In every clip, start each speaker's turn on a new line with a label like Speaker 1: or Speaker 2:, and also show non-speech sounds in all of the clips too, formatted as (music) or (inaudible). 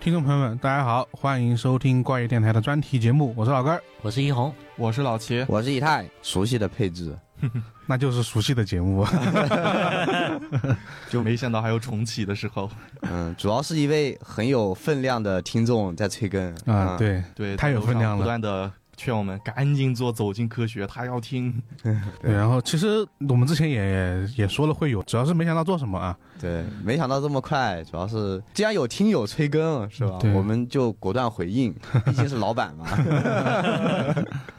Speaker 1: 听众朋友们，大家好，欢迎收听怪异电台的专题节目，我是老根儿，
Speaker 2: 我是一红，
Speaker 3: 我是老 (laughs) 齐，
Speaker 4: 我是以太，熟悉的配置，
Speaker 1: 那就是熟悉的节目。啊 (laughs)
Speaker 3: 就没想到还有重启的时候。
Speaker 4: 嗯，主要是一位很有分量的听众在催更嗯
Speaker 1: 啊，，对，
Speaker 3: 对，
Speaker 1: 太有分量了
Speaker 3: 不断的劝我们赶紧做走进科学，他要听。
Speaker 1: 对然后其实我们之前也也说了会有，主要是没想到做什么啊，
Speaker 4: 对，没想到这么快，主要是既然有听友催更，是吧
Speaker 1: 对？
Speaker 4: 我们就果断回
Speaker 1: (laughs)
Speaker 4: 应，毕竟是老板嘛。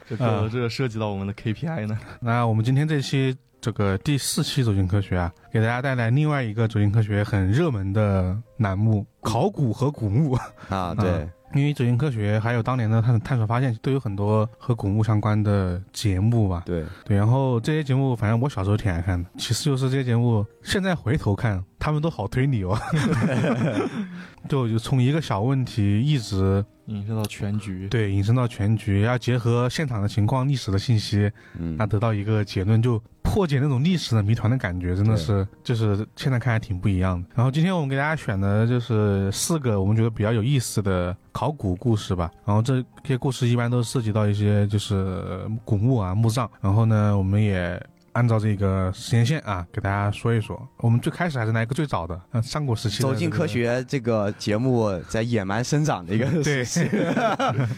Speaker 3: 这个、
Speaker 1: 啊
Speaker 3: 这涉及到我们的 KPI 呢。
Speaker 1: 那我们今天这期这个第四期走进科学啊，给大家带来另外一个走进科学很热门的栏目——考古和古墓。
Speaker 4: 啊，对，
Speaker 1: (laughs) 因为走进科学还有当年的探探索发现，都有很多和古墓相关的节目吧。
Speaker 4: 对，
Speaker 1: 对，然后这些节目，反正我小时候挺爱看的。其次就是这些节目，现在回头看，他们都好推理哦。 (laughs) 就就从一个小问题一直
Speaker 3: 引申到全局，
Speaker 1: 对引申到全局，要结合现场的情况、历史的信息，
Speaker 4: 嗯
Speaker 1: 那，得到一个结论，就破解那种历史的谜团的感觉，真的是就是现在看还挺不一样的。然后今天我们给大家选的就是四个我们觉得比较有意思的考古故事吧。然后这些故事一般都涉及到一些就是呃古墓啊、墓葬。然后呢，我们也。按照这个时间线啊，给大家说一说。我们最开始还是来一个最早的，呃，三国时期的
Speaker 4: 走进
Speaker 1: 这个
Speaker 4: 科学这个节目在野蛮生长的一个
Speaker 1: 对
Speaker 4: 时期， (laughs)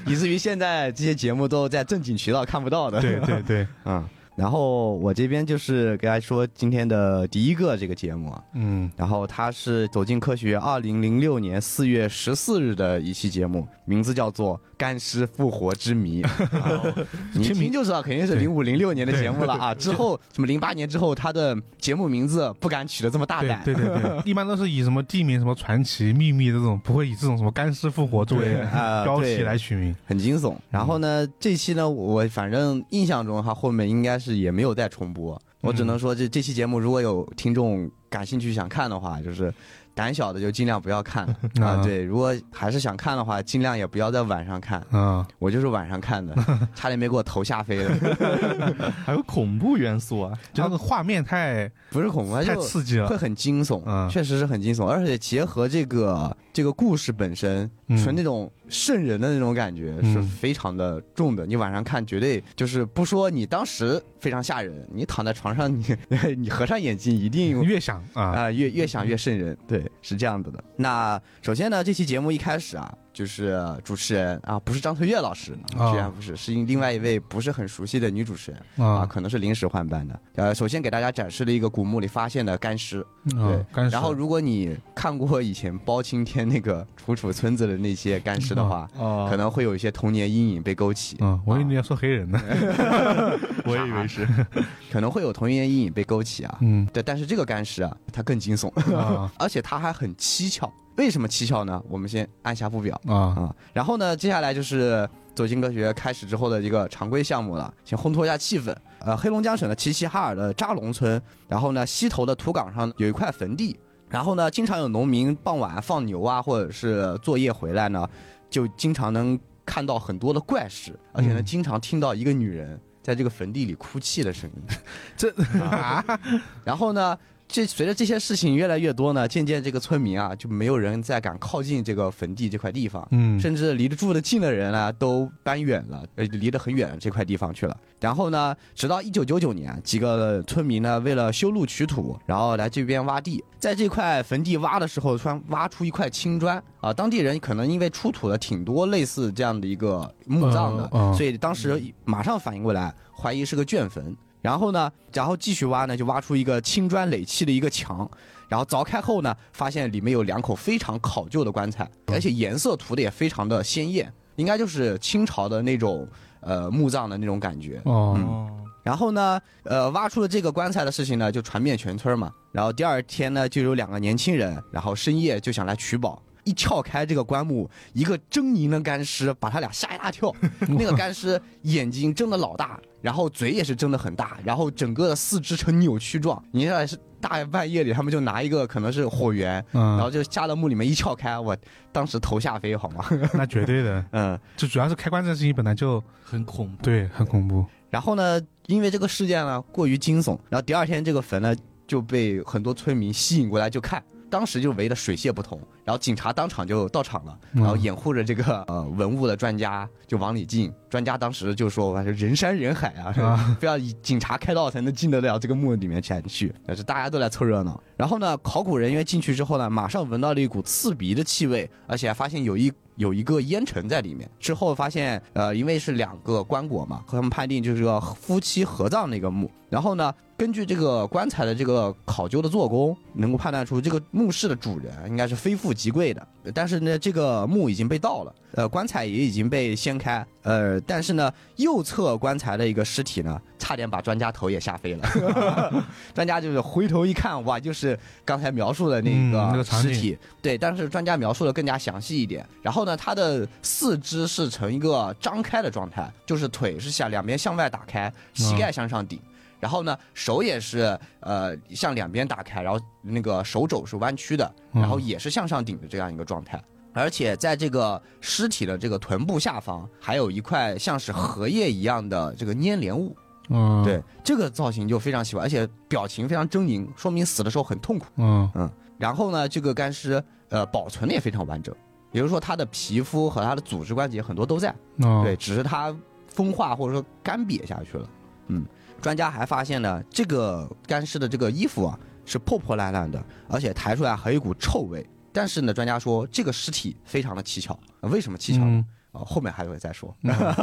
Speaker 4: 以至于现在这些节目都在正经渠道看不到的。
Speaker 1: 对对对，
Speaker 4: 嗯，然后我这边就是给大家说今天的第一个这个节目啊，
Speaker 1: 嗯
Speaker 4: 然后它是《走进科学》二零零六年四月十四日的一期节目，名字叫做《干尸复活之谜》。
Speaker 1: (laughs)
Speaker 4: 啊你一听就知道肯定是
Speaker 1: 对
Speaker 4: 零五零六年的节目了啊！之后什么零八年之后，它的节目名字不敢取的这么大
Speaker 1: 对
Speaker 4: 胆。
Speaker 1: 对对对，
Speaker 4: (laughs)
Speaker 1: 一般都是以什么地名、什么传奇、秘密这种，不会以这种什么干尸复活作为
Speaker 4: 啊，
Speaker 1: 标
Speaker 4: 对
Speaker 1: 题来取名。
Speaker 4: 很惊
Speaker 1: 嗯
Speaker 4: 悚。然后呢，这期呢，我反正印象中它后面应该是也没有再重播。我只能说这这期节目如果有听众感兴趣想看的话，就是胆小的就尽量不要看
Speaker 1: (laughs) 啊
Speaker 4: 啊。对，如果还是想看的话，尽量也不要在晚上看。
Speaker 1: 啊，
Speaker 4: 我就是晚上看的，
Speaker 1: (laughs)
Speaker 4: 差点没给我头吓飞了。
Speaker 3: 还有恐怖元素啊。
Speaker 1: 就那个画面太
Speaker 4: 不是恐怖，它
Speaker 1: 太
Speaker 4: 就
Speaker 1: 刺激了
Speaker 4: 会，很惊悚，
Speaker 1: 嗯
Speaker 4: 确实是很惊悚，而且结合这个这个故事本身，
Speaker 1: 嗯
Speaker 4: 纯那种瘆人的那种感觉
Speaker 1: 嗯
Speaker 4: 是非常的重的。你晚上看绝对就是不说你当时非常吓人，你躺在床上你 (laughs) 你合上眼睛一定
Speaker 1: 越想
Speaker 4: 啊、
Speaker 1: 啊，
Speaker 4: 越越想越瘆人，对，是这样子的。那首先呢，这期节目一开始啊，就是主持人啊，不是张腾岳老师，
Speaker 1: 哦
Speaker 4: 居然不是，是另外一位不是很熟悉的女主持人啊，
Speaker 1: 啊，
Speaker 4: 可能是临时换班的。呃，首先给大家展示了一个古墓里发现的干尸，对
Speaker 1: 啊，干尸
Speaker 4: 然后如果你看过以前包青天那个楚楚村子的那些干尸的话，
Speaker 1: 嗯
Speaker 3: 啊
Speaker 4: 可能会有一些童年阴影被勾起，
Speaker 1: 啊，我以为你要说黑人呢，
Speaker 3: 我也以为是，
Speaker 4: 可能会有童年阴影被勾起啊。
Speaker 1: 嗯
Speaker 4: 对，但是这个干尸啊，它更惊悚，
Speaker 1: 啊
Speaker 4: (laughs) 而且它还很蹊跷。为什么蹊跷呢？我们先按下不表
Speaker 1: 啊，
Speaker 4: 啊。然后呢，接下来就是走进科学开始之后的一个常规项目了，先烘托一下气氛。呃，黑龙江省的齐齐哈尔的扎龙村，然后呢，西头的土岗上有一块坟地，然后呢，经常有农民傍晚放牛啊，或者是作业回来呢，就经常能看到很多的怪 (laughs) 事，而且呢，
Speaker 1: 嗯
Speaker 4: 经常听到一个女人在这个坟地里哭泣的 (laughs) 声音。
Speaker 1: 这啊，
Speaker 4: 然后呢，这随着这些事情越来越多呢，渐渐这个村民啊，就没有人再敢靠近这个坟地这块地方。
Speaker 1: 嗯
Speaker 4: 甚至离得住得近的人呢、啊都搬远了，呃，离得很远的这块地方去了。然后呢，直到一九九九年，几个呃村民呢，为了修路取土，然后来这边挖地，在这块坟地挖的时候，突然挖出一块青砖啊，当地人可能因为出土了挺多类似这样的一个墓葬的，
Speaker 1: 嗯嗯
Speaker 4: 所以当时马上反应过来，怀疑是个圈坟。然后呢，然后继续挖呢，就挖出一个青砖垒砌的一个墙，然后凿开后呢，发现里面有两口非常考究的棺材，而且颜色涂的也非常的鲜艳，应该就是清朝的那种呃墓葬的那种感觉。
Speaker 1: 哦
Speaker 3: 哦，
Speaker 4: 然后呢，呃，挖出了这个棺材的事情呢，就传遍全村嘛。然后第二天呢，就有两个年轻人，然后深夜就想来取宝。一撬开这个棺木，一个狰狞的干尸把他俩吓一大跳。那个干尸眼睛睁得老大，然后嘴也是睁得很大，然后整个的四肢呈扭曲状，你知道是大半夜里，他们就拿一个可能是火源，然后
Speaker 1: 嗯，
Speaker 4: 就下到墓里面一撬开，我当时头下飞，好吗？ (laughs)
Speaker 1: 那绝对的，
Speaker 4: 嗯，
Speaker 1: 就主要是开棺这件事情本来就
Speaker 3: 很恐怖。
Speaker 1: 对很恐怖，
Speaker 4: 然后呢，因为这个事件呢过于惊悚，然后第二天这个坟呢就被很多村民吸引过来就看，当时就围得水泄不通，然后警察当场就到场了，
Speaker 1: 嗯
Speaker 4: 然后掩护着这个呃文物的专家就往里进，专家当时就说哇这人山人海啊，
Speaker 1: 啊
Speaker 4: 非要以警察开道才能进得了这个墓里面前去，但是大家都来凑热闹。然后呢，考古人员进去之后呢，马上闻到了一股刺鼻的气味，而且还发现有一有一个烟尘在里面。之后发现，呃，因为是两个棺椁嘛，他们判定就是个夫妻合葬的一个墓。然后呢，根据这个棺材的这个考究的做工，能够判断出这个墓室的主人应该是非富即贵的。但是呢，这个墓已经被盗了，呃，棺材也已经被掀开，呃，但是呢，右侧棺材的一个尸体呢，差点把专家头也吓飞了。 (laughs) 专家就是回头一看，哇，就是刚才描述的那
Speaker 1: 嗯那
Speaker 4: 个
Speaker 1: 个场
Speaker 4: 尸
Speaker 1: 景
Speaker 4: 体。对，但是专家描述的更加详细一点。然后呢，他的四肢是呈一个张开的状态，就是腿是向两边向外打开，
Speaker 1: 嗯
Speaker 4: 膝盖向上顶。然后呢，手也是呃向两边打开，然后那个手肘是弯曲的，
Speaker 1: 嗯
Speaker 4: 然后也是向上顶的这样一个状态。而且在这个尸体的这个臀部下方，还有一块像是荷叶一样的这个粘连物。
Speaker 1: 嗯，
Speaker 4: 对，，这个造型就非常奇怪，而且表情非常狰狞，说明死的时候很痛苦。
Speaker 1: 嗯
Speaker 4: 然后呢，这个干尸呃保存的也非常完整，也就是说它的皮肤和它的组织关节很多都在，
Speaker 1: 哦，
Speaker 4: 对，，只是它风化或者说干瘪下去了。嗯，专家还发现呢，这个干尸的这个衣服啊是破破烂烂的，而且抬出来还有一股臭味。但是呢，专家说这个尸体非常的蹊跷，呃为什么蹊跷？
Speaker 1: 嗯，
Speaker 4: 啊，后面还会
Speaker 1: (laughs)
Speaker 4: 再说。然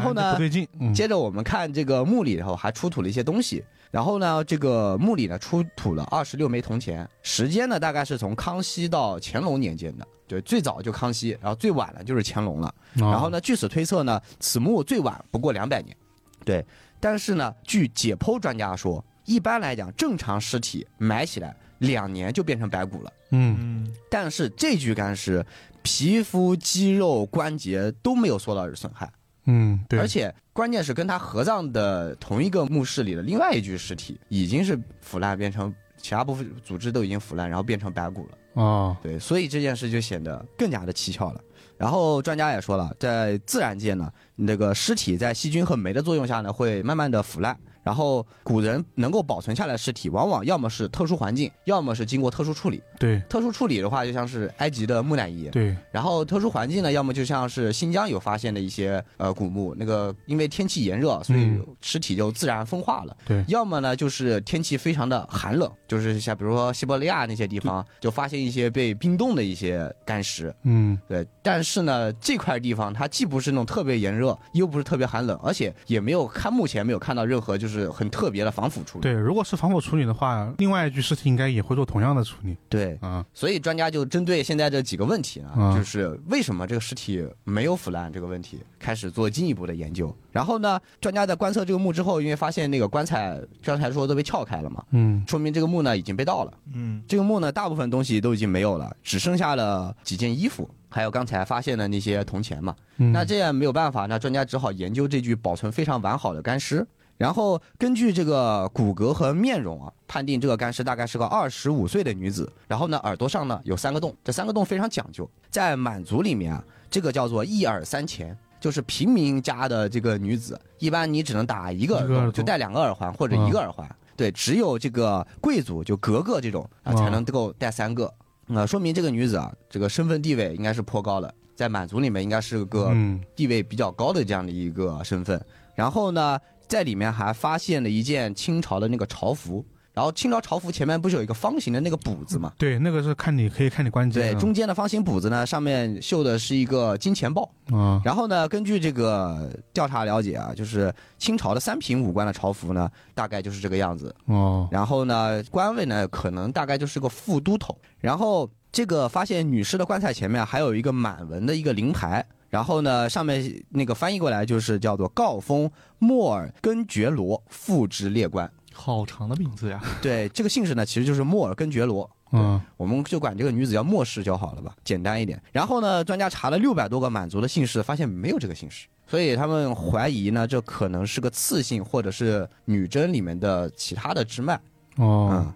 Speaker 4: 后
Speaker 1: 哎那
Speaker 4: 呢
Speaker 1: 不，对劲，嗯，
Speaker 4: 接着我们看这个墓里头还出土了一些东西，然后呢，这个墓里呢出土了二十六枚铜钱，时间呢大概是从康熙到乾隆年间的，对，最早就康熙，然后最晚呢就是乾隆了，嗯然后
Speaker 1: 呢，
Speaker 4: 呢，据此推测呢，此墓最晚不过两百年，对，但是呢，据解剖专家说，一般来讲，正常尸体埋起来两年就变成白骨了。
Speaker 1: 嗯，
Speaker 3: 嗯，
Speaker 4: 但是这具干尸，皮肤、肌肉、关节都没有受到损害，
Speaker 1: 嗯，对，
Speaker 4: 而且关键是跟他合葬的同一个墓室里的另外一具尸体已经是腐烂变成其他部分组织都已经腐烂，然后变成白骨了。
Speaker 1: 哦，
Speaker 4: 对，所以这件事就显得更加的蹊跷了。然后专家也说了，在自然界呢，那个尸体在细菌和酶的作用下呢，会慢慢的腐烂。然后古人能够保存下来的尸体，往往要么是特殊环境，要么是经过特殊处理。
Speaker 1: 对
Speaker 4: 特殊处理的话，就像是埃及的木乃伊，
Speaker 1: 对，
Speaker 4: 然后特殊环境呢，要么就像是新疆有发现的一些呃古墓，那个因为天气炎热，所以
Speaker 1: 嗯
Speaker 4: 尸体就自然风化了。
Speaker 1: 对
Speaker 4: 要么呢就是天气非常的寒冷，就是像比如说西伯利亚那些地方，就发现一些被冰冻的一些干尸。
Speaker 1: 嗯，
Speaker 4: 对，但是呢，这块地方它既不是那种特别炎热，又不是特别寒冷，而且也没有看目前没有看到任何就是很特别的防腐处理。
Speaker 1: 对，如果是防火处理的话，另外一具尸体应该也会做同样的处理
Speaker 4: 对，
Speaker 1: 啊，
Speaker 4: 所以专家就针对现在这几个问题呢，
Speaker 1: 嗯
Speaker 4: 就是为什么这个尸体没有腐烂这个问题，开始做进一步的研究。然后呢，专家在观测这个墓之后，因为发现那个棺材刚才说都被撬开了嘛，
Speaker 1: 嗯，
Speaker 4: 说明这个墓呢已经被盗了。
Speaker 3: 嗯，
Speaker 4: 这个墓呢，大部分东西都已经没有了，只剩下了几件衣服，还有刚才发现的那些铜钱嘛。
Speaker 1: 嗯
Speaker 4: 那这样没有办法，那专家只好研究这具保存非常完好的干尸，然后根据这个骨骼和面容啊，判定这个干尸大概是个二十五岁的女子。然后呢，耳朵上呢有三个洞，这三个洞非常讲究，在满族里面啊，这个叫做一耳三钱。就是平民家的这个女子，一般你只能打一个耳
Speaker 1: 一个耳
Speaker 4: 洞，
Speaker 1: 洞
Speaker 4: 就戴两个耳环或者
Speaker 1: 嗯
Speaker 4: 一个耳环。对，只有这个贵族，就格格这种啊，
Speaker 1: 嗯
Speaker 4: 才能够戴三个。那、说明这个女子啊，这个身份地位应该是颇高的，在满族里面应该是个
Speaker 1: 嗯
Speaker 4: 地位比较高的这样的一个身份。然后呢，在里面还发现了一件清朝的那个朝服，然后清朝朝服前面不是有一个方形的那个补子嘛？
Speaker 1: 对，那个是看你可以看你关节
Speaker 4: 对，
Speaker 1: 的，
Speaker 4: 中间的方形补子呢，上面绣的是一个金钱豹。
Speaker 1: 啊，
Speaker 4: 然后呢，根据这个调查了解啊，就是清朝的三品武官的朝服呢，大概就是这个样子。
Speaker 1: 哦，
Speaker 4: 然后呢，官位呢可能大概就是个副都统。然后这个发现女尸的棺材前面还有一个满文的一个灵牌，然后呢上面那个翻译过来就是叫做告封莫尔根觉罗复职列官。
Speaker 3: 好长的名字呀，
Speaker 4: 对，这个姓氏呢其实就是莫尔根觉罗。
Speaker 1: 嗯，
Speaker 4: 我们就管这个女子叫莫氏就好了吧，简单一点。然后呢，专家查了六百多个满族的姓氏，发现没有这个姓氏，所以他们怀疑呢，这可能是个次姓或者是女真里面的其他的支脉。
Speaker 1: 哦
Speaker 4: 嗯，，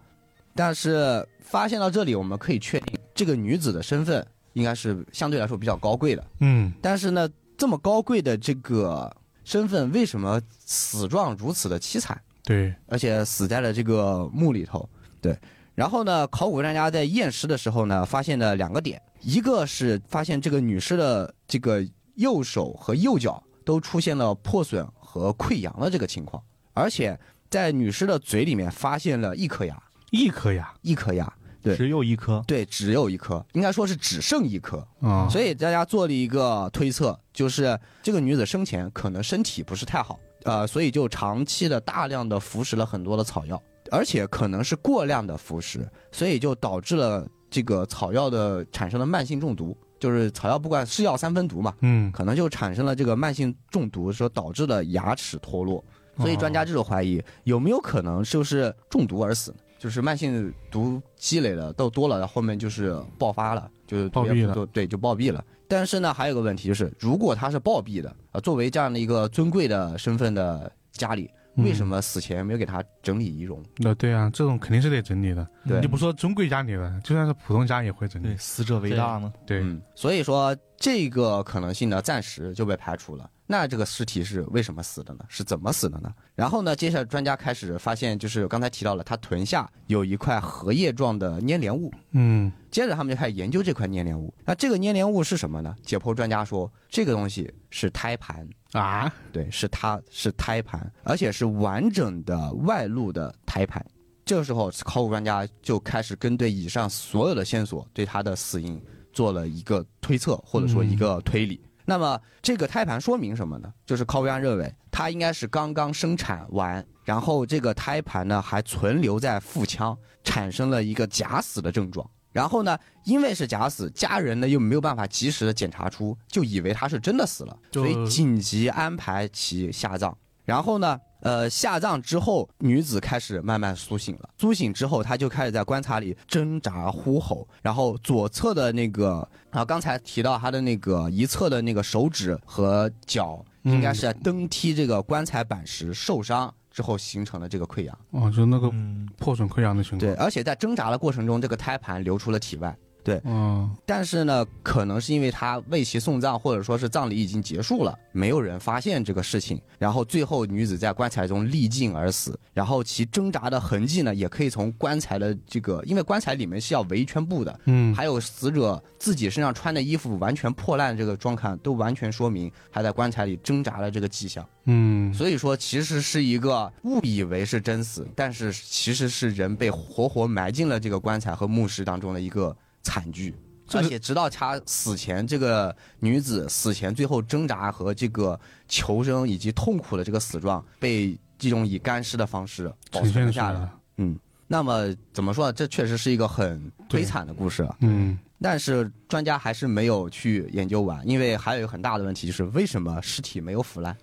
Speaker 4: 但是发现到这里，我们可以确定这个女子的身份应该是相对来说比较高贵的。
Speaker 1: 嗯，
Speaker 4: 但是呢，这么高贵的这个身份，为什么死状如此的凄惨？
Speaker 1: 对，
Speaker 4: 而且死在了这个墓里头。对，然后呢，考古专家在验尸的时候呢，发现了两个点，一个是发现这个女尸的这个右手和右脚都出现了破损和溃疡的这个情况，而且在女尸的嘴里面发现了一颗牙，
Speaker 1: 一颗牙
Speaker 4: 一颗牙。对
Speaker 3: 只有一颗，
Speaker 4: 对，只有一颗，应该说是只剩一颗，
Speaker 1: 啊，
Speaker 4: 所以大家做了一个推测，就是这个女子生前可能身体不是太好，呃，所以就长期的大量的服食了很多的草药，而且可能是过量的服食，所以就导致了这个草药的产生了慢性中毒，就是草药不管是药三分毒嘛，
Speaker 1: 嗯，
Speaker 4: 可能就产生了这个慢性中毒，说导致了牙齿脱落。所
Speaker 1: 哦
Speaker 4: 以专家这种怀疑，有没有可能就是中毒而死呢？就是慢性毒积累了都多了，然后后面就是爆发了，就是
Speaker 1: 暴毙了
Speaker 4: 就对，就暴毙了。但是呢，还有个问题就是，如果他是暴毙的，啊，作为这样的一个尊贵的身份的家里，为什
Speaker 1: 么？
Speaker 4: 么死前没有给他整理仪容？
Speaker 1: 那对啊，这种肯定是得整理的。
Speaker 4: 对
Speaker 1: 你就不说尊贵家里了，就算是普通家也会整
Speaker 3: 对
Speaker 1: 理。
Speaker 3: 死者为
Speaker 2: 对
Speaker 3: 大嘛，
Speaker 1: 对，
Speaker 4: 嗯，所以说这个可能性呢，暂时就被排除了。那这个尸体是为什么死的呢？是怎么死的呢？然后呢，接下来专家开始发现，就是刚才提到了，他臀下有一块荷叶状的粘连物。
Speaker 1: 嗯，
Speaker 4: 接着他们就开始研究这块粘连物。那这个粘连物是什么呢？解剖专家说，这个东西是胎盘，
Speaker 1: 啊，
Speaker 4: 对，是它是胎盘，而且是完整的外露的胎盘。这个时候，考古专家就开始根据以上所有的线索，对他的死因做了一个推测，或者说一个推理。那么，这个胎盘说明什么呢？就是考古专家认为，它应该是刚刚生产完，然后这个胎盘呢还存留在腹腔，产生了一个假死的症状。然后呢，因为是假死，家人呢又没有办法及时的检查出，就以为他是真的死了，
Speaker 1: 就
Speaker 4: 所以紧急安排其下葬。然后呢，呃，下葬之后，女子开始慢慢苏醒了。苏醒之后，她就开始在棺材里挣扎呼吼，然后左侧的那个啊，刚才提到她的那个一侧的那个手指和脚，
Speaker 1: 嗯
Speaker 4: 应该是在登梯这个棺材板时受伤之后形成了这个溃疡。
Speaker 1: 哦，就那个
Speaker 3: 嗯，
Speaker 1: 破损溃疡的情况。
Speaker 4: 对，，而且在挣扎的过程中，这个胎盘流出了体外。
Speaker 1: 嗯，
Speaker 4: 但是呢，可能是因为他为其送葬，或者说是葬礼已经结束了，没有人发现这个事情。然后最后女子在棺材中力尽而死，然后其挣扎的痕迹呢，也可以从棺材的这个，因为棺材里面是要围一圈布的，
Speaker 1: 嗯，
Speaker 4: 还有死者自己身上穿的衣服完全破烂，这个状看都完全说明他在棺材里挣扎的这个迹象。
Speaker 1: 嗯，
Speaker 4: 所以说，其实是一个误以为是真死，但是其实是人被活活埋进了这个棺材和墓室当中的一个惨剧。
Speaker 1: 这
Speaker 4: 而
Speaker 1: 个
Speaker 4: 且直到她死前，这个女子死前最后挣扎和这个求生以及痛苦的这个死状，被这种以干尸的方式保
Speaker 1: 呈
Speaker 4: 存
Speaker 1: 现出
Speaker 4: 了下
Speaker 1: 来
Speaker 4: 来。
Speaker 1: 了。
Speaker 4: 那么怎么说呢？这确实是一个很
Speaker 1: 对
Speaker 4: 悲惨的故事啊。
Speaker 1: 嗯，
Speaker 4: 但是专家还是没有去研究完，因为还有一个很大的问题就是为什么尸体没有腐烂？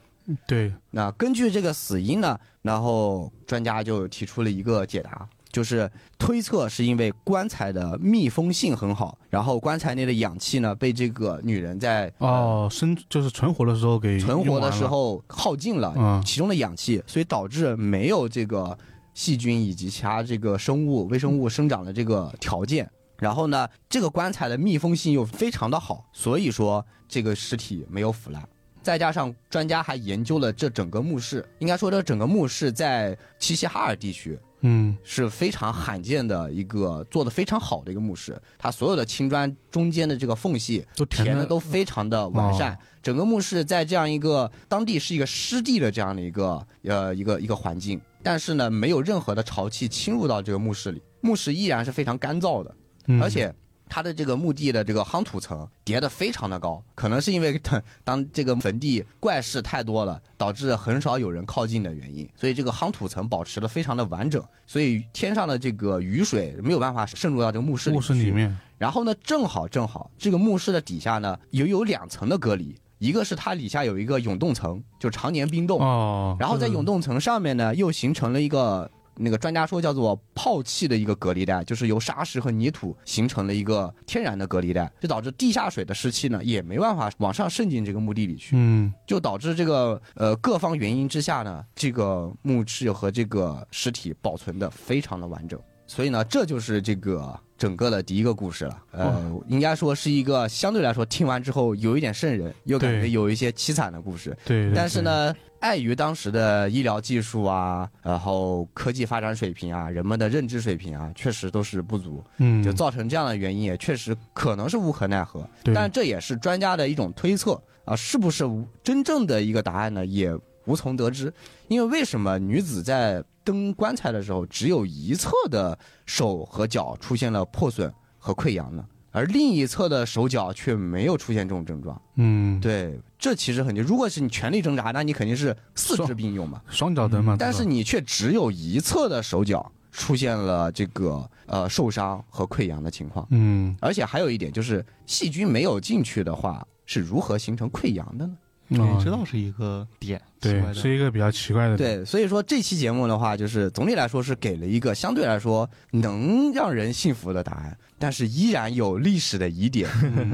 Speaker 1: 对，
Speaker 4: 那根据这个死因呢，然后专家就提出了一个解答，就是推测是因为棺材的密封性很好，然后棺材内的氧气呢被这个女人在
Speaker 1: 哦，生就是存活的时候给
Speaker 4: 存活
Speaker 1: 用完
Speaker 4: 的
Speaker 1: 了
Speaker 4: 时，候耗尽了
Speaker 1: 嗯
Speaker 4: 其中的氧气，所以导致没有这个细菌以及其他这个生物微生物生长的这个条件。然后呢，这个棺材的密封性又非常的好，所以说这个尸体没有腐烂。再加上专家还研究了这整个墓室，应该说这整个墓室在齐齐哈尔地区
Speaker 1: 嗯，
Speaker 4: 是非常罕见的一个做的非常好的一个墓室，它所有的青砖中间的这个缝隙
Speaker 1: 都
Speaker 4: 填的
Speaker 1: 的
Speaker 4: 都非常的完善，
Speaker 1: 哦
Speaker 4: 整个墓室在这样一个当地是一个湿地的这样的一个呃一个一个环境，但是呢，没有任何的潮气侵入到这个墓室里，墓室依然是非常干燥的，
Speaker 1: 嗯
Speaker 4: 而且。它的这个墓地的这个夯土层叠得非常的高，可能是因为当这个坟地怪事太多了，导致很少有人靠近的原因，所以这个夯土层保持的非常的完整，所以天上的这个雨水没有办法渗入到这个墓室里
Speaker 1: 卧室里
Speaker 4: 去
Speaker 1: 面，
Speaker 4: 然后呢，正好正好，这个墓室的底下呢，有有两层的隔离，一个是它底下有一个永冻层，就常年冰冻，
Speaker 1: 哦，
Speaker 4: 然后在
Speaker 1: 这个
Speaker 4: 永冻层上面呢，又形成了一个那个专家说叫做泡气的一个隔离带，就是由沙石和泥土形成了一个天然的隔离带，就导致地下水的湿气呢也没办法往上渗进这个墓地里去，
Speaker 1: 嗯，
Speaker 4: 就导致这个呃各方原因之下呢，这个墓室和这个尸体保存的非常的完整。所以呢，这就是这个整个的第一个故事了。呃，
Speaker 1: 嗯
Speaker 4: 应该说是一个相对来说听完之后有一点瘆人，又感觉
Speaker 1: 对
Speaker 4: 有一些凄惨的故事。
Speaker 1: 对，对
Speaker 4: 但是，呢，碍于当时的医疗技术啊，然后科技发展水平啊，人们的认知水平啊，确实都是不足，
Speaker 1: 对嗯，
Speaker 4: 就造成这样的原因，也确实可能是无可奈何。
Speaker 1: 对，
Speaker 4: 但这也是专家的一种推测啊，是不是无真正的一个答案呢？也无从得知，因为为什么女子在登棺材的时候，只有一侧的手和脚出现了破损和溃疡呢？而另一侧的手脚却没有出现这种症状，
Speaker 1: 嗯，，
Speaker 4: 对，这其实很就，如果是你全力挣扎，那你肯定是四肢并用嘛，
Speaker 1: 双脚蹬嘛，
Speaker 4: 嗯但是
Speaker 1: 对吧
Speaker 4: 你却只有一侧的手脚出现了这个呃受伤和溃疡的情况。
Speaker 1: 嗯，
Speaker 4: 而且还有一点就是，细菌没有进去的话，是如何形成溃疡的呢？
Speaker 1: 啊
Speaker 3: 这倒是一个点，奇怪
Speaker 1: 对，
Speaker 3: 的
Speaker 1: 是一个比较奇怪的，，
Speaker 4: 对，所以说这期节目的话，就是总体来说是给了一个相对来说能让人信服的答案，但是依然有历史的疑点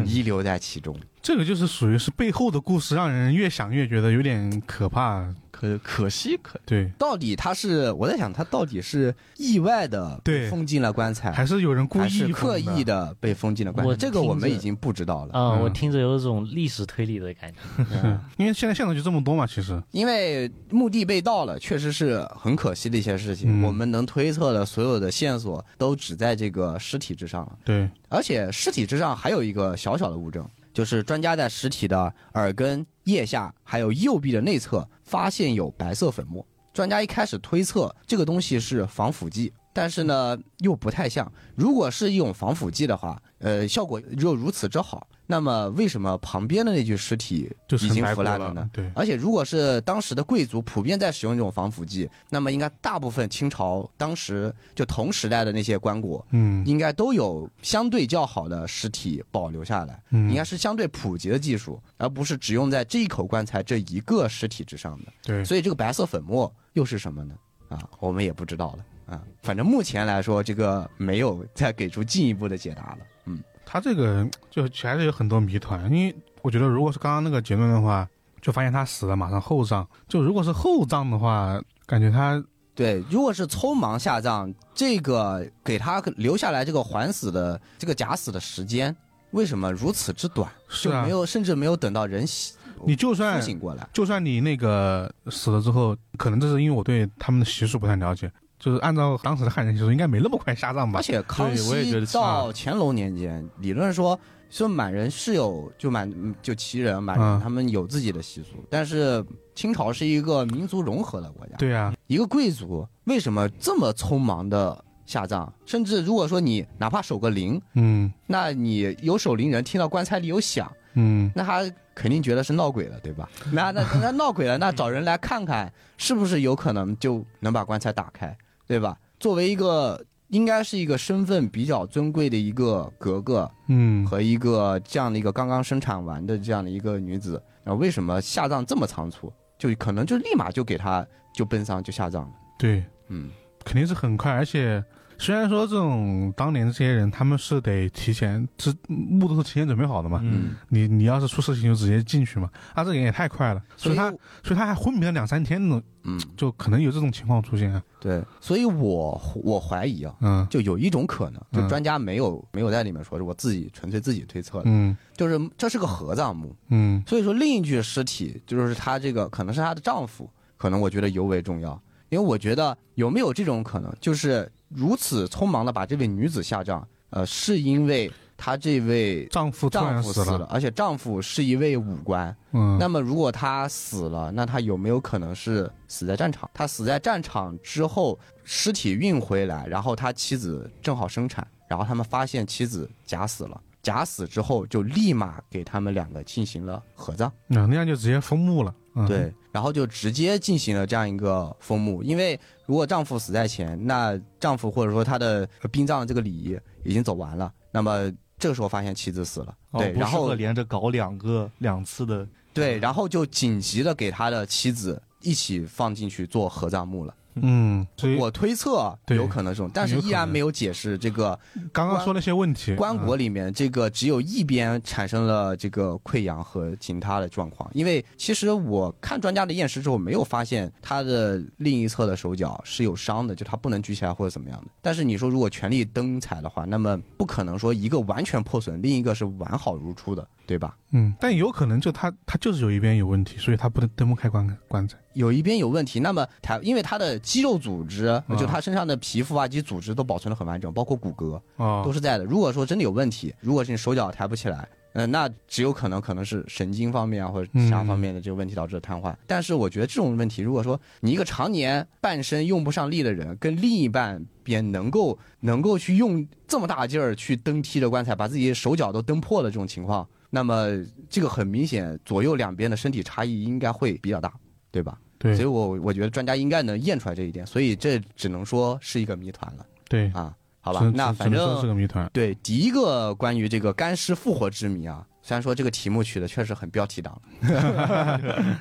Speaker 4: 遗留在其中。
Speaker 1: 这个就是属于是背后的故事，让人越想越觉得有点可怕，
Speaker 3: 可可惜可
Speaker 1: 对，
Speaker 4: 到底他是我在想，他到底是意外的
Speaker 1: 对
Speaker 4: 封进了棺材，
Speaker 1: 还是有人故
Speaker 4: 还
Speaker 1: 意
Speaker 4: 是刻
Speaker 1: 缝
Speaker 4: 意的被封进了棺材？
Speaker 2: 我
Speaker 4: 这个我们
Speaker 2: 听着
Speaker 4: 已经不知道了。
Speaker 2: 啊、
Speaker 1: 嗯
Speaker 2: 我听着有一种历史推理的感觉。
Speaker 4: 嗯
Speaker 1: (laughs) 因为现在线索就这么多嘛，其实，
Speaker 4: 因为墓地被盗了，确实是很可惜的一些事情。
Speaker 1: 嗯
Speaker 4: 我们能推测的所有的线索都只在这个尸体之上了，
Speaker 1: 对，
Speaker 4: 而且尸体之上还有一个小小的物证，就是专家在尸体的耳根、腋下还有右臂的内侧发现有白色粉末。专家一开始推测这个东西是防腐剂，但是呢又不太像。如果是一种防腐剂的话，呃，效果又如此之好，那么为什么旁边的那具尸体
Speaker 1: 就
Speaker 4: 已
Speaker 1: 成
Speaker 4: 经
Speaker 1: 白
Speaker 4: 腐
Speaker 1: 骨
Speaker 4: 烂
Speaker 1: 了
Speaker 4: 呢？
Speaker 1: 对，
Speaker 4: 而且，如果是当时的贵族普遍在使用这种防腐剂，那么应该大部分清朝当时就同时代的那些棺椁，
Speaker 1: 嗯，
Speaker 4: 应该都有相对较好的尸体保留下来，
Speaker 1: 嗯
Speaker 4: 应该是相对普及的技术，而不是只用在这一口棺材这一个尸体之上的。
Speaker 1: 对，
Speaker 4: 所以，这个白色粉末又是什么呢？啊，我们也不知道了。啊，反正目前来说，这个没有再给出进一步的解答了。嗯，
Speaker 1: 他这个就其实还是有很多谜团，因为我觉得如果是刚刚那个结论的话，就发现他死了，马上厚葬。就如果是厚葬的话，感觉他
Speaker 4: 对，如果是匆忙下葬，这个给他留下来这个缓死的这个假死的时间，为什么如此之短？
Speaker 1: 是
Speaker 4: 就
Speaker 1: 啊
Speaker 4: 没，有，甚至没有等到人醒
Speaker 1: 你就算
Speaker 4: 苏醒过来。
Speaker 1: 就算你那个死了之后，可能这是因为我对他们的习俗不太了解，就是按照当时的汉人习俗，应该没那么快下葬吧
Speaker 4: 而？且康
Speaker 3: 对我也觉
Speaker 4: 熙
Speaker 3: 得啊是
Speaker 4: 到乾隆年间，理论说说满人是有就满就旗人满人
Speaker 3: 啊
Speaker 1: 嗯
Speaker 4: 他们有自己的习俗，但是清朝是一个民族融合的国家，
Speaker 1: 对啊，
Speaker 4: 一个贵族为什么这么匆忙的下葬？甚至如果说你哪怕守个陵，
Speaker 1: 嗯
Speaker 4: 那你有守陵人听到棺材里有响。
Speaker 1: 嗯，
Speaker 4: 那他肯定觉得是闹鬼了，对吧？那那那闹鬼了，那找人来看看，是不是有可能就能把棺材打开，对吧？作为一个应该是一个身份比较尊贵的一个格格
Speaker 1: 嗯，
Speaker 4: 和一个这样的一个刚刚生产完的这样的一个女子，啊，为什么下葬这么仓促？就可能就立马就给她就奔丧就下葬了，
Speaker 1: 对，
Speaker 4: 嗯，
Speaker 1: 肯定是很快，而且。虽然说这种当年的这些人他们是得提前，这墓都是提前准备好的嘛，
Speaker 3: 嗯，
Speaker 1: 你你要是出事情就直接进去嘛，他这个人也太快了，所以他所以他还昏迷了两三天呢，
Speaker 4: 嗯，
Speaker 1: 就可能有这种情况出现啊。
Speaker 4: 对，所以我我怀疑啊，
Speaker 1: 嗯
Speaker 4: 就有一种可能，就
Speaker 1: 嗯
Speaker 4: 专家没有没有在里面说，是我自己纯粹自己推测的，
Speaker 1: 嗯
Speaker 4: 就是这是个合葬墓，
Speaker 1: 嗯
Speaker 4: 所以说另一具尸体就是她这个可能是她的丈夫，可能我觉得尤为重要，因为我觉得有没有这种可能，就是如此匆忙的把这位女子下葬，呃，是因为她这位
Speaker 1: 丈夫突
Speaker 4: 丈
Speaker 1: 然
Speaker 4: 夫
Speaker 1: 死
Speaker 4: 死
Speaker 1: 了，
Speaker 4: 了，而且丈夫是一位武官，
Speaker 1: 嗯，
Speaker 4: 那么如果她死了，那她有没有可能是死在战场？她死在战场之后，尸体运回来，然后他妻子正好生产，然后他们发现妻子假死了。假死之后，就立马给他们两个进行了合葬，
Speaker 1: 那那样就直接封墓了。嗯、，
Speaker 4: 对，然后就直接进行了这样一个封墓。因为如果丈夫死在前，那丈夫或者说他的呃殡葬的这个礼仪已经走完了，那么这个时候发现妻子死了，
Speaker 3: 哦
Speaker 4: 对，
Speaker 3: 不
Speaker 4: 然
Speaker 3: 适
Speaker 4: 后
Speaker 3: 合连着搞两个两次的，
Speaker 4: 对，然后就紧急的给他的妻子一起放进去做合葬墓了。
Speaker 1: 嗯，所以
Speaker 4: 我推测
Speaker 1: 对
Speaker 4: 有可能这种，但是
Speaker 1: 有可
Speaker 4: 依然
Speaker 1: 能
Speaker 4: 没有解释这个
Speaker 1: 刚刚说那些问题，
Speaker 4: 棺椁
Speaker 1: 嗯
Speaker 4: 里面这个只有一边产生了这个溃疡和紧塌的状况，因为其实我看专家的验尸之后，没有发现他的另一侧的手脚是有伤的，就他不能举起来或者怎么样的。但是你说如果全力蹬踩的话，那么不可能说一个完全破损，另一个是完好如初的，对吧？
Speaker 1: 嗯，但有可能就他他就是有一边有问题，所以他不能登不开棺棺材。
Speaker 4: 有一边有问题，那么他因为他的肌肉组织，
Speaker 1: 嗯
Speaker 4: 就他身上的皮肤啊及组织都保存的很完整，包括骨骼，都
Speaker 1: 哦，
Speaker 4: 是在的。如果说真的有问题，如果是你手脚抬不起来，嗯、那只有可能可能是神经方面啊或者其他方面的这个问题导致的瘫痪。但是我觉得这种问题，如果说你一个常年半身用不上力的人，跟另一半边能够能够去用这么大劲儿去蹬踢着棺材，把自己手脚都蹬破了这种情况，那么这个很明显左右两边的身体差异应该会比较大，对吧？所以
Speaker 1: 对
Speaker 4: 我我觉得专家应该能验出来这一点，所以这只能说是一个谜团了
Speaker 1: 对，
Speaker 4: 啊。好吧
Speaker 1: 嗯只，
Speaker 4: 那
Speaker 1: 只只
Speaker 4: 反
Speaker 1: 能说
Speaker 4: 正
Speaker 1: 是个谜团。
Speaker 4: 对，第一个关于这个干尸复活之谜啊，虽然说这个题目取的确实很标
Speaker 1: (laughs)
Speaker 4: 题党，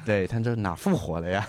Speaker 4: 对，但这哪复活了呀？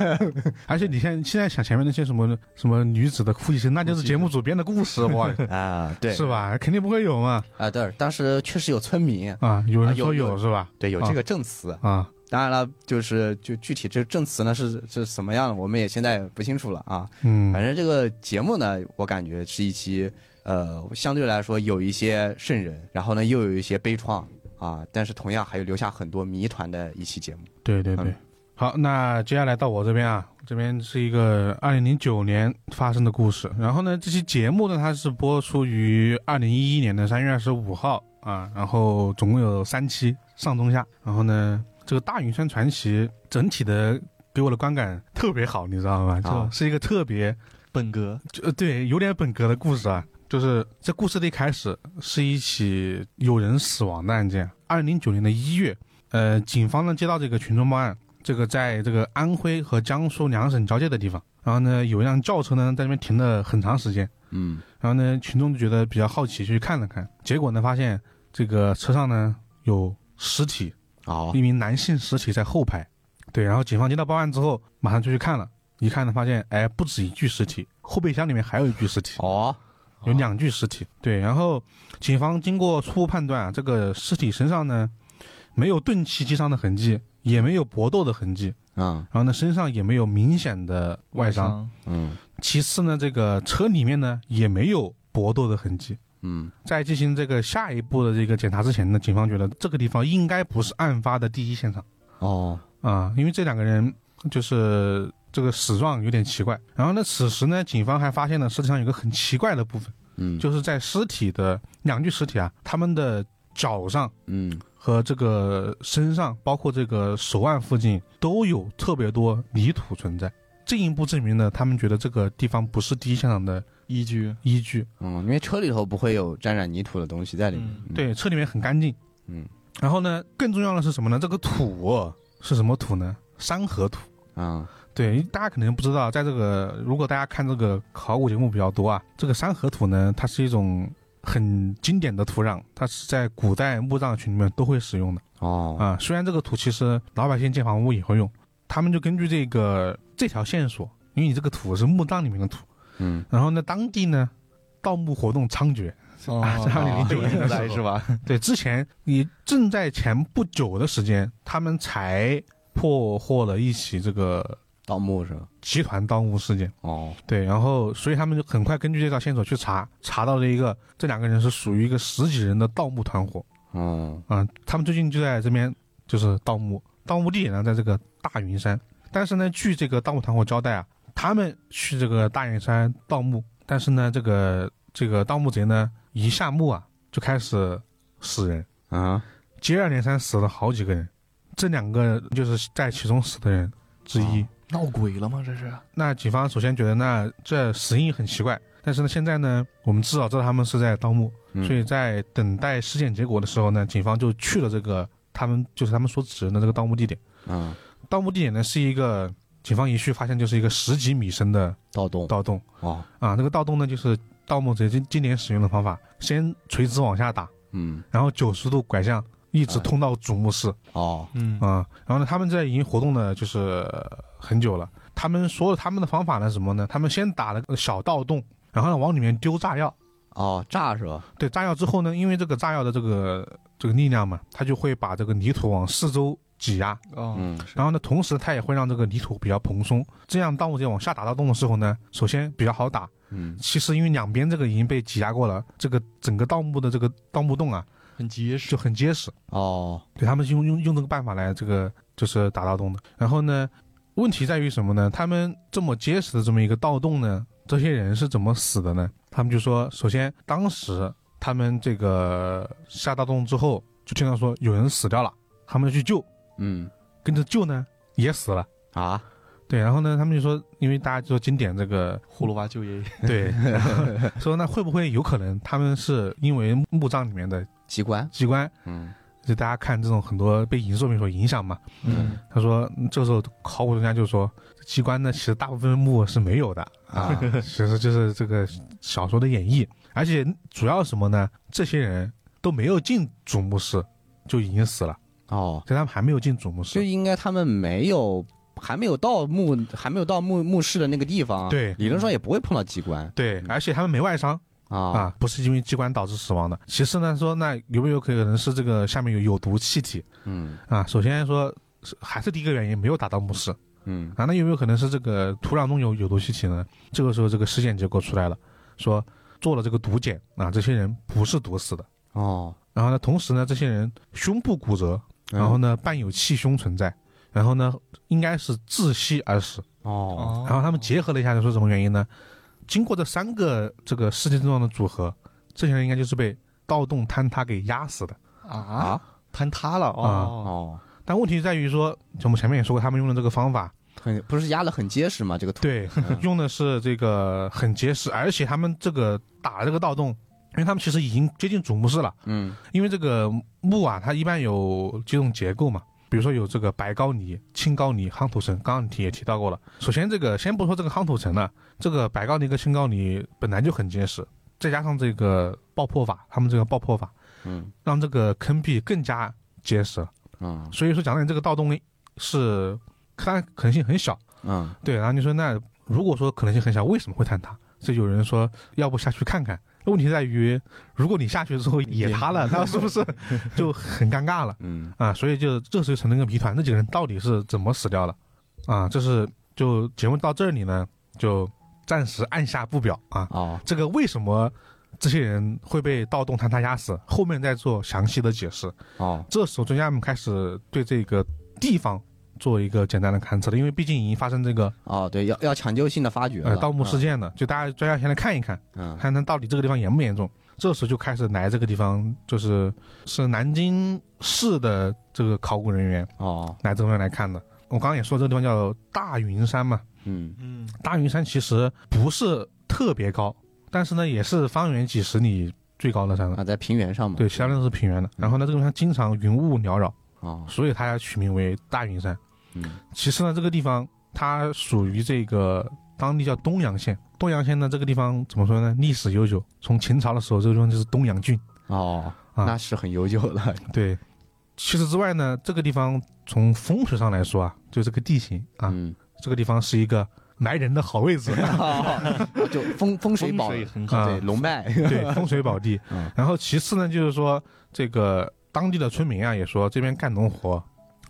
Speaker 1: 而且你现现在想前面那些什么什么女子的哭泣声，那就是节目组编的故
Speaker 4: (laughs)
Speaker 1: 事，哇，
Speaker 4: 啊，对，
Speaker 1: 是吧？肯定不会有嘛。
Speaker 4: 啊，对，当时确实有村民，
Speaker 1: 啊，有人
Speaker 4: 啊有
Speaker 1: 说
Speaker 4: 有
Speaker 1: 是吧？
Speaker 4: 对，有
Speaker 1: 啊
Speaker 4: 这个证词。
Speaker 1: 啊，
Speaker 4: 当然了，就是就具体这证词呢是是什么样的，我们也现在不清楚了啊。
Speaker 1: 嗯，
Speaker 4: 反正这个节目呢，我感觉是一期呃，相对来说有一些瘆人，然后呢又有一些悲怆啊，但是同样还有留下很多谜团的一期节目。
Speaker 1: 对对对
Speaker 4: 嗯。
Speaker 1: 好，那接下来到我这边啊，这边是一个二零零九年发生的故事。然后呢，这期节目呢，它是播出于二零一一年的三月二十五号啊，然后总共有三期，上中下。然后呢，这个《大云山传奇》整体的给我的观感特别好，你知道吗？
Speaker 4: 啊
Speaker 1: 就是一个特别
Speaker 3: 本哥，
Speaker 1: 就呃，对，有点本格的故事啊。就是这故事的一开始是一起有人死亡的案件。二零零九年的一月，呃，警方呢接到这个群众报案，这个在这个安徽和江苏两省交界的地方，然后呢有一辆轿车呢在那边停了很长时间，
Speaker 4: 嗯，
Speaker 1: 然后呢群众就觉得比较好奇，就去看了看，结果呢发现这个车上呢有尸体，
Speaker 4: 好、
Speaker 1: 一名男性尸体在后排。对，然后警方接到报案之后，马上就去看了，一看呢发现，哎，不止一具尸体，后备箱里面还有一具尸体。
Speaker 4: 哦，
Speaker 1: 有两具尸体。对，然后警方经过初步判断啊，这个尸体身上呢没有钝器击伤的痕迹，也没有搏斗的痕迹，
Speaker 4: 嗯
Speaker 1: 然后呢身上也没有明显的外伤。
Speaker 4: 嗯
Speaker 1: 其次呢，这个车里面呢也没有搏斗的痕迹。
Speaker 4: 嗯
Speaker 1: 在进行这个下一步的这个检查之前呢，警方觉得这个地方应该不是案发的第一现场
Speaker 4: 哦，
Speaker 1: 啊、因为这两个人就是这个死状有点奇怪。然后呢，此时呢，警方还发现了尸体上有个很奇怪的部分。
Speaker 4: 嗯
Speaker 1: 就是在尸体的两具尸体啊，他们的脚上
Speaker 4: 嗯
Speaker 1: 和这个身上，包括这个手腕附近都有特别多泥土存在。进一步证明呢，他们觉得这个地方不是第一现场的
Speaker 3: 依据
Speaker 1: 依据。
Speaker 4: 嗯，因为车里头不会有沾染泥土的东西在里面。嗯，
Speaker 1: 对，车里面很干净。
Speaker 4: 嗯，
Speaker 1: 然后呢，更重要的是什么呢？这个土哦是什么土呢？山河土。
Speaker 4: 啊
Speaker 1: 对，大家可能不知道，在这个如果大家看这个考古节目比较多啊，这个山河土呢，它是一种很经典的土壤，它是在古代墓葬群里面都会使用的
Speaker 4: 哦
Speaker 1: 啊、虽然这个土其实老百姓建房屋也会用，他们就根据这个这条线索，因为你这个土是墓葬里面的土，
Speaker 4: 嗯，
Speaker 1: 然后呢，当地呢盗墓活动猖獗，
Speaker 3: 哦
Speaker 1: 啊这样你理解为
Speaker 3: 哦来是吧？
Speaker 1: 对，之前你正在前不久的时间，他们才破获了一起这个
Speaker 4: 盗墓是吧？
Speaker 1: 集团盗墓事件。
Speaker 4: 哦
Speaker 1: 对，然后所以他们就很快根据这条线索去查，查到了一个这两个人是属于一个十几人的盗墓团伙
Speaker 4: 哦
Speaker 1: 啊、他们最近就在这边就是盗墓，盗墓地呢在这个大云山，但是呢，据这个盗墓团伙交代啊，他们去这个大云山盗墓，但是呢，这个这个盗墓贼呢一下墓啊就开始死人，
Speaker 4: 啊
Speaker 1: 接二连三死了好几个人，这两个就是在其中死的人之一。
Speaker 3: 闹鬼了吗？这是
Speaker 1: 那警方首先觉得那这死因很奇怪，但是呢，现在呢，我们至少知道他们是在盗墓，
Speaker 4: 嗯
Speaker 1: 所以在等待尸检结果的时候呢，警方就去了这个他们就是他们所指认的这个盗墓地点。
Speaker 4: 啊
Speaker 1: 盗墓地点呢是一个警方一去发现就是一个十几米深的
Speaker 4: 盗洞
Speaker 1: 盗洞
Speaker 4: 哦
Speaker 1: 啊，那个盗洞呢就是盗墓贼经经典使用的方法，先垂直往下打，
Speaker 4: 嗯
Speaker 1: 然后九十度拐向。一直通到主墓室
Speaker 4: 哦
Speaker 3: 嗯
Speaker 1: 啊、然后呢，他们在已经活动了就是呃很久了，他们所有他们的方法呢是什么呢？他们先打了个小盗洞，然后呢往里面丢炸药。
Speaker 4: 哦，炸是吧？
Speaker 1: 对，炸药之后呢，因为这个炸药的这个这个力量嘛，它就会把这个泥土往四周挤压，
Speaker 3: 哦，
Speaker 4: 嗯，
Speaker 1: 然后呢，同时它也会让这个泥土比较蓬松，这样当我在往下打到洞的时候呢，首先比较好打。
Speaker 4: 嗯，
Speaker 1: 其实因为两边这个已经被挤压过了，这个整个盗墓的这个盗墓洞啊
Speaker 3: 很结实
Speaker 1: 就，很结实。
Speaker 4: 哦，
Speaker 1: 对他们是用用用这个办法来这个就是打盗洞的。然后呢，问题在于什么呢？他们这么结实的这么一个盗洞呢，这些人是怎么死的呢？他们就说，首先当时他们这个下盗洞之后，就听到说有人死掉了，他们去救，
Speaker 4: 嗯
Speaker 1: 跟着救呢也死了。
Speaker 4: 啊，
Speaker 1: 对，然后呢，他们就说，因为大家就说经典这个
Speaker 3: 葫芦娃救爷爷，
Speaker 1: 对，然后说那会不会有可能他们是因为墓葬里面的
Speaker 4: 机关，
Speaker 1: 机关，
Speaker 4: 嗯
Speaker 1: 就大家看这种很多被影视作品所影响嘛？
Speaker 4: 嗯
Speaker 1: 他说嗯这时候考古专家就说，机关呢其实大部分墓是没有的
Speaker 4: 啊
Speaker 1: (laughs) 其实就是这个小说的演绎，而且主要什么呢？这些人都没有进主墓室就已经死了，
Speaker 4: 哦，
Speaker 1: 所以他们还没有进主墓
Speaker 4: 就
Speaker 1: 室。
Speaker 4: 应该他们没有，还没有到墓，还没有到墓墓室的那个地方，
Speaker 1: 对
Speaker 4: 理论上也不会碰到机关
Speaker 1: 对，而且他们没外伤，
Speaker 4: 啊，
Speaker 1: 啊，不是因为机关导致死亡的。其次呢，说那有没有可能是这个下面有有毒气体
Speaker 4: 嗯
Speaker 1: 啊？首先说是还是第一个原因，没有打到墓室
Speaker 4: 嗯
Speaker 1: 啊。那有没有可能是这个土壤中有有毒气体呢？这个时候这个尸检结果出来了，说做了这个毒检啊，这些人不是毒死的。
Speaker 4: 哦，
Speaker 1: 然后呢，同时呢，这些人胸部骨折，然后
Speaker 4: 呢
Speaker 1: 呢伴有气胸存在，然后呢应该是窒息而死。
Speaker 4: 哦
Speaker 1: 然后他们结合了一下，就说什么原因呢？经过这三个这个事件症状的组合，这些人应该就是被盗洞坍塌给压死的。
Speaker 3: 啊，坍塌了哦，
Speaker 4: 哦，
Speaker 1: 但问题在于说，我们前面也说过，他们用的这个方法，
Speaker 4: 很不是压的很结实嘛，这个土
Speaker 1: 对，
Speaker 4: 嗯
Speaker 1: 用的是这个很结实，而且他们这个打这个盗洞，因为他们其实已经接近主墓室了，
Speaker 4: 嗯
Speaker 1: 因为这个墓啊，它一般有几种结构嘛。比如说有这个白高泥、青高泥、夯土层，刚刚你提也提到过了。首先，这个先不说这个夯土层呢，这个白高泥跟青高泥本来就很结实，再加上这个爆破法，他们这个爆破法
Speaker 4: 嗯
Speaker 1: 让这个坑壁更加结实了。
Speaker 4: 嗯
Speaker 1: 所以说，讲到你这个盗洞呢是它可能性很小，
Speaker 4: 嗯
Speaker 1: 对。然后你说那如果说可能性很小，为什么会坍塌？所以有人说，要不下去看看。问题在于，如果你下去之后也塌了，那是不是就很尴尬了？
Speaker 4: 嗯
Speaker 1: 啊，所以就这时候成了一个谜团，那几个人到底是怎么死掉的？啊，这是就节目到这里呢，就暂时按下不表啊。
Speaker 4: 哦
Speaker 1: 这个为什么这些人会被盗洞坍塌压死，后面再做详细的解释。
Speaker 4: 哦
Speaker 1: 这时候专家们开始对这个地方做一个简单的勘测了，因为毕竟已经发生这个
Speaker 4: 哦，对，要要抢救性的发掘
Speaker 1: 呃
Speaker 4: 了，
Speaker 1: 盗墓事件了，就大家专家先来看一看，
Speaker 4: 啊嗯
Speaker 1: 看看到底这个地方严不严重。这时候就开始来这个地方，就是是南京市的这个考古人员。
Speaker 4: 哦
Speaker 1: 来这边来看的。我刚刚也说这个地方叫大云山嘛，
Speaker 4: 嗯
Speaker 3: 嗯，
Speaker 1: 大云山其实不是特别高，但是呢也是方圆几十里最高的山了。
Speaker 4: 啊，在平原上嘛，
Speaker 1: 对，其他的都是平原的。然后呢，这个地方经常云雾缭绕，
Speaker 4: 哦
Speaker 1: 所以它要取名为大云山。
Speaker 4: 嗯
Speaker 1: 其次呢，这个地方它属于这个当地叫东阳县。东阳县呢，这个地方怎么说呢？历史悠久，从秦朝的时候，这个地方就是东阳郡。
Speaker 4: 哦，
Speaker 1: 啊
Speaker 4: 那是很悠久了，
Speaker 1: 对，其此之外呢，这个地方从风水上来说啊，就这个地形啊，
Speaker 4: 嗯，
Speaker 1: 这个地方是一个来人的好位
Speaker 4: (laughs)
Speaker 1: 置，
Speaker 4: 哦就风风水
Speaker 3: 风
Speaker 4: 宝，
Speaker 3: 水很好，
Speaker 1: 啊
Speaker 4: 对龙脉，
Speaker 1: 对，风水宝地
Speaker 4: (laughs) 嗯。
Speaker 1: 然后其次呢，就是说这个当地的村民啊，也说这边干农活，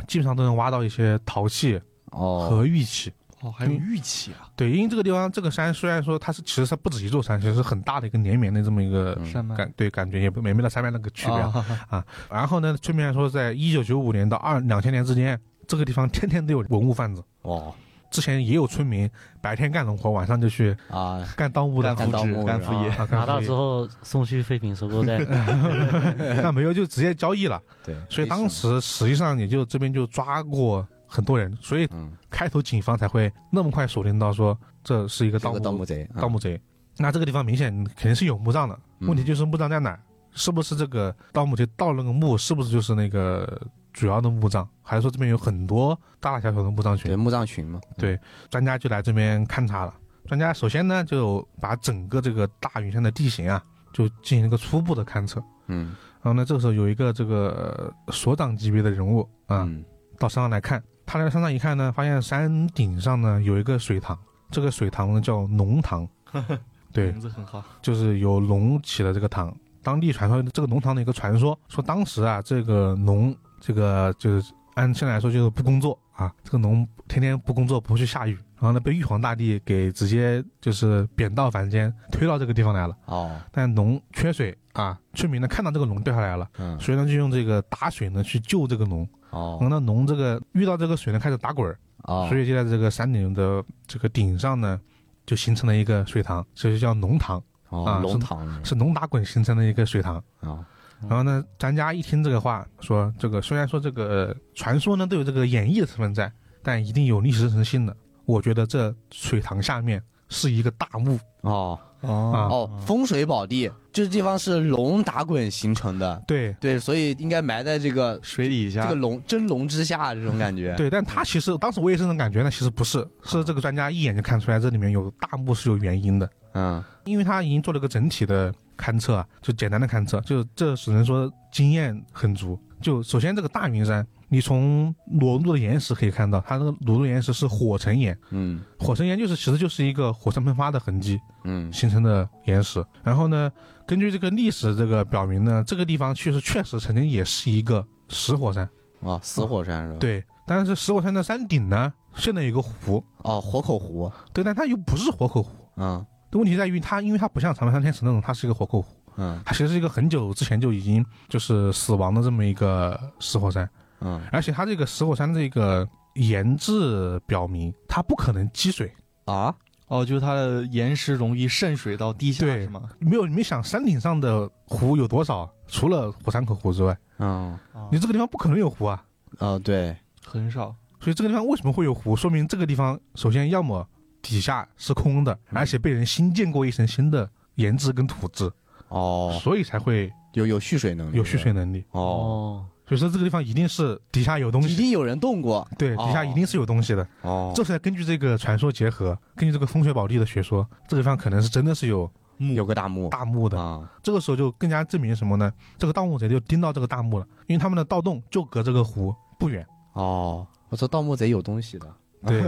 Speaker 1: 基本上都能挖到一些陶器
Speaker 4: 哦，
Speaker 1: 和玉器。嗯
Speaker 3: 哦，还有玉器啊，
Speaker 1: 对，因为这个地方这个山虽然说它是其实它不止一座山，其实是很大的一个连绵的这么一个
Speaker 4: 嗯哦
Speaker 3: 山脉
Speaker 1: 感，对，感觉也不没没到山脉那个区别啊。
Speaker 3: 啊
Speaker 1: 然后呢，村民还说，在一九九五年到二两千年之间，这个地方天天都有文物贩子。
Speaker 4: 哦
Speaker 1: 之前也有村民白天干农活，晚上就去
Speaker 4: 啊，
Speaker 1: 干盗墓的啊，
Speaker 3: 干
Speaker 4: 干盗
Speaker 3: 复制
Speaker 4: 墓
Speaker 3: 干
Speaker 4: 是
Speaker 3: 副
Speaker 4: 吧
Speaker 3: 业
Speaker 1: 干
Speaker 2: 拿到
Speaker 1: 副业
Speaker 2: 之后送去废品收购站，
Speaker 4: (laughs)
Speaker 1: 那没有就直接交易了。
Speaker 4: 对，
Speaker 1: 所以当时实际上也就这边就抓过很多人，所以
Speaker 4: 嗯，
Speaker 1: 开头警方才会那么快锁定到说这是一个
Speaker 4: 这
Speaker 1: 盗
Speaker 4: 个
Speaker 1: 墓
Speaker 4: 盗墓贼，
Speaker 1: 盗墓贼。那这个地方明显肯定是有墓葬的，
Speaker 4: 嗯
Speaker 1: 问题就是墓葬在哪儿？是不是这个盗墓贼盗了个墓？是不是就是那个主要的墓葬？还是说这边有很多大大小小的墓葬群
Speaker 4: 对？墓葬群嘛，嗯
Speaker 1: 对专家就来这边勘察了。专家首先呢，就把整个这个大云山的地形啊，就进行一个初步的勘测。
Speaker 4: 嗯
Speaker 1: 然后呢，这个时候有一个这个呃所长级别的人物啊，
Speaker 4: 嗯
Speaker 1: 到山上来看，他来山上一看呢，发现山顶上呢有一个水塘，这个水塘呢叫龙塘， (laughs) 对，
Speaker 3: 名字很好。
Speaker 1: 就是有龙起了这个塘。当地传说这个龙塘的一个传说，说当时啊，这个龙这个就是按现在来说就是不工作啊，这个龙天天不工作不去下雨，然后呢被玉皇大帝给直接就是贬到凡间，推到这个地方来了。
Speaker 4: 哦，
Speaker 1: 但龙缺水啊，村民呢看到这个龙掉下来了，
Speaker 4: 嗯，
Speaker 1: 所以呢就用这个打水呢去救这个啊龙。然后
Speaker 4: 哦，
Speaker 1: 呢龙这个遇到这个水呢开始打滚儿，
Speaker 4: 哦，
Speaker 1: 嗯所以就在这个山顶的这个顶上呢，就形成了一个水塘，所以就叫龙塘，
Speaker 4: 哦
Speaker 1: 啊，
Speaker 4: 龙
Speaker 1: 是
Speaker 4: 塘
Speaker 1: 是龙打滚形成的一个水塘。
Speaker 4: 啊，
Speaker 1: 然后呢，咱家一听这个话，说这个虽然说这个呃传说呢都有这个演绎的成分在，但一定有历史真实性的。我觉得这水塘下面是一个大墓，
Speaker 4: 哦，
Speaker 1: 啊
Speaker 4: 哦，风水宝地，这地方是龙打滚形成的，
Speaker 1: 对
Speaker 4: 对，所以应该埋在这个
Speaker 3: 水底
Speaker 4: 这
Speaker 3: 下
Speaker 4: 个龙真龙之下这种感觉。，
Speaker 1: 对。但他其实当时我也是能感觉呢，其实不是，是这个专家一眼就看出来这里面有大墓是有原因的，
Speaker 4: 嗯，
Speaker 1: 因为他已经做了个整体的勘测啊，就简单的勘测，就这只能说经验很足。就首先这个大云山，你从裸露的岩石可以看到，它那个裸露岩石是火成岩，
Speaker 4: 嗯
Speaker 1: 火成岩就是其实就是一个火山喷发的痕迹
Speaker 4: 嗯
Speaker 1: 形成的岩石。然后呢，根据这个历史这个表明呢，这个地方确实确实曾经也是一个死火山，
Speaker 4: 啊，死火山是吧？，
Speaker 1: 对。但是死火山的山顶呢，现在有个湖，
Speaker 4: 哦，火口湖，
Speaker 1: 对，但它又不是活口湖。
Speaker 4: 嗯
Speaker 1: 问题在于它，因为它不像长白山天池那种，它是一个活口湖，
Speaker 4: 嗯
Speaker 1: 它其实是一个很久之前就已经就是死亡的这么一个死火山。
Speaker 4: 嗯，
Speaker 1: 而且它这个死火山这个岩质表明，它不可能积水。
Speaker 4: 啊，
Speaker 3: 哦，就是它的岩石容易渗水到地下
Speaker 1: 对
Speaker 3: 是吗？
Speaker 1: 没有，你们想山顶上的湖有多少？除了火山口湖之外，
Speaker 4: 嗯
Speaker 3: 啊
Speaker 1: 你这个地方不可能有湖啊。
Speaker 4: 哦，对，
Speaker 3: 很少
Speaker 1: 所以这个地方为什么会有湖？说明这个地方首先要么底下是空的，
Speaker 4: 嗯
Speaker 1: 而且被人新建过一层新的岩质跟土质，
Speaker 4: 哦，
Speaker 1: 所以才会
Speaker 4: 有有蓄水能力，
Speaker 1: 有蓄水，能力。
Speaker 4: 哦，
Speaker 2: 哦，
Speaker 1: 所以说这个地方一定是底下有东
Speaker 4: 一
Speaker 1: 西，
Speaker 4: 定有人动过，
Speaker 1: 对，底下一定是有东西的。
Speaker 4: 哦
Speaker 1: 这是根据这个传说结合，根据这个风水宝地的学说，这个地方可能是真的是有
Speaker 3: 木
Speaker 4: 有个大墓
Speaker 1: 大墓的。
Speaker 4: 啊，
Speaker 1: 这个时候就更加证明什么呢？这个盗墓贼就盯到这个大墓了，因为他们的盗洞就隔这个湖不远。
Speaker 4: 哦，我说盗墓贼有东西的，
Speaker 1: (laughs) 对，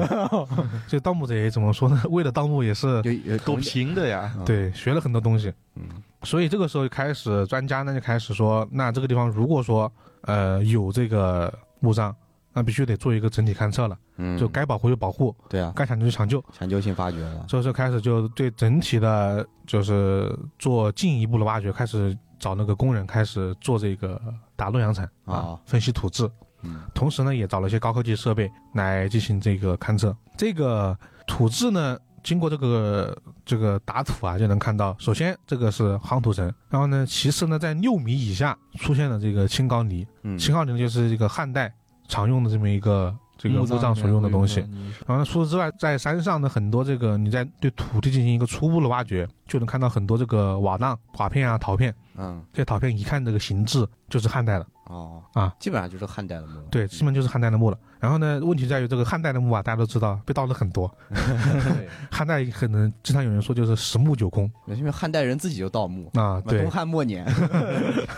Speaker 1: 所以盗墓贼怎么说呢？ (laughs) 为了盗墓也是
Speaker 4: 有有
Speaker 3: 狗，凭的呀。
Speaker 4: 嗯
Speaker 1: 对学了很多东西。
Speaker 4: 嗯
Speaker 1: 所以这个时候就开始，专家呢就开始说，那这个地方如果说呃有这个墓葬，那必须得做一个整体勘测了，
Speaker 4: 嗯，
Speaker 1: 就该保护就保护，
Speaker 4: 对啊，
Speaker 1: 该抢救就抢救。
Speaker 4: 抢救性发掘了，
Speaker 1: 所以说开始就对整体的，就是做进一步的挖掘，开始找那个工人开始做这个打洛阳铲
Speaker 4: 啊
Speaker 1: 啊，分析土质。
Speaker 4: 嗯
Speaker 1: 同时呢，也找了一些高科技设备来进行这个勘测。这个土质呢，经过这个这个打土啊，就能看到，首先这个是夯土层，然后呢，其次呢，在六米以下出现了这个青高泥，
Speaker 4: 嗯
Speaker 1: 青高泥就是这个汉代常用的这么一个这个墓葬所用的东西。
Speaker 3: 你说
Speaker 1: 然后除此之外，在山上的很多这个你在对土地进行一个初步的挖掘，就能看到很多这个瓦当、瓦片啊、陶片。
Speaker 4: 嗯
Speaker 1: 这些陶片一看这个形制就是汉代的，
Speaker 4: 哦
Speaker 1: 啊，
Speaker 4: 基本上就是汉代的墓，
Speaker 1: 对，基本就是汉代的墓了。然后呢，问题在于这个汉代的墓啊，大家都知道被盗了很多。
Speaker 4: 对，
Speaker 1: 汉代可能经常有人说就是十墓九空
Speaker 4: 因为汉代人自己就盗墓，
Speaker 1: 啊，
Speaker 4: 东
Speaker 1: 对
Speaker 4: 汉末
Speaker 1: (laughs)
Speaker 4: 年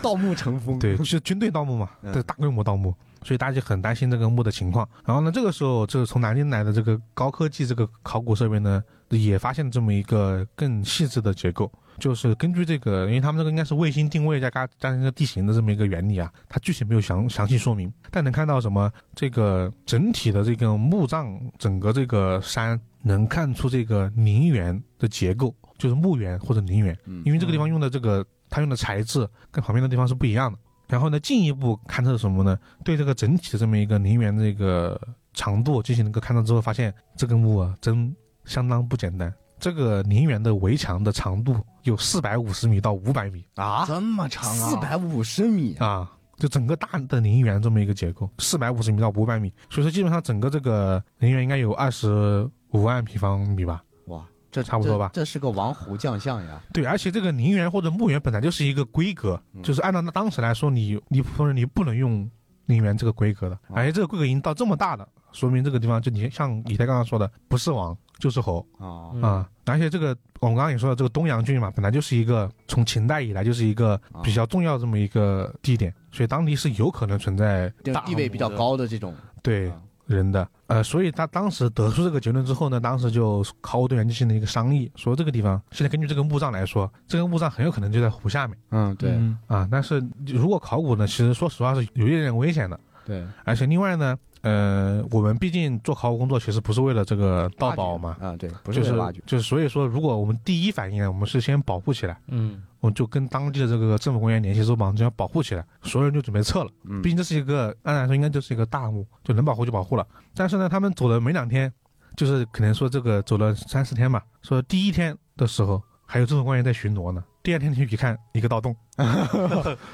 Speaker 4: 盗墓成风，
Speaker 1: 对， (laughs) 就是军队盗墓嘛，
Speaker 4: 嗯
Speaker 1: 这是大规模盗墓，所以大家就很担心这个墓的情况。然后呢，这个时候就是从南京来的这个高科技这个考古设备呢，也发现了这么一个更细致的结构。就是根据这个，因为他们这个应该是卫星定位加加加上一个地形的这么一个原理啊，它具体没有详详细说明，但能看到什么这个整体的这个墓葬，整个这个山能看出这个陵园的结构，就是墓园或者陵园，
Speaker 4: 嗯
Speaker 1: 因为这个地方用的这个它用的材质跟旁边的地方是不一样的。然后呢，进一步勘测什么呢？对这个整体的这么一个陵园这个长度进行了一个勘测之后，发现这个墓啊真相当不简单。这个陵园的围墙的长度有四百五十米到五百米
Speaker 4: 啊，
Speaker 3: 这么长啊，
Speaker 4: 四百五十米啊，
Speaker 1: 啊，就整个大的陵园这么一个结构，四百五十米到五百米，所以说基本上整个这个陵园应该有二十五万平方米吧。
Speaker 4: 哇，这
Speaker 1: 差不多吧
Speaker 4: 这这是个王侯将相呀，
Speaker 1: 对，而且这个陵园或者墓园本来就是一个规格，就是按照那当时来说，你你普通人你不能用陵园这个规格的，而且这个规格已经到这么大了，说明这个地方就你像以太刚刚说的，不是王就是侯
Speaker 4: 啊
Speaker 2: 嗯
Speaker 1: 啊、而且这个我们刚刚也说了，这个东阳郡嘛，本来就是一个从秦代以来就是一个比较重要这么一个地点，所以当地是有可能存在
Speaker 4: 就
Speaker 3: 大
Speaker 4: 地位比较
Speaker 3: 墓的
Speaker 4: 高的这种，
Speaker 1: 对
Speaker 4: 啊
Speaker 1: 人的。呃，所以他当时得出这个结论之后呢，当时就考古队员进行了一个商议，说这个地方现在根据这个墓葬来说，这个墓葬很有可能就在湖下面
Speaker 4: 嗯，对
Speaker 3: 嗯
Speaker 1: 啊。但是如果考古呢，其实说实话是有一点点危险的，
Speaker 4: 对，
Speaker 1: 而且另外呢，呃，我们毕竟做考古工作其实不是为了这个盗宝嘛，
Speaker 4: 啊，对，不
Speaker 1: 就是
Speaker 4: 为了挖掘，
Speaker 1: 就是所以说，如果我们第一反应呢，我们是先保护起来。
Speaker 2: 嗯，
Speaker 1: 我们就跟当地的这个政府官员联系，说把我们这样保护起来，所有人就准备撤了。
Speaker 4: 嗯
Speaker 1: 毕竟这是一个，按来说应该就是一个大墓，就能保护就保护了。但是呢，他们走了没两天，就是可能说这个走了三四天吧，说第一天的时候还有政府官员在巡逻呢，第二天你去看一个盗洞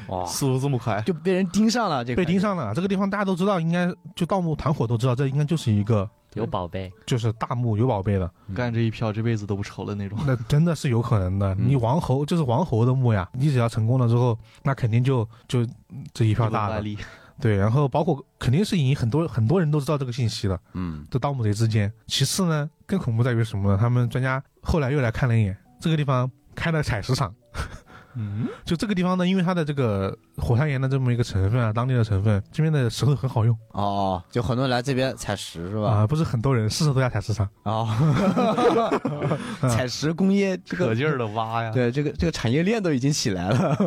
Speaker 4: 哇，
Speaker 3: 速度这么快，
Speaker 4: 就被人盯上了，这个
Speaker 1: 被盯上了，这个地方大家都知道，应该就盗墓团伙都知道，这应该就是一个
Speaker 2: 有宝贝，
Speaker 1: 就是大墓有宝贝的，
Speaker 3: 干这一票这辈子都不愁了那种。
Speaker 1: 那真的是有可能的。
Speaker 4: 嗯
Speaker 1: 你王侯就是王侯的墓呀，你只要成功了之后，那肯定就就这一票大
Speaker 3: 万
Speaker 1: 了。
Speaker 3: 利，
Speaker 1: 对，然后包括肯定是已经很多很多人都知道这个信息了，
Speaker 4: 嗯，
Speaker 1: 这盗墓贼之间。其次呢，更恐怖在于什么呢？他们专家后来又来看了一眼，这个地方开了采石场，
Speaker 3: 嗯，
Speaker 1: 就这个地方呢，因为它的这个火山岩的这么一个成分啊，当地的成分，这边的石头很好用
Speaker 4: 哦，就很多人来这边采石是
Speaker 1: 啊、
Speaker 4: 吧？
Speaker 1: 不是很多人，四十多家采石场，
Speaker 4: 哦，
Speaker 1: (laughs)
Speaker 4: 采石工业这
Speaker 3: 可
Speaker 4: 个，
Speaker 3: 劲儿的挖呀！
Speaker 4: 对这个这个产业链都已经起来
Speaker 1: (laughs)
Speaker 4: 了，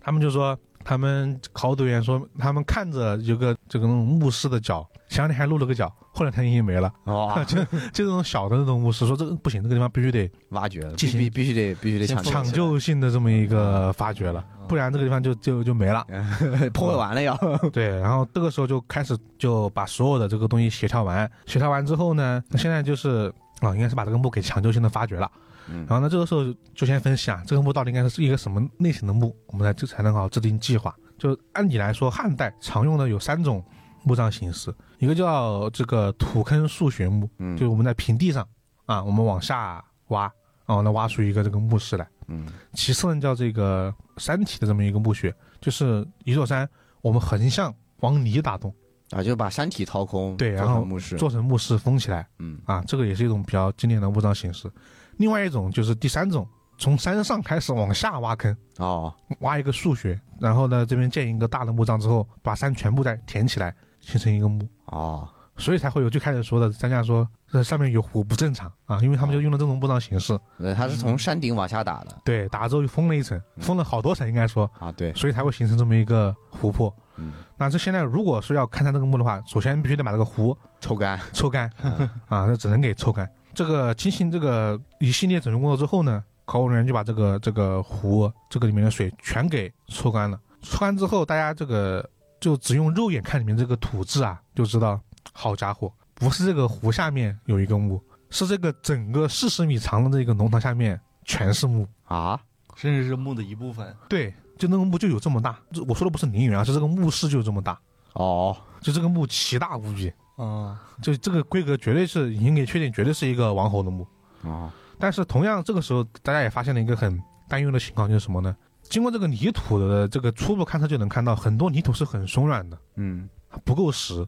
Speaker 1: 他们就说。他们考古队员说，他们看着有个这个那种墓室的脚，前两天还露了个脚，后两天已经没了。
Speaker 4: 哇，
Speaker 1: 就这种小的那种墓室，说这个不行，这个地方必须得
Speaker 4: (laughs) 挖掘了，
Speaker 1: 进
Speaker 4: 必
Speaker 1: 行
Speaker 4: 必必须得必须得
Speaker 3: 先
Speaker 4: 抢
Speaker 1: 抢
Speaker 3: 封
Speaker 4: 救
Speaker 1: 救性的这么一个发掘了，不然这个地方就就就没了。
Speaker 4: 破坏完
Speaker 1: (laughs)
Speaker 4: 了要，
Speaker 1: 对，然后这个时候就开始就把所有的这个东西协调完，协调完之后呢，那现在就是啊、应该是把这个墓给抢救性的发掘了。
Speaker 4: 嗯
Speaker 1: 然后呢，这个时候就先分析啊，这个墓到底应该是一个什么类型的墓，我们来这才能好制定计划。就按理来说，汉代常用的有三种墓葬形式，一个叫这个土坑竖穴墓，
Speaker 4: 嗯
Speaker 1: 就是我们在平地上啊，我们往下挖，然后呢挖出一个这个墓室来。
Speaker 4: 嗯
Speaker 1: 其次呢叫这个山体的这么一个墓穴，就是一座山，我们横向往里打洞，
Speaker 4: 啊，就把山体掏空，
Speaker 1: 对
Speaker 4: 做
Speaker 1: 然后
Speaker 4: 成墓室，
Speaker 1: 做成墓室封起来
Speaker 4: 嗯
Speaker 1: 啊，这个也是一种比较经典的墓葬形式。另外一种就是第三种，从山上开始往下挖坑，
Speaker 4: 哦，
Speaker 1: 挖一个竖穴，然后呢这边建一个大的墓葬之后，把山全部再填起来，形成一个墓。
Speaker 4: 哦，
Speaker 1: 所以才会有最开始说的，专家说这上面有湖不正常啊，因为他们就用了这种墓葬形式，
Speaker 4: 对，呃它是
Speaker 1: 嗯
Speaker 4: 从山顶往下打的
Speaker 1: 对，打了之后就封了一层，封了好多层应该说，
Speaker 4: 啊，嗯对，
Speaker 1: 所以才会形成这么一个湖泊。
Speaker 4: 嗯，
Speaker 1: 那这现在如果是要勘探这个墓的话，首先必须得把这个湖
Speaker 4: 抽干，
Speaker 1: 抽干
Speaker 4: 嗯
Speaker 1: (laughs) 啊，那只能给抽干。这个进行这个一系列整容工作之后呢，考古人员就把这个这个湖这个里面的水全给抽干了。抽干之后，大家这个就只用肉眼看里面这个土质啊，就知道，好家伙，不是这个湖下面有一个墓，是这个整个四十米长的这个农场下面全是墓。
Speaker 4: 啊，
Speaker 3: 甚至是墓的一部分，
Speaker 1: 对，就那个墓就有这么大。这我说的不是陵园啊，是这个墓室就有这么大，
Speaker 4: 哦，
Speaker 1: 就这个墓奇大无比。
Speaker 3: 嗯，
Speaker 1: 就这个规格绝对是已经给确定，绝对是一个王侯的墓。
Speaker 4: 哦，
Speaker 1: 但是同样，这个时候大家也发现了一个很担忧的情况，就是什么呢？经过这个泥土的这个初步勘测就能看到，很多泥土是很松软的，
Speaker 4: 嗯，
Speaker 1: 不够实，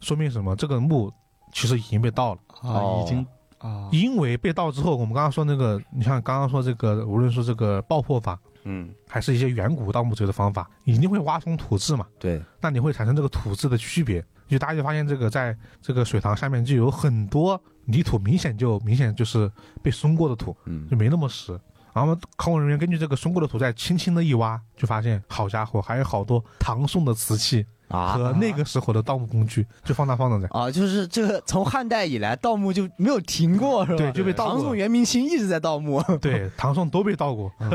Speaker 1: 说明什么？这个墓其实已经被盗了。
Speaker 3: 啊，
Speaker 1: 哦
Speaker 3: 已经啊，
Speaker 1: 因为被盗之后，我们刚刚说那个，你像刚刚说这个，无论说这个爆破法，
Speaker 4: 嗯，
Speaker 1: 还是一些远古盗墓贼的方法，一定会挖松土质嘛。
Speaker 4: 对，
Speaker 1: 那你会产生这个土质的区别。就大家就发现这个在这个水塘下面就有很多泥土，明显就明显就是被松过的土，
Speaker 4: 嗯
Speaker 1: 就没那么实。然后考古人员根据这个松过的土再轻轻的一挖，就发现好家伙，还有好多唐宋的瓷器
Speaker 4: 啊。
Speaker 1: 和那个时候的盗墓工具，就放那放着在。
Speaker 4: 啊，就是这个从汉代以来，盗墓就没有停过，是吧？
Speaker 1: 对就被盗过
Speaker 4: 唐宋元明清一直在盗墓。
Speaker 1: 对，唐宋都被盗过，嗯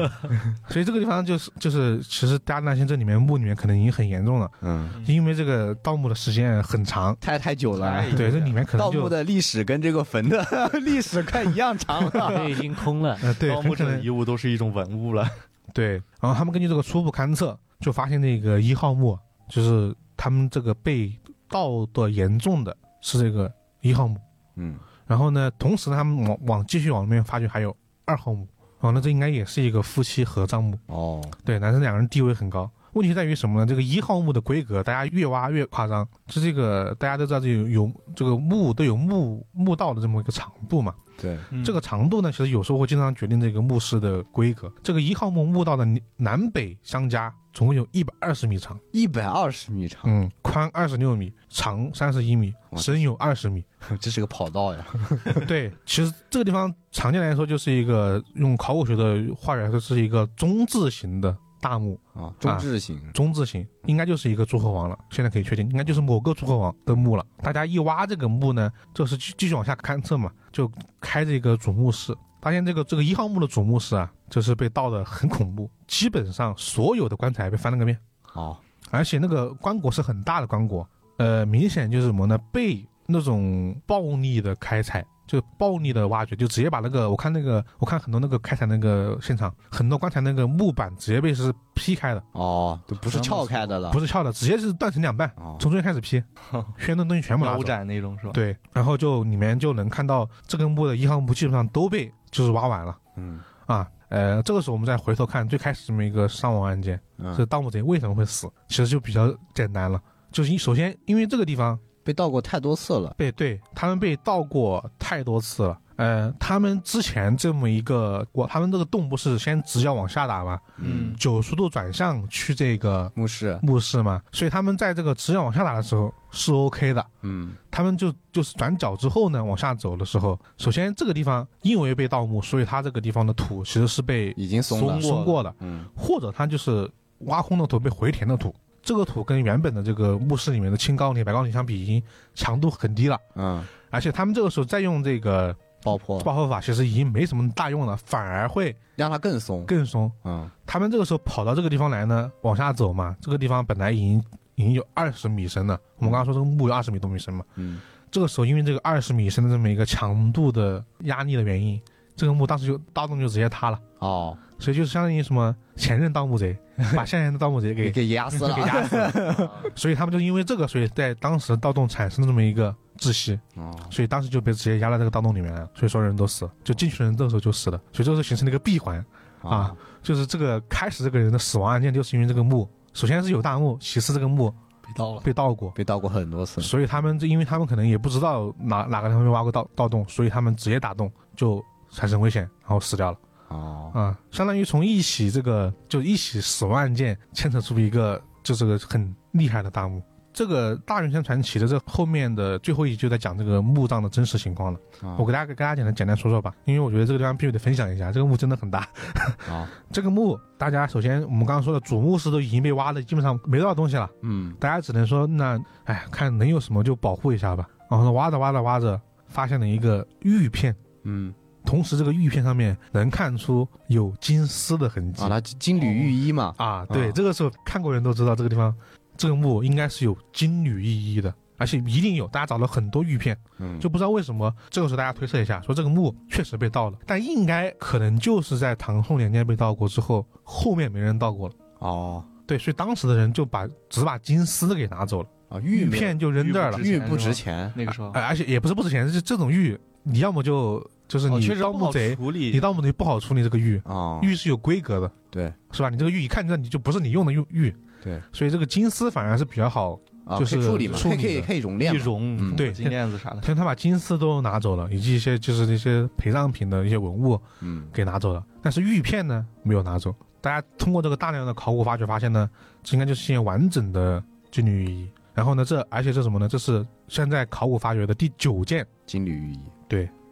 Speaker 1: 所以这个地方就是就是，其实大家担心这里面墓里面可能已经很严重了， (laughs)
Speaker 4: 嗯，
Speaker 1: 因为这个盗墓的时间很长，
Speaker 4: 太太久了
Speaker 3: 太，
Speaker 1: 对，这里面可能
Speaker 4: 盗
Speaker 1: 就，
Speaker 4: 墓的历史跟这个坟 (laughs) 的历史快一样长了。
Speaker 2: 啊都已经空了
Speaker 1: (laughs) 呃对，
Speaker 3: 盗
Speaker 1: 很
Speaker 3: 墓
Speaker 1: 可
Speaker 3: 者
Speaker 1: 能
Speaker 3: 的遗物都是一种文物了。
Speaker 1: 对，然后他们根据这个初步勘测，就发现那个一号墓，就是他们这个被盗的严重的是这个一号墓。
Speaker 4: (laughs) 嗯，
Speaker 1: 然后呢，同时呢他们往往继续往里面发掘，还有二号墓。哦，那这应该也是一个夫妻合葬墓。
Speaker 4: 哦，
Speaker 1: 对，男生两个人地位很高。问题在于什么呢？这个一号墓的规格，大家越挖越夸张。是这个大家都知道，这有有这个墓都有墓墓道的这么一个长度嘛。
Speaker 4: 对，
Speaker 3: 嗯
Speaker 1: 这个长度呢，其实有时候会经常决定这个墓室的规格。这个一号墓墓道的南北相加，总共有一百二十米长，
Speaker 4: 一百二十米长，
Speaker 1: 嗯，宽二十六米，长三十一米，
Speaker 4: 哇
Speaker 1: 深有二十米。
Speaker 4: 这是个跑道呀。
Speaker 1: 对，其实这个地方常见来说就是一个用考古学的话语来说，是一个中字形的大墓，
Speaker 4: 啊，中置型，
Speaker 1: 中字形应该就是一个诸侯王了，现在可以确定应该就是某个诸侯王的墓了。大家一挖这个墓呢，就是继继续往下勘测嘛，就开这个主墓室，发现这个这个一号墓的主墓室啊，就是被盗的很恐怖，基本上所有的棺材被翻了个面。
Speaker 4: 哦，
Speaker 1: 而且那个棺椁是很大的棺椁，呃，明显就是什么呢？被那种暴力的开采，就暴力的挖掘，就直接把那个我看那个我看很多那个开采那个现场，很多棺材那个木板直接被是劈开的，
Speaker 4: 哦，都不是撬开的了，
Speaker 1: 不是撬的，直接是断成两半，
Speaker 4: 啊哦，
Speaker 1: 从中间开始
Speaker 4: (laughs)
Speaker 1: 劈，宣的东西全部拿
Speaker 3: 腰
Speaker 1: 走。
Speaker 3: 斩那种是吧？，
Speaker 1: 对，然后就里面就能看到这根木的一号木基本上都被就是挖完了
Speaker 4: 嗯
Speaker 1: 啊。呃，这个时候我们再回头看最开始这么一个伤亡案件，这
Speaker 4: 嗯，
Speaker 1: 盗墓贼为什么会死，其实就比较简单了，就是因首先因为这个地方
Speaker 4: 被盗过太多次了，
Speaker 1: 被对他们被盗过太多次了。呃，他们之前这么一个，我他们这个洞不是先直角往下打吗？
Speaker 3: 嗯，
Speaker 1: 九十度转向去这个
Speaker 4: 墓室，
Speaker 1: 墓室嘛，所以他们在这个直角往下打的时候是 OK 的。
Speaker 4: 嗯，
Speaker 1: 他们就就是转角之后呢，往下走的时候，首先这个地方因为被盗墓，所以它这个地方的土其实是被
Speaker 4: 已经松了，
Speaker 1: 松过的，
Speaker 4: 嗯，
Speaker 1: 或者它就是挖空的土被回填的土。这个土跟原本的这个墓室里面的青高泥、白高泥相比，已经强度很低了。
Speaker 4: 嗯，
Speaker 1: 而且他们这个时候再用这个
Speaker 4: 爆破
Speaker 1: 爆破法，其实已经没什么大用了，反而会
Speaker 4: 让它更松，
Speaker 1: 更松。
Speaker 4: 嗯，
Speaker 1: 他们这个时候跑到这个地方来呢，往下走嘛，这个地方本来已经已经有二十米深了。我们刚刚说这个墓有二十米多米深嘛，
Speaker 4: 嗯，
Speaker 1: 这个时候因为这个二十米深的这么一个强度的压力的原因，这个墓当时就大洞就直接塌了。
Speaker 4: 哦，
Speaker 1: 所以就是相当于什么前任盗墓贼把现任的盗墓贼
Speaker 4: (laughs) 给
Speaker 1: 给
Speaker 4: 给压死了
Speaker 1: 给，压死了，所以他们就因为这个，所以在当时盗洞产生了这么一个窒息。
Speaker 4: 哦，
Speaker 1: 所以当时就被直接压到这个盗洞里面了，所以所有人都死了，就进去的人这时候就死了，所以这时候形成了一个闭环，
Speaker 4: 哦
Speaker 1: 啊，就是这个开始这个人的死亡案件就是因为这个墓，首先是有大墓，其次这个墓
Speaker 3: 被盗了。
Speaker 1: 被盗过，
Speaker 4: 被盗过很多次，
Speaker 1: 所以他们就因为他们可能也不知道哪哪个地方被挖过盗盗洞，所以他们直接打洞就产生危险，然后死掉了
Speaker 4: 哦，
Speaker 1: 啊，相当于从一起这个就一起死亡案件牵扯出一个就这个很厉害的大墓。这个《大元山传奇》的这后面的最后一集就在讲这个墓葬的真实情况了。我给大家给大家简单简单说说吧，因为我觉得这个地方必须得分享一下。这个墓真的很大，
Speaker 4: 啊，
Speaker 1: 这个墓大家首先我们刚刚说的主墓室都已经被挖的基本上没多少东西了，
Speaker 4: 嗯，
Speaker 1: 大家只能说那哎看能有什么就保护一下吧。然后挖着挖着挖着，发现了一个玉片，
Speaker 4: 嗯，
Speaker 1: 同时这个玉片上面能看出有金丝的痕迹
Speaker 4: 啊，它金缕玉衣嘛，
Speaker 1: 啊对，
Speaker 4: 啊
Speaker 1: 这个时候看过人都知道这个地方这个墓应该是有金缕玉衣的，而且一定有，大家找了很多玉片。
Speaker 4: 嗯，
Speaker 1: 就不知道为什么这个时候大家推测一下，说这个墓确实被盗了，但应该可能就是在唐宋年间被盗过之后，后面没人盗过了。
Speaker 4: 哦，
Speaker 1: 对，所以当时的人就把只把金丝给拿走了，
Speaker 4: 啊，
Speaker 1: 玉
Speaker 4: 玉没
Speaker 1: 片就扔这儿了
Speaker 3: 玉。
Speaker 4: 玉不值钱，
Speaker 3: 那个时候，
Speaker 1: 哎，而且也不是不值钱，是这种玉，你要么就就是
Speaker 3: 哦
Speaker 1: 你
Speaker 3: 确实
Speaker 1: 盗
Speaker 3: 不
Speaker 1: 墓
Speaker 3: 好
Speaker 1: 贼，
Speaker 3: 处
Speaker 1: 你
Speaker 3: 理。
Speaker 1: 盗墓贼不好处理这个玉，
Speaker 4: 哦，
Speaker 1: 玉是有规格的，
Speaker 4: 对
Speaker 1: 是吧？你这个玉一看就知道你就不是你用的玉玉，
Speaker 4: 对，
Speaker 1: 所以这个金丝反而是比较好。
Speaker 4: 啊，
Speaker 1: 就
Speaker 4: 可以
Speaker 1: 是
Speaker 4: 处理嘛，
Speaker 1: 处
Speaker 4: 可
Speaker 1: 理
Speaker 4: 以可以
Speaker 1: 的
Speaker 4: 可以熔
Speaker 3: 易
Speaker 4: 炼嘛，
Speaker 3: 容
Speaker 4: 嗯
Speaker 1: 对
Speaker 3: 金链子啥的，
Speaker 1: 像他把金丝都拿走了，以及一些就是那些陪葬品的一些文物，
Speaker 4: 嗯，
Speaker 1: 给拿走了，但是玉片呢没有拿走。大家通过这个大量的考古发掘发现呢，这应该就是一件完整的金缕玉衣。然后呢，这而且这是什么呢？这是现在考古发掘的第九件。
Speaker 4: 金缕
Speaker 1: (laughs)
Speaker 4: 玉衣，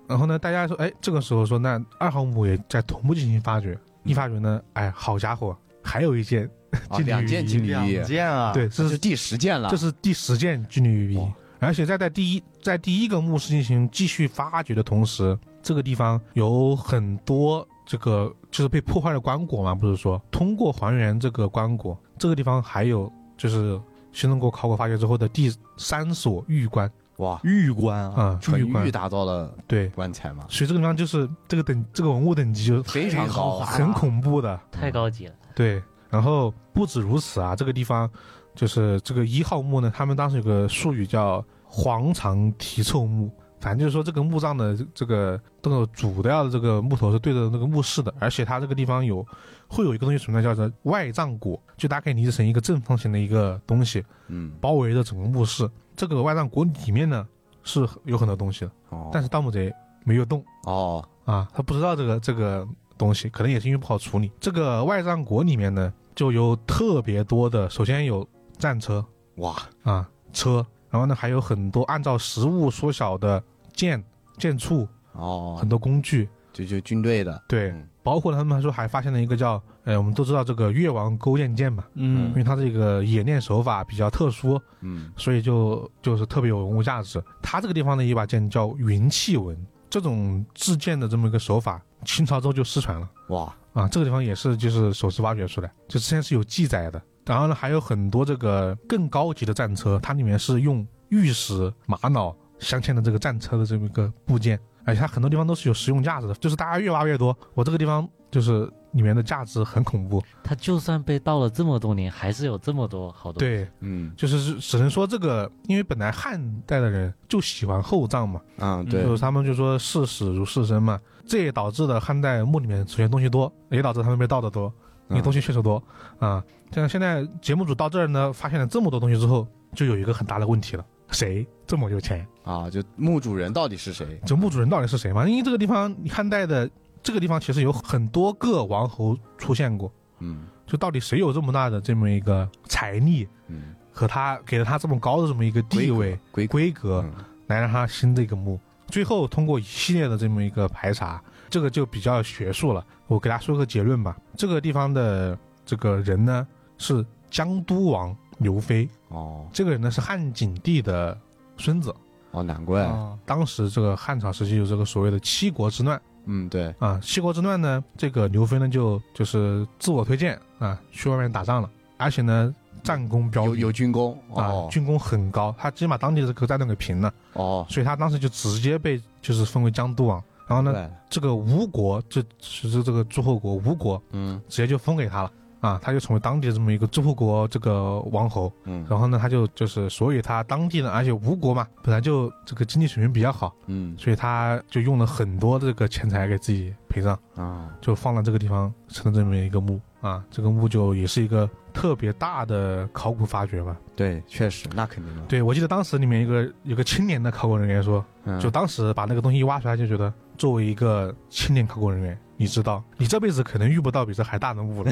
Speaker 1: 然后呢，大家说，哎，这个时候说，那二号墓也在同步进行发掘。一发掘呢，哎，好家伙，还有一件，
Speaker 4: 啊，
Speaker 1: 金缕
Speaker 4: 两
Speaker 1: 玉
Speaker 4: 件
Speaker 1: 衣
Speaker 4: 金缕
Speaker 3: 两
Speaker 4: 玉衣，
Speaker 3: 件啊，
Speaker 1: 对，
Speaker 4: 这
Speaker 1: 这
Speaker 4: 是
Speaker 1: 是
Speaker 4: 第十件了
Speaker 1: 这，是第十件金缕玉衣
Speaker 4: 啊哇。
Speaker 1: 而且在在第一在第一个墓室进行继续发掘的同时，这个地方有很多这个就是被破坏的棺椁嘛，不是说通过还原这个棺椁，这个地方还有就是新中国考古发掘之后的第三所玉棺
Speaker 4: 哇，
Speaker 3: 玉棺啊，
Speaker 1: 啊，
Speaker 4: 纯
Speaker 1: 玉
Speaker 4: 玉
Speaker 1: 棺
Speaker 4: 打造的
Speaker 1: 对，
Speaker 4: 棺材嘛，
Speaker 1: 所以这个地方就是这个等这个文物等级就
Speaker 4: 非常啊高，
Speaker 1: 很啊恐怖的，
Speaker 2: 太高级了。
Speaker 1: 对，然后不止如此啊，这个地方就是这个一号墓呢，他们当时有个术语叫“黄肠题凑墓”，反正就是说这个墓葬的这这个这个主的要的这个木头是对着那个墓室的，而且它这个地方有会有一个东西存在，叫做外葬椁，就大家可以理解成一个正方形的一个东西
Speaker 4: 嗯，
Speaker 1: 包围着整个墓室。这个外葬椁里面呢是有很多东西的，
Speaker 4: 哦
Speaker 1: 但是盗墓贼没有动
Speaker 4: 哦，
Speaker 1: 啊，他不知道这个这个东西，可能也是因为不好处理。这个外葬椁里面呢就有特别多的，首先有战车，
Speaker 4: 哇，
Speaker 1: 啊车，然后呢还有很多按照实物缩小的箭、箭簇，
Speaker 4: 哦
Speaker 1: 很，多工具。
Speaker 4: 就就军队的，
Speaker 1: 对
Speaker 4: 嗯，
Speaker 1: 包括他们说还发现了一个叫，呃，我们都知道这个越王勾践剑嘛，因
Speaker 3: 嗯
Speaker 1: 为它这个冶炼手法比较特殊，
Speaker 4: 嗯，
Speaker 1: 所以就就是特别有文物价值。它这个地方的一把剑叫云气纹，这种制剑的这么一个手法，清朝之后就失传了。
Speaker 4: 哇，
Speaker 1: 啊，这个地方也是就是手持挖掘出来，就之前是有记载的。然后呢，还有很多这个更高级的战车，它里面是用玉石、玛瑙镶嵌的这个战车的这么一个部件，而且它很多地方都是有实用价值的，就是大家越挖越多。我这个地方就是里面的价值很恐怖，
Speaker 2: 他就算被盗了这么多年，还是有这么多好的。，
Speaker 1: 对，
Speaker 4: 嗯
Speaker 1: 就是只能说这个，因为本来汉代的人就喜欢厚葬嘛，
Speaker 4: 嗯，对
Speaker 1: 就，是他们就说视死如是生嘛，这也导致了汉代墓里面出现东西多，也导致他们被盗的多，因
Speaker 4: 嗯
Speaker 1: 为东西确实多啊。像现在节目组到这儿呢，发现了这么多东西之后，就有一个很大的问题了：谁这么有钱？
Speaker 4: 啊，就墓主人到底是谁？
Speaker 1: 就墓主人到底是谁嘛？因为这个地方汉代的这个地方其实有很多个王侯出现过，
Speaker 4: 嗯
Speaker 1: 就到底谁有这么大的这么一个财力
Speaker 4: 嗯，
Speaker 1: 和他给了他这么高的这么一个地位
Speaker 4: 规格嗯
Speaker 1: 规格，来让他新的一个墓。最后通过一系列的这么一个排查，这个就比较学术了。我给大家说个结论吧。这个地方的这个人呢是江都王刘飞，
Speaker 4: 哦
Speaker 1: 这个人呢是汉景帝的孙子。哎
Speaker 4: 哦，难怪，
Speaker 3: 啊
Speaker 1: 当时这个汉朝时期有这个所谓的七国之乱
Speaker 4: 嗯，对，
Speaker 1: 啊，七国之乱呢，这个刘飞呢就就是自我推荐啊，去外面打仗了，而且呢战功彪
Speaker 4: 有
Speaker 1: 炳
Speaker 4: 有军功，
Speaker 1: 啊
Speaker 4: 哦，
Speaker 1: 军功很高，他直接把当地的这个战乱给平了。
Speaker 4: 哦，
Speaker 1: 所以他当时就直接被就是封为江都王。然后呢，
Speaker 4: 对，
Speaker 1: 这个吴国，这是这个诸侯国吴国，
Speaker 4: 嗯
Speaker 1: 直接就封给他了啊，他就成为当地这么一个诸侯国这个王侯。
Speaker 4: 嗯
Speaker 1: 然后呢，他就就是，所以他当地呢，而且吴国嘛，本来就这个经济水平比较好，
Speaker 4: 嗯
Speaker 1: 所以他就用了很多这个钱财给自己陪葬，
Speaker 4: 啊，
Speaker 1: 就放了这个地方成了这么一个墓啊。这个墓就也是一个特别大的考古发掘吧。
Speaker 4: 对，确实，那肯定了，
Speaker 1: 对，我记得当时里面一个有个青年的考古人员说，
Speaker 4: 嗯
Speaker 1: 就当时把那个东西一挖出来，就觉得作为一个青年考古人
Speaker 4: 嗯
Speaker 1: 员，你知道，你这辈子可能遇不到比这还大的
Speaker 4: (laughs)
Speaker 1: 墓了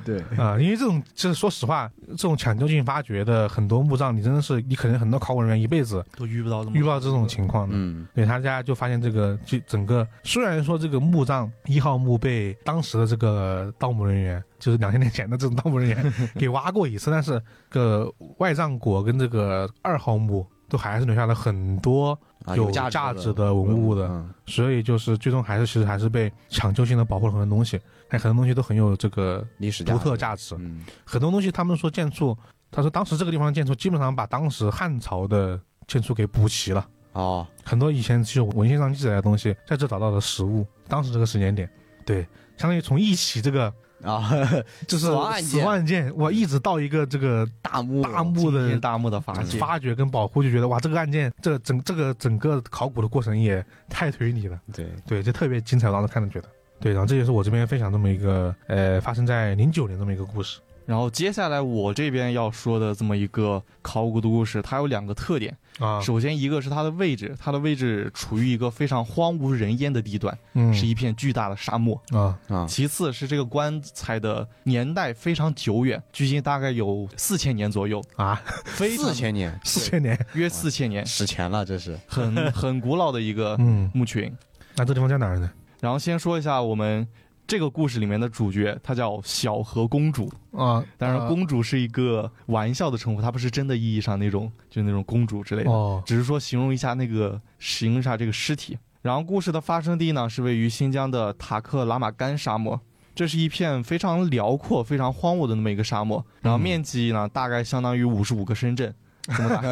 Speaker 1: (laughs)
Speaker 4: 对，
Speaker 1: 啊、因为这种，就是说实话，这种抢救性发掘的很多墓葬，你真的是，你可能很多考古人员一辈子
Speaker 3: 都遇不到这么
Speaker 1: 遇不到这种情况的。
Speaker 4: 嗯
Speaker 1: 对，他家就发现这个，就整个虽然说这个墓葬一号墓被当时的这个盗墓人员，就是两千年前的这种盗墓人员给挖过一次，但是个外葬椁跟这个二号墓都还是留下了很多
Speaker 4: 啊
Speaker 1: 有
Speaker 4: 价
Speaker 1: 价
Speaker 4: 值
Speaker 1: 值的文物的
Speaker 4: 嗯
Speaker 1: 所以就是最终还是其实还是被抢救性的保护了很多东西，但很多东西都很有这个
Speaker 4: 历史
Speaker 1: 独特
Speaker 4: 价
Speaker 1: 价值
Speaker 4: 值，。
Speaker 1: (laughs)
Speaker 4: 嗯
Speaker 1: 很多东西他们说建筑，他说当时这个地方的建筑基本上把当时汉朝的建筑给补齐了，
Speaker 4: 哦，
Speaker 1: 很多以前只有文献上记载的东西，在这找到了实物，当时这个时间点，对，相当于从一起这个
Speaker 4: 啊，
Speaker 1: 就是
Speaker 4: 死亡案件
Speaker 1: 死亡案件，哇，一直到一个这个
Speaker 4: 大墓
Speaker 1: 大墓
Speaker 3: 今
Speaker 1: 的嗯
Speaker 3: 天大墓的发现，
Speaker 1: 发掘跟保护，就觉得哇，这个案件这整这个整个考古的过程也太推理了。
Speaker 4: 对，
Speaker 1: 对，就特别精彩，我当时看着觉得。对，然后这也是我这边分享这么一个呃，发生在零九年这么一个故事。
Speaker 3: 然后接下来我这边要说的这么一个考古的故事，它有两个特点。
Speaker 1: 啊，
Speaker 3: 首先，一个是它的位置，它的位置处于一个非常荒无人烟的地段，
Speaker 1: 嗯
Speaker 3: 是一片巨大的沙漠。
Speaker 1: 啊，
Speaker 4: 啊，
Speaker 3: 其次是这个棺材的年代非常久远，距今大概有四千年
Speaker 4: (laughs)
Speaker 3: 左右，
Speaker 1: 啊，
Speaker 3: 非常
Speaker 4: 四千年，
Speaker 1: 四千年，
Speaker 3: 约四千年，
Speaker 4: 史前了，这是， (laughs)
Speaker 3: 很很古老的一个
Speaker 1: 嗯，
Speaker 3: 墓群。
Speaker 1: 那这地方在哪儿呢？
Speaker 3: 然后先说一下我们这个故事里面的主角，她叫小河公主。
Speaker 1: 啊，
Speaker 3: 当然，
Speaker 1: 啊
Speaker 3: 公主是一个玩笑的称呼，她不是真的意义上那种就是那种公主之类的，
Speaker 1: 哦，
Speaker 3: 只是说形容一下那个形容一下这个尸体。然后故事的发生地呢是位于新疆的塔克拉玛干沙漠，这是一片非常辽阔、非常荒芜的那么一个沙漠，然后面积呢大概相当于五十五个深圳这么大，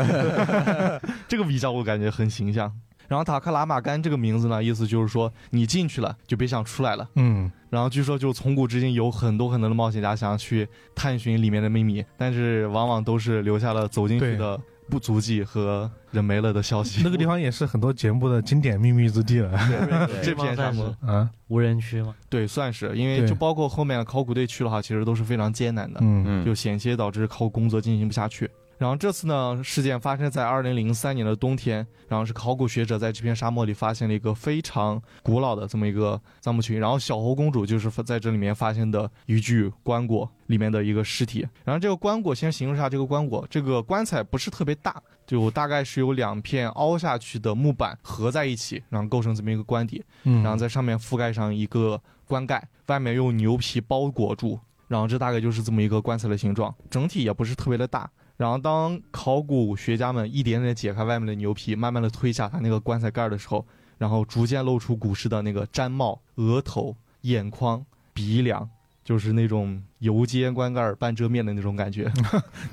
Speaker 3: (laughs) 这个比较我感觉很形象。然后塔克拉玛干这个名字呢，意思就是说你进去了就别想出来了。
Speaker 1: 嗯，
Speaker 3: 然后据说就从古至今有很多很多的冒险家想要去探寻里面的秘密，但是往往都是留下了走进去的不足迹和人没了的消息。
Speaker 1: 那个地方也是很多节目的经典秘密之地了
Speaker 4: (laughs)
Speaker 3: 这片沙漠，
Speaker 1: 啊。
Speaker 2: 无人区吗？
Speaker 3: 对，算是，因为
Speaker 1: 对
Speaker 3: 就包括后面的考古队区的话，其实都是非常艰难的，
Speaker 1: 嗯
Speaker 4: 嗯，
Speaker 3: 就险些导致考古工作进行不下去。然后这次呢，事件发生在二零零三年的冬天，然后是考古学者在这片沙漠里发现了一个非常古老的这么一个葬墓群，然后小猴公主就是在这里面发现的一具棺椁里面的一个尸体。然后这个棺椁先形容一下这个棺椁，这个棺材不是特别大，就大概是有两片凹下去的木板合在一起，然后构成这么一个棺体。
Speaker 1: 嗯，
Speaker 3: 然后在上面覆盖上一个棺盖，外面用牛皮包裹住，然后这大概就是这么一个棺材的形状，整体也不是特别的大。然后当考古学家们一点点地解开外面的牛皮，慢慢的推下它那个棺材盖儿的时候，然后逐渐露出古尸的那个毡帽、额头、眼眶、鼻梁，就是那种油煎棺盖儿半遮面的那种感觉。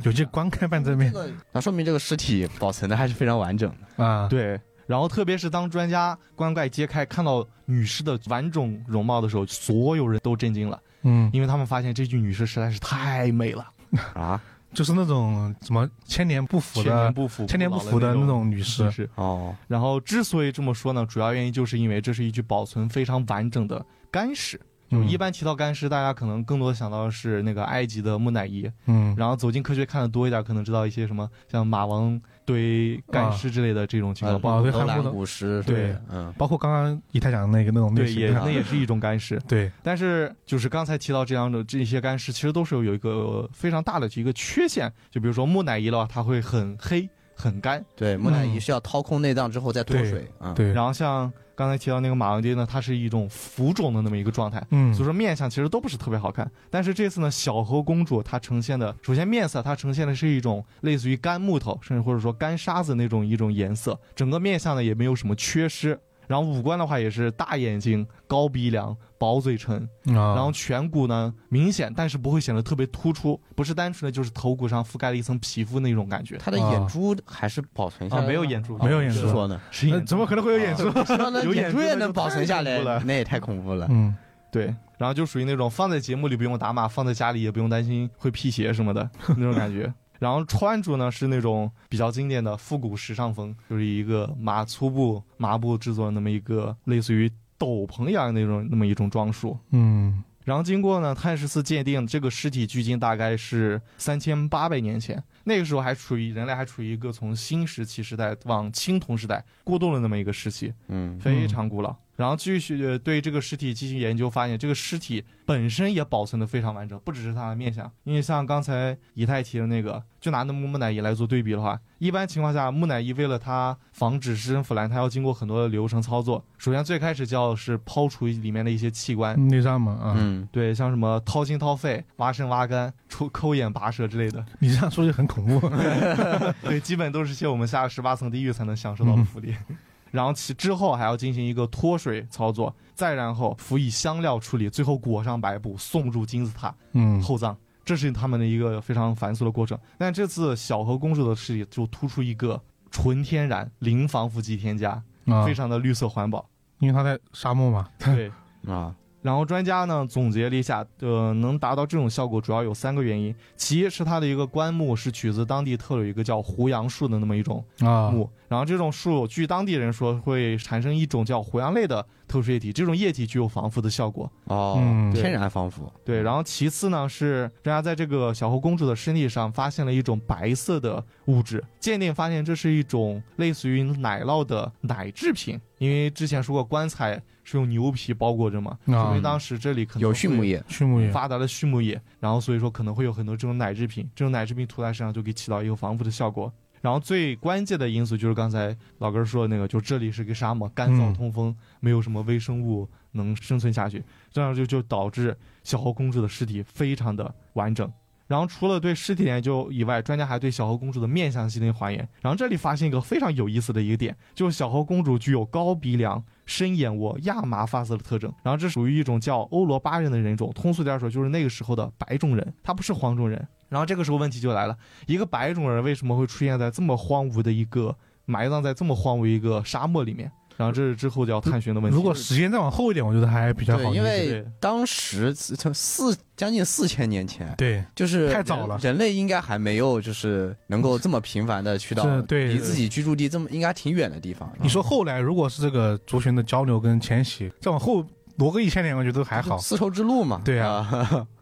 Speaker 1: 有些光看半正面
Speaker 4: 那说明这个尸体保存的还是非常完整的。
Speaker 1: 啊，
Speaker 3: 对，然后特别是当专家棺盖揭开，看到女尸的完整容貌的时候，所有人都震惊了。
Speaker 1: 嗯，
Speaker 3: 因为他们发现这具女尸实在是太美了，
Speaker 4: 啊，
Speaker 1: 就是那种什么千年不腐
Speaker 3: 千年
Speaker 1: 的、
Speaker 3: 不腐、
Speaker 1: 千年不
Speaker 3: 腐
Speaker 1: 腐的那种女士
Speaker 3: 女，尸。
Speaker 1: (laughs)
Speaker 4: 哦，
Speaker 3: 然后之所以这么说呢，主要原因就是因为这是一具保存非常完整的干尸。就
Speaker 1: 嗯
Speaker 3: 一般提到干尸，大家可能更多想到的是那个埃及的木乃伊，
Speaker 1: 嗯，
Speaker 3: 然后走进科学看的多一点，可能知道一些什么像马王堆干尸之类的这种情
Speaker 4: 呃，
Speaker 3: 况。
Speaker 1: 包括对
Speaker 4: 荷
Speaker 1: 韩
Speaker 4: 兰
Speaker 1: 国的
Speaker 4: 古尸，
Speaker 1: 对，
Speaker 4: 嗯，
Speaker 1: 包括刚刚以太讲的那个那种类
Speaker 3: 对，
Speaker 1: 型，
Speaker 3: 也
Speaker 1: 对吧
Speaker 3: 那也是一种干尸， (laughs)
Speaker 1: 对，
Speaker 3: 但是就是刚才提到这两种这些干尸，其实都是有有一个非常大的一个缺陷，就比如说木乃伊的话，它会很黑很干，
Speaker 4: 对，木乃伊是要掏空内脏之后再
Speaker 1: 嗯
Speaker 4: 脱
Speaker 1: 对
Speaker 4: 水，嗯，
Speaker 1: 对，
Speaker 3: 然后像刚才提到那个马文迪呢，它是一种浮肿的那么一个状态。
Speaker 1: 嗯
Speaker 3: 所以说面相其实都不是特别好看，但是这次呢，小猴公主她呈现的，首先面色她呈现的是一种类似于干木头，甚至或者说干沙子那种一种颜色，整个面相呢也没有什么缺失，然后五官的话也是大眼睛、高鼻梁、薄嘴唇，
Speaker 1: 啊，
Speaker 3: 然后颧骨呢明显，但是不会显得特别突出，不是单纯的就是头骨上覆盖了一层皮肤那种感觉。
Speaker 4: 他的眼珠还是保存下
Speaker 3: 啊，
Speaker 4: 来了吗，
Speaker 3: 没有眼珠，
Speaker 1: 啊没有眼珠
Speaker 4: 是说呢，
Speaker 3: 是
Speaker 1: 呃
Speaker 3: 眼
Speaker 1: 怎么可能会有演出？
Speaker 4: 说呢，
Speaker 3: 有眼
Speaker 4: 眼珠
Speaker 3: 珠
Speaker 4: 也
Speaker 3: 那
Speaker 4: 能
Speaker 3: 就
Speaker 4: 保存
Speaker 3: 太
Speaker 4: 下
Speaker 3: 恐
Speaker 4: 来
Speaker 3: 怖了，
Speaker 4: 那也太恐怖了。
Speaker 1: 嗯
Speaker 3: 对，然后就属于那种放在节目里不用打码，放在家里也不用担心会辟邪什么的那种感觉。 (laughs) 然后穿着呢是那种比较经典的复古时尚风，就是一个麻粗布麻布制作的那么一个类似于斗篷一样的那种那么一种装束。
Speaker 1: 嗯
Speaker 3: 然后经过呢碳十四鉴定，这个尸体距今大概是三千八百年前，那个时候还处于人类还处于一个从新石器时代往青铜时代过渡的那么一个时期，
Speaker 4: 嗯，
Speaker 3: 非常古老。然后继续呃对这个尸体进行研究，发现这个尸体本身也保存的非常完整，不只是它的面相。因为像刚才以太提的那个，就拿那木木乃伊来做对比的话，一般情况下，木乃伊为了它防止尸身腐烂，它要经过很多的流程操作。首先最开始就要是抛除里面的一些器官，
Speaker 1: 内脏嘛啊，
Speaker 4: 嗯，
Speaker 3: 对，像什么掏心掏肺、挖肾挖肝、抽抠眼拔舌之类的，
Speaker 1: 你这样说就很恐怖。
Speaker 4: 嗯
Speaker 1: (laughs)
Speaker 3: 对，基本都是些我们下十八层地狱才能享受到的福利。
Speaker 1: 嗯
Speaker 3: (laughs) 然后其之后还要进行一个脱水操作，再然后辅以香料处理，最后裹上白布送入金字塔
Speaker 1: 嗯，
Speaker 3: 厚葬，这是他们的一个非常繁琐的过程。但这次小河公主的尸体就突出一个纯天然、零防腐剂添加，
Speaker 1: 啊
Speaker 3: 非，常的绿色
Speaker 1: (laughs)
Speaker 3: 环保。
Speaker 1: 因为他在沙漠嘛，
Speaker 3: 对，
Speaker 4: 啊，
Speaker 3: 然后专家呢总结了一下，呃，能达到这种效果主要有三个原因，其一是它的一个棺木是取自当地特有一个叫胡杨树的那么一种
Speaker 1: 啊，
Speaker 3: 木，然后这种树据当地人说会产生一种叫胡杨类的特殊液体，这种液体具有防腐的效果。
Speaker 4: 哦
Speaker 1: 嗯，
Speaker 4: 天然防腐，
Speaker 3: 对，然后其次呢是专家在这个小猴公主的身体上发现了一种白色的物质，鉴定发现这是一种类似于奶酪的奶制品，因为之前说过棺材是用牛皮包裹着嘛，
Speaker 1: 啊
Speaker 3: 说明当时这里可能
Speaker 4: 有
Speaker 3: 会
Speaker 4: 畜牧业，
Speaker 1: 畜牧业，
Speaker 3: 发达的畜牧业，然后所以说可能会有很多这种奶制品，这种奶制品涂在身上就可以起到一个防腐的效果。然后最关键的因素就是刚才老哥说的那个，就这里是个沙漠，干燥
Speaker 1: 嗯
Speaker 3: 通风，没有什么微生物能生存下去，这样就就导致小猴公主的尸体非常的完整。然后除了对尸体的研究以外，专家还对小猴公主的面相进行还原。然后这里发现一个非常有意思的一个点，就是小猴公主具有高鼻梁、深眼窝、亚麻发色的特征。然后这属于一种叫欧罗巴人的人种，通俗点说就是那个时候的白种人，他不是黄种人。然后这个时候问题就来了，一个白种人为什么会出现在这么荒芜的一个埋葬在这么荒芜一个沙漠里面？然后这是之后就要探寻的问题。
Speaker 1: 如果时间再往后一点，我觉得还比较好
Speaker 4: 对，
Speaker 1: 理解。
Speaker 4: 因为
Speaker 3: 对
Speaker 4: 当时从四将近四千年前，
Speaker 1: 对
Speaker 4: 就是
Speaker 1: 太
Speaker 4: 人
Speaker 1: 早了
Speaker 4: 人类应该还没有就是能够这么频繁的去到
Speaker 1: 是对
Speaker 4: 离
Speaker 1: 对
Speaker 4: 自己居住地这么应该挺远的地方。
Speaker 1: 你说后来如果是这个族群的交流跟迁徙，再往后挪个一千年，我觉得还好。
Speaker 4: 啊丝绸之路嘛，
Speaker 1: 对啊
Speaker 4: 啊， (laughs)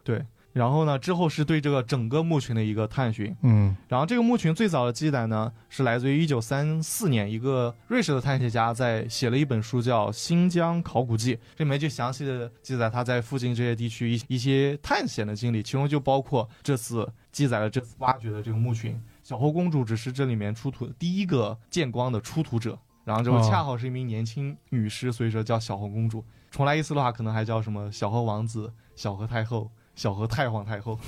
Speaker 3: 然后呢，之后是对这个整个墓群的一个探寻。
Speaker 1: 嗯
Speaker 3: 然后这个墓群最早的记载呢，是来自于一九三四年，一个瑞士的探险家在写了一本书叫《新疆考古记》，这里面就详细的记载他在附近这些地区一一些探险的经历，其中就包括这次记载了这次挖掘的这个墓群，小后公主只是这里面出土第一个见光的出土者，然后就
Speaker 1: 哦
Speaker 3: 恰好是一名年轻女尸，所以说叫小后公主。重来一次的话，可能还叫什么小和王子、小和太后、小和太皇太后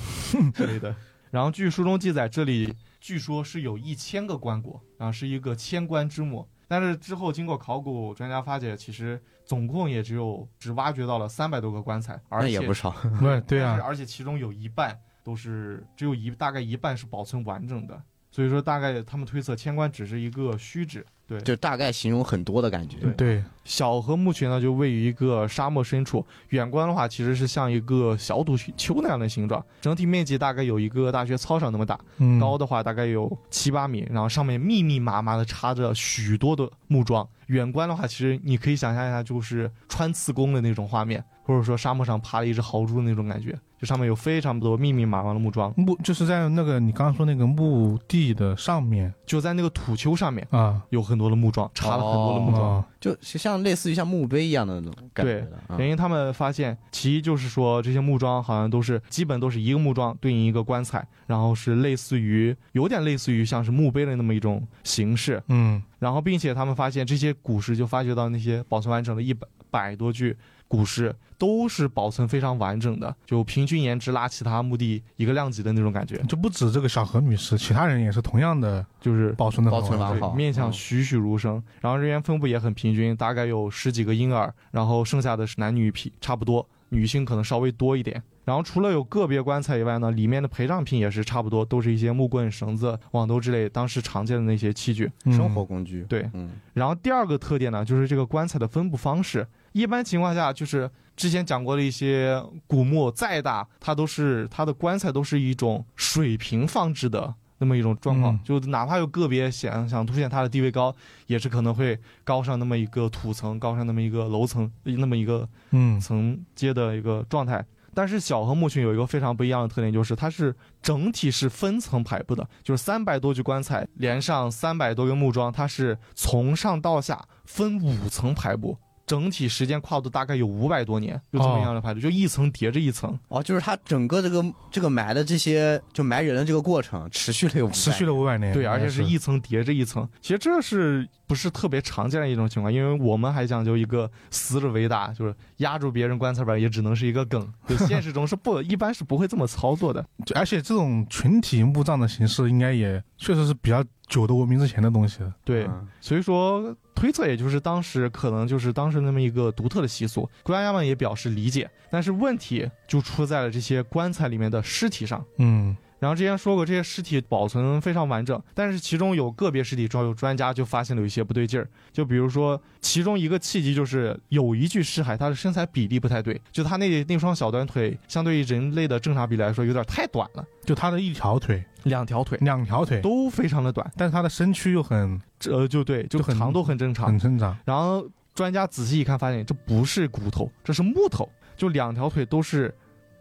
Speaker 3: 之类的。然后据书中记载，这里据说是有一千个棺椁，然后是一个千棺之墓。但是之后经过考古专家发掘，其实总共也只有只挖掘到了三百多个棺材，而
Speaker 4: 那
Speaker 3: 且
Speaker 4: 也不少。
Speaker 1: 不是对
Speaker 3: 但是
Speaker 4: (laughs)
Speaker 1: 啊，
Speaker 3: 而且其中有一半都是只有一大概一半是保存完整的，所以说大概他们推测千棺只是一个虚指。对，
Speaker 4: 就大概形容很多的感觉。
Speaker 3: 对
Speaker 1: 对，
Speaker 3: 小河墓群呢，就位于一个沙漠深处，远观的话其实是像一个小土丘那样的形状，整体面积大概有一个大学操场那么大，
Speaker 1: 嗯，
Speaker 3: 高的话大概有七八米，然后上面密密麻麻的插着许多的木桩。远观的话，其实你可以想象一下，就是穿刺弓的那种画面，或者说沙漠上爬了一只豪猪的那种感觉，就上面有非常多密密麻麻的木桩，
Speaker 1: 墓就是在那个你刚刚说那个墓地的上面
Speaker 3: 就在那个土丘上面
Speaker 1: 啊，
Speaker 3: 有很多的木桩，插了很多的木桩。
Speaker 1: 哦，
Speaker 4: 就像类似于像墓碑一样的那种感觉的。
Speaker 3: 原
Speaker 4: 嗯
Speaker 3: 因他们发现，其一就是说这些木桩好像都是基本都是一个木桩对应一个棺材，然后是类似于有点类似于像是墓碑的那么一种形式。
Speaker 1: 嗯
Speaker 3: 然后，并且他们发现这些古尸就发掘到那些保存完整的一百百多具古尸都是保存非常完整的，就平均颜值拉其他墓地一个量级的那种感觉，
Speaker 1: 就不止这个小河女尸，其他人也是同样的
Speaker 3: 就是
Speaker 1: 保存的
Speaker 4: 保存完
Speaker 1: 完
Speaker 4: 好
Speaker 1: 整。
Speaker 3: 对面相栩栩如生，然后人员分布也很平均，大概有十几个婴儿，然后剩下的是男女匹差不多，女性可能稍微多一点。然后除了有个别棺材以外呢，里面的陪葬品也是差不多，都是一些木棍、绳子、网兜之类当时常见的那些器具。
Speaker 1: 嗯
Speaker 4: 生活工具。
Speaker 3: 对，
Speaker 4: 嗯，
Speaker 3: 然后第二个特点呢，就是这个棺材的分布方式。一般情况下，就是之前讲过的一些古墓，再大它都是它的棺材都是一种水平放置的那么一种状况，
Speaker 1: 嗯
Speaker 3: 就哪怕有个别想想凸显它的地位高，也是可能会高上那么一个土层，高上那么一个楼层，那么一个
Speaker 1: 嗯
Speaker 3: 层阶的一个状态。但是小河墓群有一个非常不一样的特点，就是它是整体是分层排布的，就是三百多具棺材连上三百多个木桩，它是从上到下分五层排布，整体时间跨度大概有五百多年，就这么样的排布，就一层叠着一层。
Speaker 4: 哦，就是它整个这个这个埋的这些就埋人的这个过程持续了有
Speaker 1: 持续
Speaker 4: 了
Speaker 1: 了五百年，
Speaker 3: 对，而且是
Speaker 1: 哎是
Speaker 3: 一层叠着一层。其实这是不是特别常见的一种情况？因为我们还讲究一个死者为大，就是压住别人棺材板也只能是一个梗，就现实中是不 (laughs) 一般是不会这么操作的。
Speaker 1: 就而且这种群体墓葬的形式，应该也确实是比较久的文明之前的东西了。
Speaker 3: 对，
Speaker 4: 嗯
Speaker 3: 所以说推测，也就是当时可能就是当时那么一个独特的习俗，专家们也表示理解。但是问题就出在了这些棺材里面的尸体上。
Speaker 1: 嗯，
Speaker 3: 然后之前说过，这些尸体保存非常完整，但是其中有个别尸体，专有专家就发现了有一些不对劲儿。就比如说，其中一个契机就是有一具尸骸，它的身材比例不太对，就它那那双小短腿，相对于人类的正常比例来说，有点太短了，
Speaker 1: 就它的一条腿、
Speaker 3: 两条腿
Speaker 1: 两条腿，
Speaker 3: 都非常的短。
Speaker 1: 但是它的身躯又很
Speaker 3: 这、呃就对，就
Speaker 1: 就很
Speaker 3: 长度很正常，
Speaker 1: 很正常。
Speaker 3: 然后专家仔细一看，发现这不是骨头，这是木头，就两条腿都是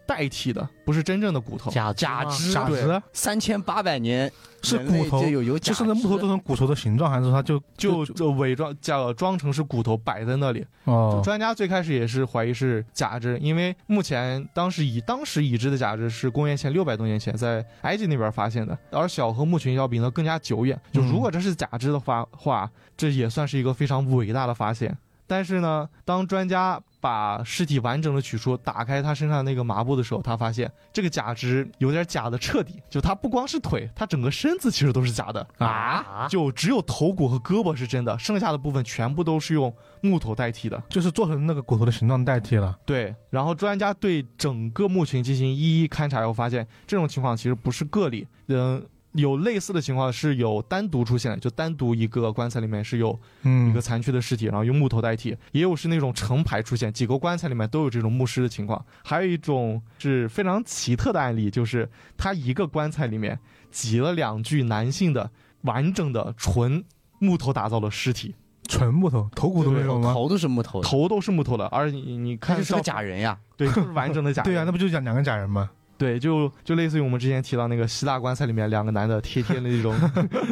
Speaker 3: 代替的，不是真正的骨头。
Speaker 2: 假肢
Speaker 4: 假
Speaker 2: 吗
Speaker 4: 肢，
Speaker 1: 假
Speaker 3: 对
Speaker 1: 肢
Speaker 4: 三千八百年
Speaker 1: 是
Speaker 4: 人类
Speaker 1: 骨头
Speaker 4: 就，有有假
Speaker 1: 就是那木头
Speaker 4: 肢
Speaker 1: 做成骨头的形状，还是它就
Speaker 3: 就
Speaker 1: 就
Speaker 3: 就伪装假装成是骨头摆在那里。
Speaker 1: 哦
Speaker 3: 专家最开始也是怀疑是假肢，因为目前当时已当时已知的假肢是公元前六百多年前在埃及那边发现的，而小河墓群要比那更加久远。就
Speaker 1: 嗯
Speaker 3: 如果这是假肢的话，话这也算是一个非常伟大的发现。但是呢，当专家把尸体完整的取出，打开他身上那个麻布的时候，他发现这个假肢有点假的彻底，就它不光是腿，它整个身子其实都是假的
Speaker 2: 啊
Speaker 3: 就只有头骨和胳膊是真的，剩下的部分全部都是用木头代替的。
Speaker 1: 就是做成那个骨头的形状代替了。
Speaker 3: 对，然后专家对整个墓群进行一一勘察以后，发现这种情况其实不是个例。嗯，有类似的情况是有单独出现的，就单独一个棺材里面是有
Speaker 1: 嗯
Speaker 3: 一个残缺的尸体，然后用木头代替；也有是那种成排出现，几个棺材里面都有这种牧师的情况。还有一种是非常奇特的案例，就是他一个棺材里面挤了两具男性的完整的纯木头打造的尸体，
Speaker 1: 纯木头，头骨都没有吗？
Speaker 4: 头都是木头的，
Speaker 3: 头都是木头的，而你你
Speaker 4: 他
Speaker 3: 看
Speaker 4: 就是个
Speaker 3: 照片，
Speaker 4: 假人呀。
Speaker 3: 对，就是完整的
Speaker 4: (laughs)
Speaker 3: 假人。
Speaker 1: 对啊，那不就讲两个假人吗？
Speaker 3: 对，就就类似于我们之前提到那个希腊棺材里面两个男的贴贴
Speaker 1: (laughs)
Speaker 3: 的那种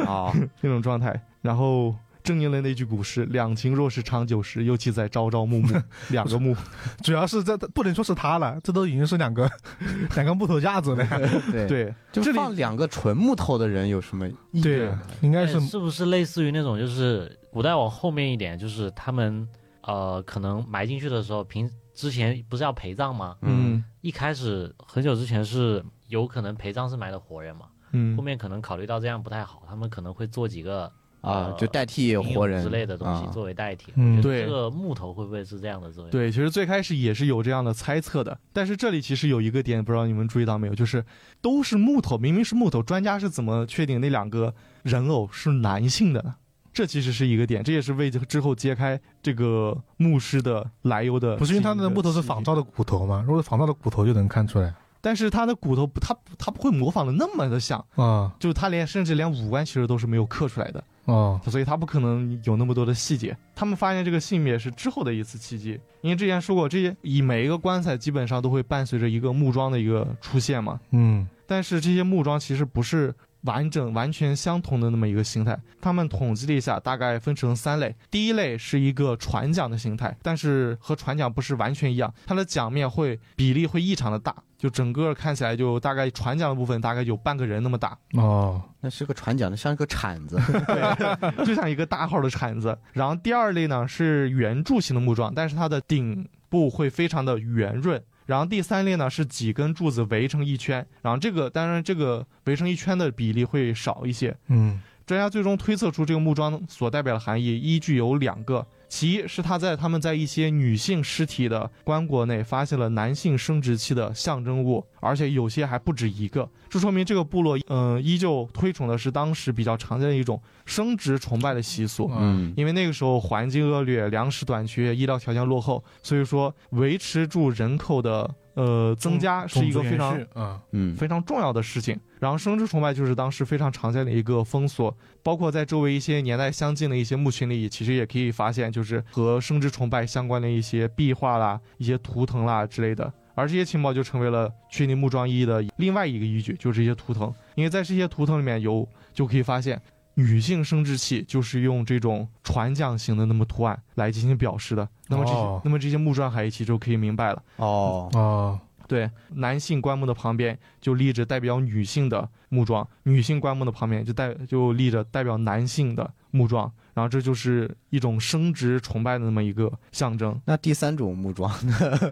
Speaker 4: 啊，
Speaker 3: 那种状态，然后正应了那句古诗：“两情若是长久时，又岂在朝
Speaker 1: (laughs)
Speaker 3: 朝暮暮。”两个暮，
Speaker 1: 主要是这不能说是他了，这都已经是两个 (laughs) 两个木头架子了呀。
Speaker 4: 对，
Speaker 3: 对，
Speaker 4: 就
Speaker 3: 这里
Speaker 4: 放两个纯木头的人有什么意义？
Speaker 1: 对，应该
Speaker 2: 哎
Speaker 1: 是
Speaker 2: 是不是类似于那种，就是古代往后面一点，就是他们呃，可能埋进去的时候，平之前不是要陪葬吗？
Speaker 3: 嗯
Speaker 2: 一开始很久之前是有可能陪葬是埋的活人嘛，
Speaker 3: 嗯
Speaker 2: 后，面可能考虑到这样不太好，他们可能会做几个
Speaker 4: 啊
Speaker 2: 呃，
Speaker 4: 就代替
Speaker 2: 英
Speaker 4: 活
Speaker 2: 勇
Speaker 4: 人
Speaker 2: 之类的东西
Speaker 4: 啊
Speaker 2: 作为代替。
Speaker 1: 嗯
Speaker 2: 我觉得
Speaker 3: 对
Speaker 2: 这个木头会不会是这样的作用？，
Speaker 3: 对，其实最开始也是有这样的猜测的，但是这里其实有一个点，不知道你们注意到没有，就是都是木头，明明是木头，专家是怎么确定那两个人偶是男性的呢？这其实是一个点，这也是为之后揭开这个牧师的来由的。
Speaker 1: 不是因为他的木头是仿造的骨头吗？如果是仿造的骨头就能看出来
Speaker 3: 但是他的骨头不，他不他不会模仿的那么的像，
Speaker 1: 啊
Speaker 3: 就是他连甚至连五官其实都是没有刻出来的，
Speaker 1: 哦，
Speaker 3: 所以他不可能有那么多的细节。他们发现这个性别是之后的一次契机，因为之前说过，这些以每一个棺材基本上都会伴随着一个木桩的一个出现嘛，
Speaker 1: 嗯
Speaker 3: 但是这些木桩其实不是完整完全相同的那么一个形态。他们统计了一下，大概分成三类。第一类是一个船桨的形态，但是和船桨不是完全一样，它的桨面会比例会异常的大，就整个看起来就大概船桨的部分大概有半个人那么大，
Speaker 1: 哦，
Speaker 4: 那是个船桨，那像一个铲子
Speaker 3: 对，就像一个大号的铲子。然后第二类呢是圆柱形的木桩，但是它的顶部会非常的圆润。然后第三类呢是几根柱子围成一圈，然后这个当然这个围成一圈的比例会少一些。
Speaker 1: 嗯
Speaker 3: 专家最终推测出这个木桩所代表的含义，依据有两个，其一是他在他们在一些女性尸体的棺椁内发现了男性生殖器的象征物，而且有些还不止一个，这说明这个部落，嗯、依旧推崇的是当时比较常见的一种生殖崇拜的习俗。
Speaker 1: 啊
Speaker 4: 嗯，
Speaker 3: 因为那个时候环境恶劣，粮食短缺，医疗条件落后，所以说维持住人口的呃增加是一个非常
Speaker 1: 啊
Speaker 4: 嗯
Speaker 3: 非常重要的事情。然后生殖崇拜就是当时非常常见的一个风俗，包括在周围一些年代相近的一些墓群里，其实也可以发现，就是和生殖崇拜相关的一些壁画啦、一些图腾啦之类的。而这些情报就成为了确定木桩一的另外一个依据，就是这些图腾，因为在这些图腾里面有就可以发现。女性生殖器就是用这种船桨型的那么图案来进行表示的，那么这些、
Speaker 1: 哦
Speaker 3: 那么这些木桩海一起就可以明白了。
Speaker 4: 哦，
Speaker 1: 哦，
Speaker 3: 对，男性棺木的旁边就立着代表女性的木桩，女性棺木的旁边就代就立着代表男性的木桩，然后这就是一种生殖崇拜的那么一个象征。
Speaker 4: 那第三种木桩，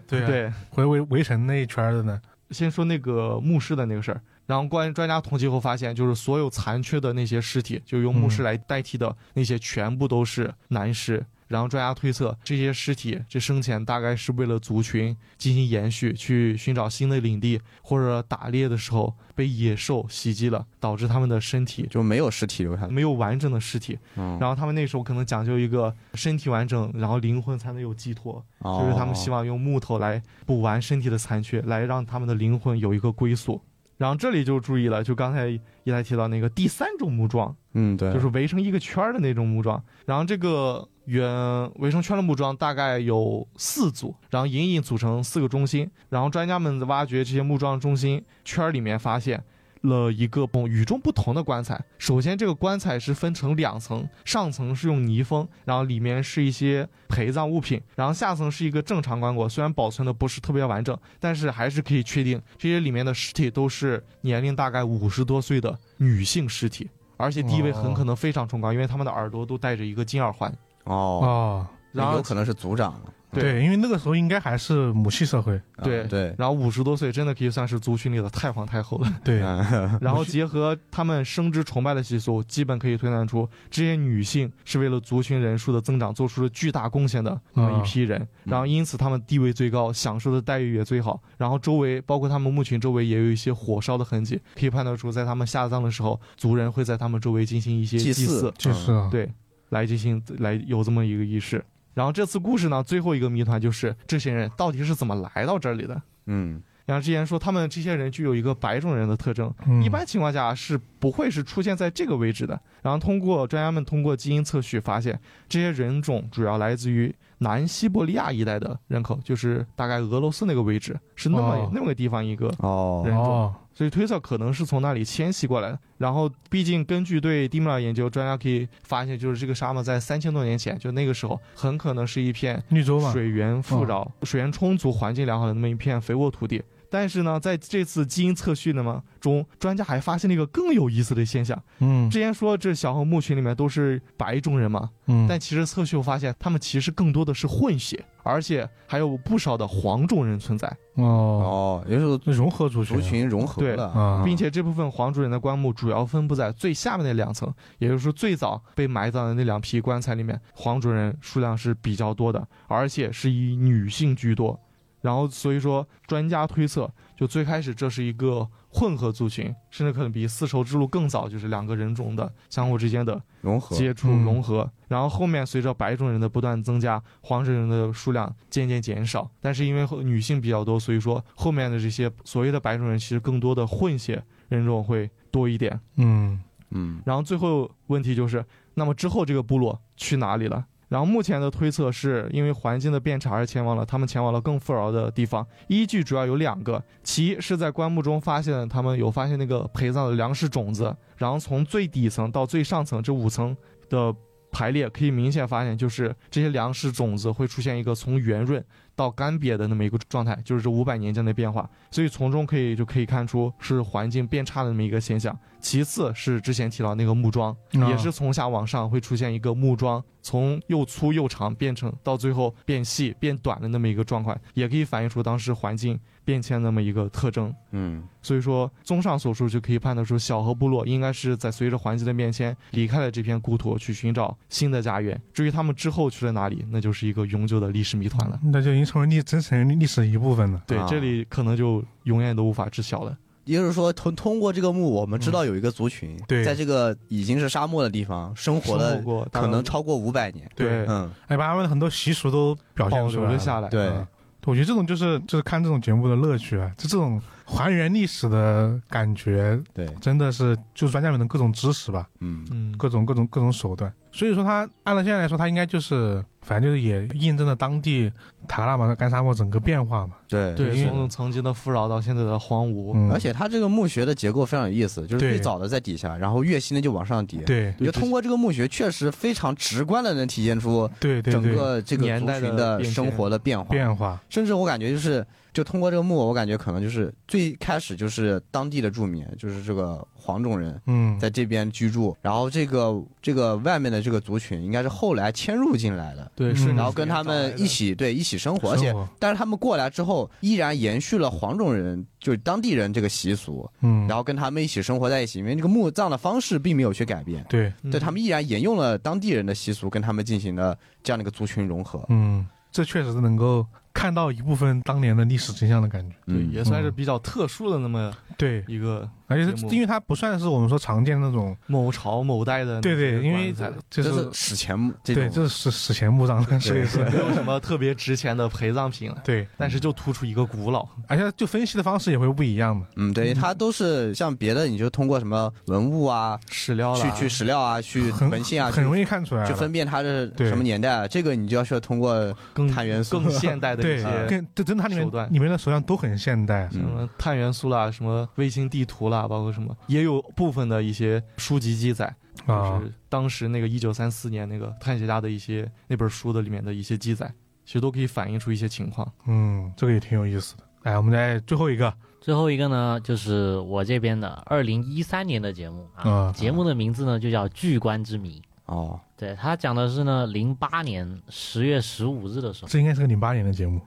Speaker 1: 对啊，
Speaker 3: 对，
Speaker 1: 回围围城那一圈的呢，
Speaker 3: 先说那个牧师的那个事儿，然后关专家统计后发现，就是所有残缺的那些尸体，就由牧师
Speaker 1: 嗯
Speaker 3: 来代替的那些，全部都是男尸。然后专家推测，这些尸体这生前大概是为了族群进行延续，去寻找新的领地，或者打猎的时候被野兽袭击了，导致他们的身体
Speaker 4: 就没有尸体留下来。
Speaker 3: 没有完整的尸体。
Speaker 4: 嗯，
Speaker 3: 然后他们那时候可能讲究一个身体完整，然后灵魂才能有寄托。
Speaker 4: 后
Speaker 3: 就是他们希望用木头来补完身体的残缺，来让他们的灵魂有一个归宿。然后这里就注意了，就刚才一来提到那个第三种木桩，
Speaker 4: 嗯，对，
Speaker 3: 就是围成一个圈儿的那种木桩。然后这个圆围成圈的木桩大概有四组，然后隐隐组成四个中心。然后专家们挖掘这些木桩中心圈儿里面，发现了一个不与众不同的棺材。首先，这个棺材是分成两层，上层是用泥封，然后里面是一些陪葬物品，然后下层是一个正常棺椁。虽然保存的不是特别完整，但是还是可以确定这些里面的尸体都是年龄大概五十多岁的女性尸体。而且
Speaker 4: 哦
Speaker 3: 地位很可能非常崇高，因为他们的耳朵都戴着一个金耳环。
Speaker 4: 哦，
Speaker 1: 哦，
Speaker 3: 然后
Speaker 4: 有可能是组长了。
Speaker 3: 对
Speaker 1: 对，因为那个时候应该还是母系社会，
Speaker 4: 啊
Speaker 3: 对
Speaker 4: 对
Speaker 3: 然后五十多岁真的可以算是族群里的太皇太后了。
Speaker 1: 对，
Speaker 4: 嗯
Speaker 3: 然后结合他们生之崇拜的习俗，基本可以推断出这些女性是为了族群人数的增长做出了巨大贡献的那么一批人。然后因此他们地位最高，享受的待遇也最好。然后周围包括他们墓群周围也有一些火烧的痕迹，可以判断出在他们下葬的时候，族人会在他们周围进行一些
Speaker 4: 祭
Speaker 3: 祭
Speaker 4: 祀嗯
Speaker 3: 祀
Speaker 1: 就是啊，
Speaker 3: 对，来进行来有这么一个仪式。然后这次故事呢，最后一个谜团就是这些人到底是怎么来到这里的？
Speaker 4: 嗯
Speaker 3: 然后之前说他们这些人具有一个白种人的特征，
Speaker 1: 嗯
Speaker 3: 一般情况下是不会是出现在这个位置的。然后通过专家们通过基因测序发现，这些人种主要来自于南西伯利亚一带的人口，就是大概俄罗斯那个位置，是那么、
Speaker 1: 哦
Speaker 3: 那么个地方一个
Speaker 4: 哦
Speaker 3: 人种，
Speaker 1: 哦，
Speaker 3: 所以推测可能是从那里迁徙过来的。然后，毕竟根据对地面的研究，专家可以发现，就是这个沙漠在三千多年前，就那个时候，很可能是一片
Speaker 1: 绿洲嘛，
Speaker 3: 水源富饶、
Speaker 1: 嗯
Speaker 3: 水源充足、环境良好的那么一片肥沃土地。但是呢，在这次基因测序呢嘛中，专家还发现了一个更有意思的现象。
Speaker 1: 嗯
Speaker 3: 之前说这小红墓群里面都是白种人嘛，
Speaker 1: 嗯，
Speaker 3: 但其实测序后发现，他们其实更多的是混血，而且还有不少的黄种人存在，
Speaker 1: 哦，
Speaker 4: 哦，也就是
Speaker 1: 那融合族群
Speaker 4: 族
Speaker 1: 啊
Speaker 4: 群融合
Speaker 3: 对
Speaker 4: 了，
Speaker 1: 啊，
Speaker 3: 并且这部分黄种人的棺木主要分布在最下面的两层，也就是说最早被埋葬的那两批棺材里面，黄种人数量是比较多的，而且是以女性居多。然后所以说，专家推测，就最开始这是一个混合族群，甚至可能比丝绸之路更早，就是两个人种的相互之间的
Speaker 4: 融合
Speaker 3: 接触
Speaker 1: 嗯
Speaker 3: 融合。然后后面随着白种人的不断增加，黄种人的数量渐渐减少。但是因为后女性比较多，所以说后面的这些所谓的白种人，其实更多的混血人种会多一点。
Speaker 1: 嗯
Speaker 4: 嗯
Speaker 3: 然后最后问题就是，那么之后这个部落去哪里了？然后目前的推测是因为环境的变差而前往了，他们前往了更富饶的地方。依据主要有两个，其一是在棺木中发现他们有发现那个陪葬的粮食种子，然后从最底层到最上层这五层的排列，可以明显发现就是这些粮食种子会出现一个从圆润到干瘪的那么一个状态，就是这五百年间的变化。所以从中可以就可以看出是环境变差的那么一个现象。其次是之前提到那个木桩，
Speaker 1: 啊
Speaker 3: 也是从下往上会出现一个木桩，从又粗又长变成到最后变细变短的那么一个状况，也可以反映出当时环境变迁那么一个特征。
Speaker 4: 嗯
Speaker 3: 所以说，综上所述，就可以判断出小河部落应该是在随着环境的变迁离开了这片故土，去寻找新的家园。至于他们之后去了哪里，那就是一个永久的历史谜团了。
Speaker 1: 那就已经成为历真成为历史一部分了。
Speaker 3: 对，
Speaker 4: 啊
Speaker 3: 这里可能就永远都无法知晓了。
Speaker 4: 也就是说，通通过这个墓，我们知道有一个族群，
Speaker 1: 对
Speaker 4: 在这个已经是沙漠的地方生活
Speaker 3: 生活
Speaker 4: 了，
Speaker 3: 过大
Speaker 4: 可
Speaker 3: 概
Speaker 4: 能超过五百年。
Speaker 3: 对
Speaker 4: 嗯，
Speaker 1: 哎，把他们的很多习俗都表
Speaker 3: 保
Speaker 1: 现出
Speaker 3: 留
Speaker 1: 来
Speaker 3: 了
Speaker 1: 了
Speaker 3: 下来。
Speaker 4: 对
Speaker 1: 嗯我觉得这种就是就是看这种节目的乐趣啊，就这种还原历史的感觉，
Speaker 4: 对，
Speaker 1: 真的是就是专家们的各种知识吧，
Speaker 4: 嗯
Speaker 3: 嗯，
Speaker 1: 各种各种各种手段。所以说他按照现在来说，他应该就是反正就是也印证了当地塔拉玛的干沙漠整个变化嘛。
Speaker 4: 对
Speaker 3: 对，
Speaker 1: 因为
Speaker 3: 从曾经的富饶到现在的荒芜，
Speaker 1: 嗯，
Speaker 4: 而且它这个墓穴的结构非常有意思，就是
Speaker 1: 对
Speaker 4: 最早的在底下，然后越新的就往上叠。，
Speaker 1: 对
Speaker 4: 我觉得通过这个墓穴，确实非常直观的能体现出
Speaker 1: 对对
Speaker 4: 整
Speaker 1: 对，
Speaker 4: 个这个
Speaker 3: 年
Speaker 4: 族
Speaker 3: 代的
Speaker 4: 群的
Speaker 3: 变迁
Speaker 4: 生活的变化。
Speaker 1: 变化
Speaker 4: 甚至我感觉就是，就通过这个墓，我感觉可能就是最开始就是当地的住民，就是这个黄种人，
Speaker 1: 嗯，
Speaker 4: 在这边居住，然后这个这个外面的这个族群应该是后来迁入进来的，
Speaker 3: 对，
Speaker 1: 嗯
Speaker 3: 顺着
Speaker 4: 然后跟他们一起对一起生活，而且
Speaker 1: 生活
Speaker 4: 但是他们过来之后依然延续了黄种人就是当地人这个习俗，
Speaker 1: 嗯，
Speaker 4: 然后跟他们一起生活在一起，因为这个墓葬的方式并没有去改变，
Speaker 1: 对
Speaker 3: 嗯
Speaker 4: 对他们依然沿用了当地人的习俗，跟他们进行了这样的一个族群融合，
Speaker 1: 嗯，这确实能够看到一部分当年的历史真相的感觉。
Speaker 3: 对
Speaker 4: 嗯
Speaker 3: 也算是比较特殊的那么
Speaker 1: 对，
Speaker 3: 一个
Speaker 1: 而且
Speaker 3: 节
Speaker 1: 是
Speaker 3: 目
Speaker 1: 因为它不算是我们说常见的那种，
Speaker 3: 某朝某代的那
Speaker 1: 对
Speaker 3: 些
Speaker 1: 对，因为
Speaker 3: 棺材了
Speaker 1: 就
Speaker 4: 这
Speaker 1: 是
Speaker 4: 是史前这
Speaker 1: 对，
Speaker 4: 种
Speaker 1: 这是史前墓葬的，所以
Speaker 3: (laughs) 对
Speaker 1: 说
Speaker 3: 没有什么特别值钱的陪葬品了，
Speaker 1: 对，
Speaker 3: 但是就突出一个古老，
Speaker 1: 而且就分析的方式也会不一样嘛。
Speaker 4: 嗯，对，它都是像别的，你就通过什么文物啊，
Speaker 3: 史料
Speaker 4: 去
Speaker 3: 啦，
Speaker 4: 去史料啊，去
Speaker 1: 很
Speaker 4: 文献啊，
Speaker 1: 很
Speaker 4: 去
Speaker 1: 容易看出来
Speaker 4: 就
Speaker 1: 了，
Speaker 4: 分辨它是
Speaker 1: 对嗯
Speaker 4: 什么年代，这个你就要需要通过
Speaker 3: 更
Speaker 4: 碳元素
Speaker 3: 更现代的一
Speaker 1: 对
Speaker 4: 啊，
Speaker 3: 些
Speaker 1: 跟这真的它里
Speaker 3: 手段
Speaker 1: 面里面的手段都很现代，
Speaker 3: 什
Speaker 4: 嗯
Speaker 3: 么碳元素啦，什么卫星地图啦，包括什么也有部分的一些书籍记载，
Speaker 1: 啊
Speaker 3: 就是当时那个一九三四年那个探险家的一些那本书的里面的一些记载，其实都可以反映出一些情况。
Speaker 1: 嗯，这个也挺有意思的。来，我们再最后一个，
Speaker 2: 最后一个呢，就是我这边的二零一三年的节目啊，
Speaker 1: 啊
Speaker 2: 节目的名字呢就叫《巨观之谜》。
Speaker 4: 哦，
Speaker 2: 对他讲的是呢，零八年十月十五日的时候
Speaker 1: 这应该是个零八年的节
Speaker 3: (laughs)
Speaker 1: 目，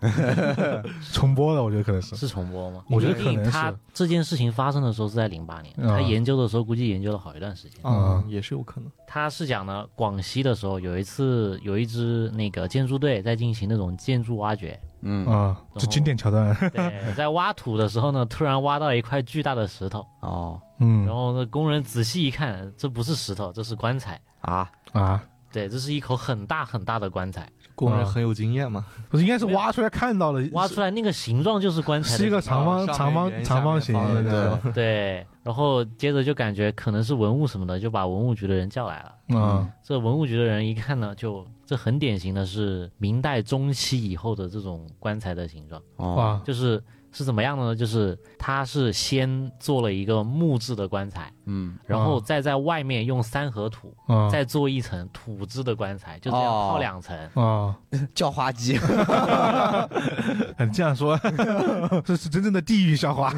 Speaker 1: 重播的，我觉得可能是。
Speaker 2: 是重播吗？
Speaker 1: 我觉得可能是
Speaker 2: 因为他这件事情发生的时候是在零八年，
Speaker 1: 嗯
Speaker 2: 他研究的时候估计研究了好一段时间。
Speaker 3: 啊，也是有可能。
Speaker 2: 他是讲呢，广西的时候有一次有一支那个建筑队在进行那种建筑挖
Speaker 1: (laughs)
Speaker 2: 掘，
Speaker 4: 嗯，
Speaker 1: 啊，这经典桥段。
Speaker 3: (laughs)
Speaker 2: 对，在挖土的时候呢，突然挖到一块巨大的石头，
Speaker 4: 哦
Speaker 1: 嗯
Speaker 2: 然后那工人仔细一看，这不是石头，这是棺材。
Speaker 4: 啊，
Speaker 1: 啊，
Speaker 2: 对，这是一口很大很大的棺材，
Speaker 3: 工人很有经验嘛，
Speaker 1: 不是应该是挖出来看到了，
Speaker 2: 挖出来那个形状就是棺材的
Speaker 1: 是一个长方
Speaker 3: 上
Speaker 1: 长
Speaker 3: 面
Speaker 1: 方
Speaker 3: 圆
Speaker 1: 长方形
Speaker 3: 下面方
Speaker 1: 的
Speaker 3: 对
Speaker 1: 那
Speaker 2: 对，然后接着就感觉可能是文物什么的，就把文物局的人叫来了。
Speaker 1: 种啊。
Speaker 2: 这文物局的人一看呢，就这很典型的是明代中期以后的这种棺材的形状，
Speaker 4: 哦，
Speaker 3: 嗯
Speaker 1: 哇，
Speaker 2: 就是是怎么样的呢？就是他是先做了一个木质的棺材，
Speaker 4: 嗯，
Speaker 2: 然后再在外面用三合土、
Speaker 1: 啊
Speaker 2: 再做一层土质的棺材，就这样
Speaker 4: 哦
Speaker 2: 套两层。
Speaker 1: 啊，哎
Speaker 4: 叫花鸡，
Speaker 1: 你这样
Speaker 3: (laughs)
Speaker 1: 说，这是真正的地狱笑话。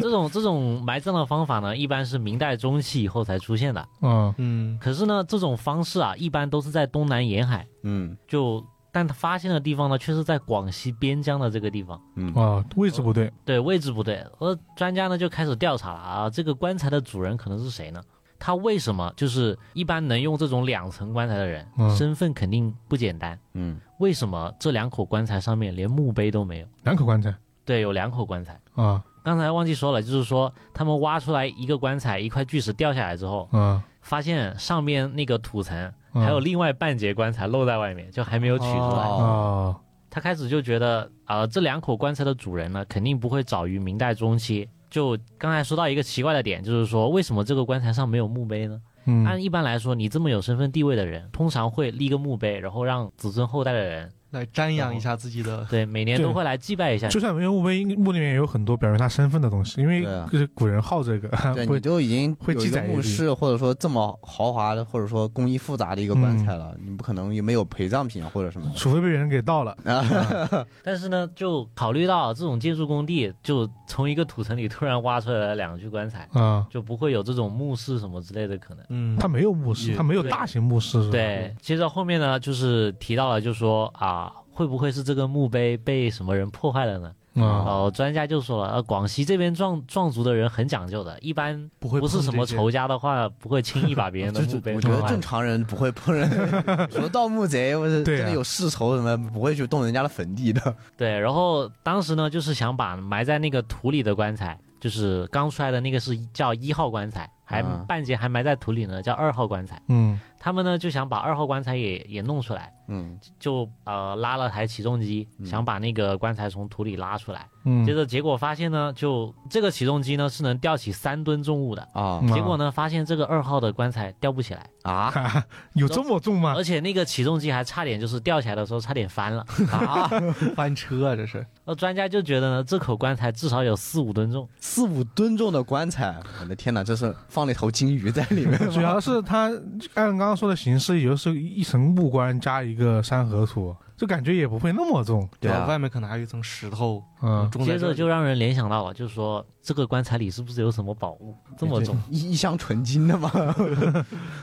Speaker 2: 这种这种埋葬的方法呢，一般是明代中期以后才出现的。
Speaker 1: 嗯
Speaker 3: 嗯，
Speaker 2: 可是呢，这种方式啊，一般都是在东南沿海，
Speaker 4: (laughs) 嗯
Speaker 2: 就但他发现的地方呢，却是在广西边疆的这个地方。
Speaker 4: 嗯，
Speaker 1: 啊，位置不对，
Speaker 2: 对位置不对，而专家呢就开始调查了啊，这个棺材的主人可能是谁呢？他为什么就是一般能用这种两层棺材的人，
Speaker 1: 嗯
Speaker 2: 身份肯定不简单。
Speaker 4: 嗯
Speaker 2: 为什么这两口棺材上面连墓碑都没有？
Speaker 1: 两口棺材
Speaker 2: 对，有两口棺材。
Speaker 1: 啊
Speaker 2: 刚才忘记说了，就是说他们挖出来一个棺材，一块巨石掉下来之后，
Speaker 1: 啊，
Speaker 2: 发现上面那个土层
Speaker 1: 嗯
Speaker 2: 还有另外半截棺材露在外面，就还没有取出来。
Speaker 4: 哦
Speaker 1: 啊
Speaker 2: 他开始就觉得，呃，这两口棺材的主人呢，肯定不会早于明代中期。就刚才说到一个奇怪的点，就是说为什么这个棺材上没有墓碑呢？
Speaker 1: 嗯
Speaker 2: 按一般来说，你这么有身份地位的人，通常会立个墓碑，然后让子孙后代的人，
Speaker 3: 来瞻仰一下自己的，
Speaker 2: 对，每年
Speaker 1: 对
Speaker 2: 都会来祭拜一下。
Speaker 1: 就算没有墓碑，墓里面也有很多表明他身份的东西，因为
Speaker 4: 对啊
Speaker 1: 就是古人好这个，
Speaker 4: 对你
Speaker 1: 啊 (laughs) 会
Speaker 4: 都已经
Speaker 1: 会
Speaker 4: 有
Speaker 1: 记
Speaker 4: 一个
Speaker 1: 载一
Speaker 4: 墓
Speaker 1: 笔
Speaker 4: 室，或者说这么豪华的，或者说工艺复杂的一个棺材了，你不可能也没有陪葬品或者什么的
Speaker 1: 除非被人给盗了。
Speaker 2: 但是呢，就考虑到这种建筑工地，就从一个土层里突然挖出来了两具棺材，
Speaker 1: 啊，
Speaker 2: 就不会有这种墓室什么之类的可能。
Speaker 3: 嗯，
Speaker 1: 他没有墓室，
Speaker 3: 也
Speaker 1: 他没有大型墓室，是吧，
Speaker 2: 对，接着后面呢，就是提到了，就说啊，会不会是这个墓碑被什么人破坏了呢？
Speaker 1: 啊
Speaker 2: 哦，专家就说了，呃，广西这边壮壮族的人很讲究的，一般
Speaker 3: 不会
Speaker 2: 不是什么仇家的话，不会轻易把别人的
Speaker 4: (laughs) 哦就
Speaker 2: 墓
Speaker 4: 是
Speaker 2: 碑
Speaker 4: 我觉
Speaker 2: 弄
Speaker 4: 得
Speaker 2: 坏
Speaker 4: 正。常人不会碰人，什么盗墓贼或者
Speaker 1: 对啊
Speaker 4: 真的有世仇什么，不会去动人家的坟地的。
Speaker 2: 对，然后当时呢，就是想把埋在那个土里的棺材，就是刚出来的那个是叫一号棺材，还
Speaker 4: 嗯
Speaker 2: 半截还埋在土里呢，叫二号棺材。
Speaker 1: 嗯
Speaker 2: 他们呢就想把二号棺材也也弄出来，
Speaker 4: 嗯
Speaker 2: 就呃拉了台起重机，
Speaker 4: 嗯
Speaker 2: 想把那个棺材从土里拉出来。
Speaker 1: 嗯，
Speaker 2: 接着结果发现呢，就这个起重机呢是能吊起三吨重物的。
Speaker 4: 啊
Speaker 1: 嗯
Speaker 2: 结果呢，发现这个二号的棺材吊不起来，
Speaker 4: 啊
Speaker 1: (laughs) 有这么重吗？
Speaker 2: 而且那个起重机还差点就是吊起来的时候差点翻了。
Speaker 4: 啊！
Speaker 3: 翻车啊，这是
Speaker 2: 那专家就觉得呢，这口棺材至少有四五吨重。
Speaker 4: 四五吨重的棺材，我的天哪，这是放了一头金鱼在
Speaker 1: (laughs)
Speaker 4: 里面吗。
Speaker 1: 呃主要是它按刚刚说的形式，也就是一层木棺加一个山河土，就感觉也不会那么重。
Speaker 4: 对啊
Speaker 3: 然后外面可能还有一层石头，
Speaker 1: 嗯，
Speaker 3: 种在
Speaker 2: 接
Speaker 3: 这
Speaker 2: 着
Speaker 3: 里
Speaker 2: 就让人联想到了，就是说这个棺材里是不是有什么宝物这么重？
Speaker 4: 一一箱纯金的吗？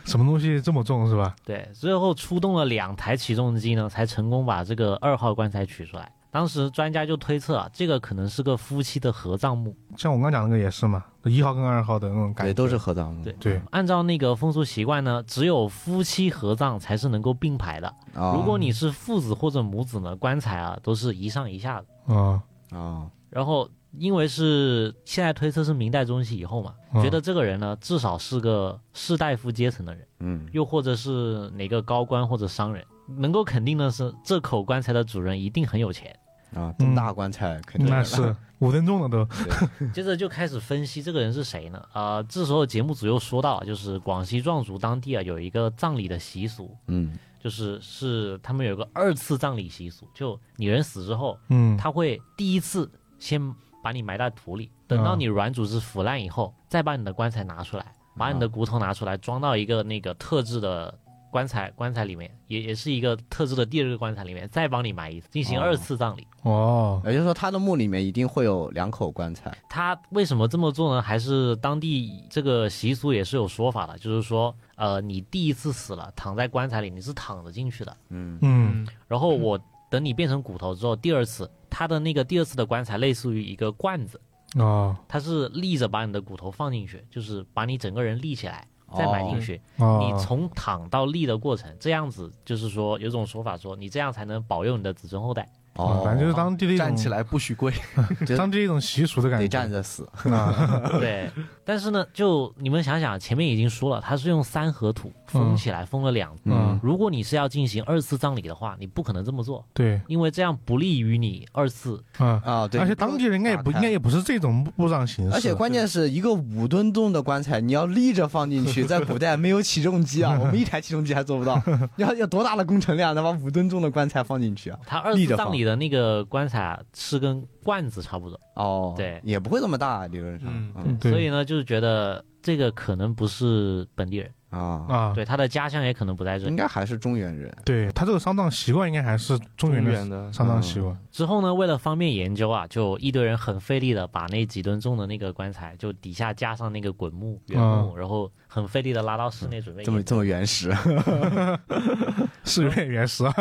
Speaker 1: 什么东西这么重是吧？
Speaker 2: 对，最后出动了两台起重机呢，才成功把这个二号棺材取出来。当时专家就推测啊，这个可能是个夫妻的合葬墓。
Speaker 1: 像我刚讲那个也是嘛，一号跟二号的那种感觉
Speaker 4: 对，都是合葬墓。
Speaker 2: 对
Speaker 1: 对，
Speaker 2: 按照那个风俗习惯呢，只有夫妻合葬才是能够并排的。
Speaker 4: 啊，
Speaker 2: 如果你是父子或者母子呢，棺材啊都是一上一下的。
Speaker 1: 啊
Speaker 4: 啊
Speaker 2: 然后因为是现在推测是明代中期以后嘛，
Speaker 1: 嗯
Speaker 2: 觉得这个人呢至少是个士大夫阶层的人，
Speaker 4: 嗯
Speaker 2: 又或者是哪个高官或者商人。能够肯定的是，这口棺材的主人一定很有钱。
Speaker 4: 啊，这么大棺材肯定
Speaker 1: 那 (laughs) 是五吨重了都。
Speaker 4: 嗯
Speaker 2: 接着就开始分析这个人是谁呢？啊，这时候节目组又说到，就是广西壮族当地啊有一个葬礼的习俗，
Speaker 4: 嗯
Speaker 2: 就是是他们有个二次葬礼习俗，就你人死之后，
Speaker 1: 嗯，
Speaker 2: 他会第一次先把你埋在土里，等到你软组织腐烂以后，再把你的棺材拿出来，把你的骨头拿出来装到一个那个特制的棺材棺材里面，也也是一个特制的第二个棺材里面，再帮你埋一次，进行
Speaker 4: 哦
Speaker 2: 二次葬礼。
Speaker 1: 哦，
Speaker 4: 也就是说，他的墓里面一定会有两口棺材。
Speaker 2: 他为什么这么做呢？还是当地这个习俗也是有说法的，就是说，呃，你第一次死了，躺在棺材里，你是躺着进去的，
Speaker 4: 嗯，
Speaker 1: 嗯，
Speaker 2: 然后我等你变成骨头之后，第二次，他的那个第二次的棺材类似于一个罐子，
Speaker 1: 哦，
Speaker 2: 它是立着把你的骨头放进去，就是把你整个人立起来，再埋进去。
Speaker 1: 哦，
Speaker 2: 你从躺到立的过程，这样子就是说，有种说法说，你这样才能保佑你的子孙后
Speaker 1: (laughs)
Speaker 2: 代。
Speaker 1: 哦，反正就是当地的一
Speaker 3: 站起
Speaker 1: 种
Speaker 3: 来不许跪。
Speaker 1: 当地的一种习俗的感觉，啊
Speaker 4: 得站着死。
Speaker 2: 对，但是呢，就你们想想，前面已经说了，它是用三合土封起来，封了两次。
Speaker 1: 嗯，
Speaker 2: 如果你是要进行二次葬礼的话，你不可能这么做，
Speaker 1: 对，
Speaker 2: 因为这样不利于你二次。
Speaker 1: 嗯，
Speaker 4: 啊，对，
Speaker 1: 而且当地人应该也不
Speaker 4: 打
Speaker 1: 应
Speaker 4: 开
Speaker 1: 该也不是这种墓葬形式，
Speaker 4: (laughs) 而且关键是一个五吨重的棺材，你要立着放进
Speaker 1: (laughs)
Speaker 4: 去，在古代没有起重机啊，我们一台起重机还做不到。要要多大的工程量能把五吨重的棺材放进去啊？
Speaker 2: 它二
Speaker 4: 立
Speaker 2: 次
Speaker 4: 着放
Speaker 2: 葬礼的那个棺材啊是跟罐子差不多，
Speaker 4: 哦，
Speaker 2: 对
Speaker 4: 也不会这么大，啊理论上。
Speaker 3: 嗯
Speaker 4: 嗯
Speaker 2: 所以
Speaker 1: 对
Speaker 2: 呢，就是觉得这个可能不是本地人，
Speaker 4: 啊，
Speaker 1: 啊，
Speaker 2: 对他的家乡也可能不在
Speaker 1: 嗯
Speaker 2: 这里
Speaker 4: 应。该还是中原人。
Speaker 1: 对他这个丧葬习惯应该还是中原的
Speaker 3: 的
Speaker 1: 丧葬习惯，
Speaker 2: 之后呢，为了方便研究啊，就一堆人很费力的把那几吨重的那个棺材，就底下加上那个滚木、
Speaker 1: 嗯
Speaker 2: 原木，然后很费力的拉到室内准备
Speaker 4: 这么
Speaker 2: 研究。
Speaker 4: 这么原始，
Speaker 1: 是有点原始啊，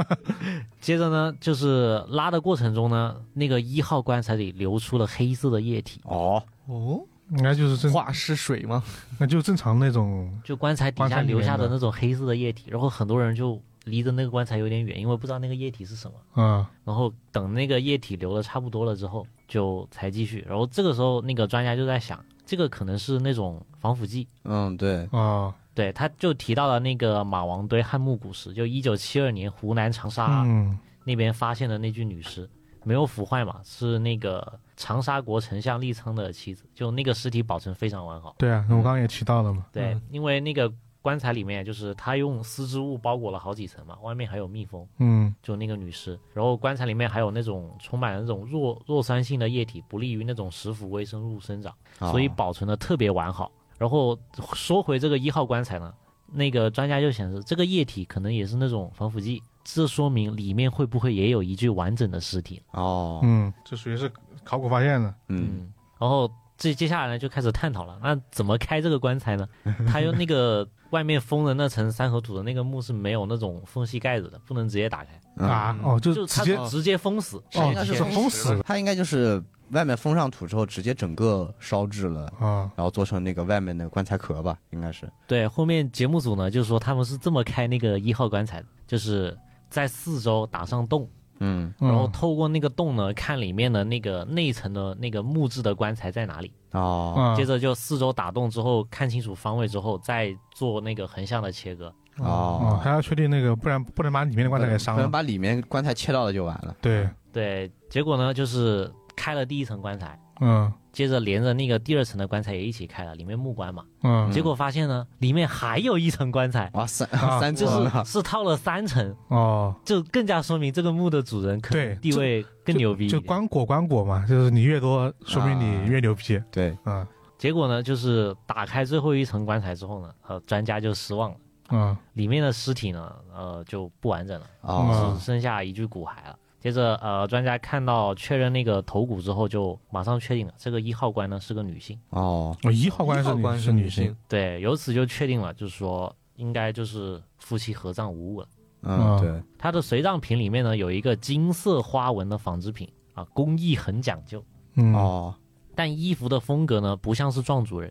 Speaker 2: 接着呢，就是拉的过程中呢，那个一号棺材里流出了黑色的液体， (laughs)
Speaker 4: 哦，
Speaker 3: 哦，
Speaker 1: 应该就是正，
Speaker 3: 化尸水吗？
Speaker 1: 那就正常那种，
Speaker 2: 就棺材底
Speaker 1: 棺材
Speaker 2: 下
Speaker 1: 里面
Speaker 2: 留下的
Speaker 1: 的
Speaker 2: 那种黑色的液体，然后很多人就离着那个棺材有点远，因为不知道那个液体是什么。
Speaker 1: 嗯，
Speaker 2: 然后等那个液体流的差不多了之后，就才继续。然后这个时候，那个专家就在想，这个可能是那种防腐剂。
Speaker 4: 嗯，对，
Speaker 1: 啊，
Speaker 2: 对，他就提到了那个马王堆汉墓古尸，就一九七二年湖南长沙
Speaker 1: 嗯，
Speaker 2: 那边发现的那具女尸，没有腐坏嘛，是那个长沙国丞相利苍的妻子，就那个尸体保存非常完好。
Speaker 1: 对啊，我刚刚也提到了嘛，
Speaker 2: 对，
Speaker 3: 嗯
Speaker 2: 因为那个棺材里面就是他用丝织物包裹了好几层嘛，外面还有密封，
Speaker 1: 嗯，
Speaker 2: 就那个女尸，然后棺材里面还有那种充满了那种弱弱酸性的液体，不利于那种食腐微生物生长。所以
Speaker 4: 哦
Speaker 2: 保存的特别完好。然后说回这个一号棺材呢，那个专家就显示这个液体可能也是那种防腐剂，这说明里面会不会也有一具完整的尸体？
Speaker 4: 哦，
Speaker 1: 嗯，这属于是考古发现的，
Speaker 4: 嗯，，
Speaker 2: 然后这接下来呢就开始探讨了，那怎么开这个棺
Speaker 1: (laughs)
Speaker 2: 材呢？它用那个外面封的那层三合土的那个木是没有那种缝隙盖子的，不能直接打开，
Speaker 4: 嗯
Speaker 1: 啊，哦，就
Speaker 2: 就
Speaker 1: 直
Speaker 2: 它
Speaker 1: 接，
Speaker 2: 直接封死。
Speaker 1: 哦，
Speaker 4: 那
Speaker 1: 就是是封
Speaker 3: 封
Speaker 1: 死
Speaker 3: 死
Speaker 1: 了
Speaker 4: 它应该就是外面封上土之后，直接整个烧制了，
Speaker 1: 啊，
Speaker 4: 然后做成那个外面的棺材壳吧，应该是。
Speaker 2: 对，后面节目组呢就说他们是这么开那个一号棺材的，就是在四周打上洞。
Speaker 4: 嗯，
Speaker 1: 嗯
Speaker 2: 然后透过那个洞呢，看里面的那个内层的那个木质的棺材在哪里。
Speaker 4: 哦，
Speaker 1: 啊
Speaker 2: 接着就四周打洞之后，看清楚方位之后，再做那个横向的切割。
Speaker 1: 哦，
Speaker 4: 哦，
Speaker 1: 还要确定那个，不然不能把里面的棺材给伤
Speaker 4: 可
Speaker 1: 了
Speaker 4: 能。把里面棺材切到了就完了。
Speaker 1: 对，
Speaker 2: 对，结果呢就是开了第一层棺材，
Speaker 1: 嗯
Speaker 2: 接着连着那个第二层的棺材也一起开了，里面木棺嘛。
Speaker 1: 嗯
Speaker 2: 结果发现呢，里面还有一层棺材，
Speaker 4: 哇，三
Speaker 1: 啊
Speaker 4: (laughs) 三
Speaker 2: 就
Speaker 4: 层
Speaker 2: 是
Speaker 4: 了，
Speaker 2: 是套了三层，
Speaker 1: 哦，
Speaker 2: 就更加说明这个墓的主人可
Speaker 1: 对
Speaker 2: 能地位更牛逼一
Speaker 1: 就
Speaker 2: 点。
Speaker 1: 棺椁棺椁嘛，就是你越多，说明你越牛逼。
Speaker 4: 对，
Speaker 1: 嗯
Speaker 2: 结果呢，就是打开最后一层棺材之后呢，呃，专家就失望了。
Speaker 1: 嗯
Speaker 2: 里面的尸体呢，呃，就不完整了，
Speaker 1: 嗯
Speaker 4: 哦，
Speaker 2: 只剩下一具骨骸了。接着，呃，专家看到确认那个头骨之后，就马上确定了这个一号棺呢是个女性。
Speaker 4: 哦，
Speaker 1: 我一号
Speaker 3: 一
Speaker 1: 棺
Speaker 3: 号
Speaker 1: 女
Speaker 3: 棺
Speaker 1: 是
Speaker 3: 女
Speaker 1: 性，，
Speaker 2: 对，由此就确定了，就是说应该就是夫妻合葬无误了。
Speaker 1: 啊
Speaker 4: 嗯，对，
Speaker 2: 它的随葬品里面呢有一个金色花纹的纺织品啊，工艺很讲究，
Speaker 1: 嗯
Speaker 4: 哦，
Speaker 2: 但衣服的风格呢不像是壮族人。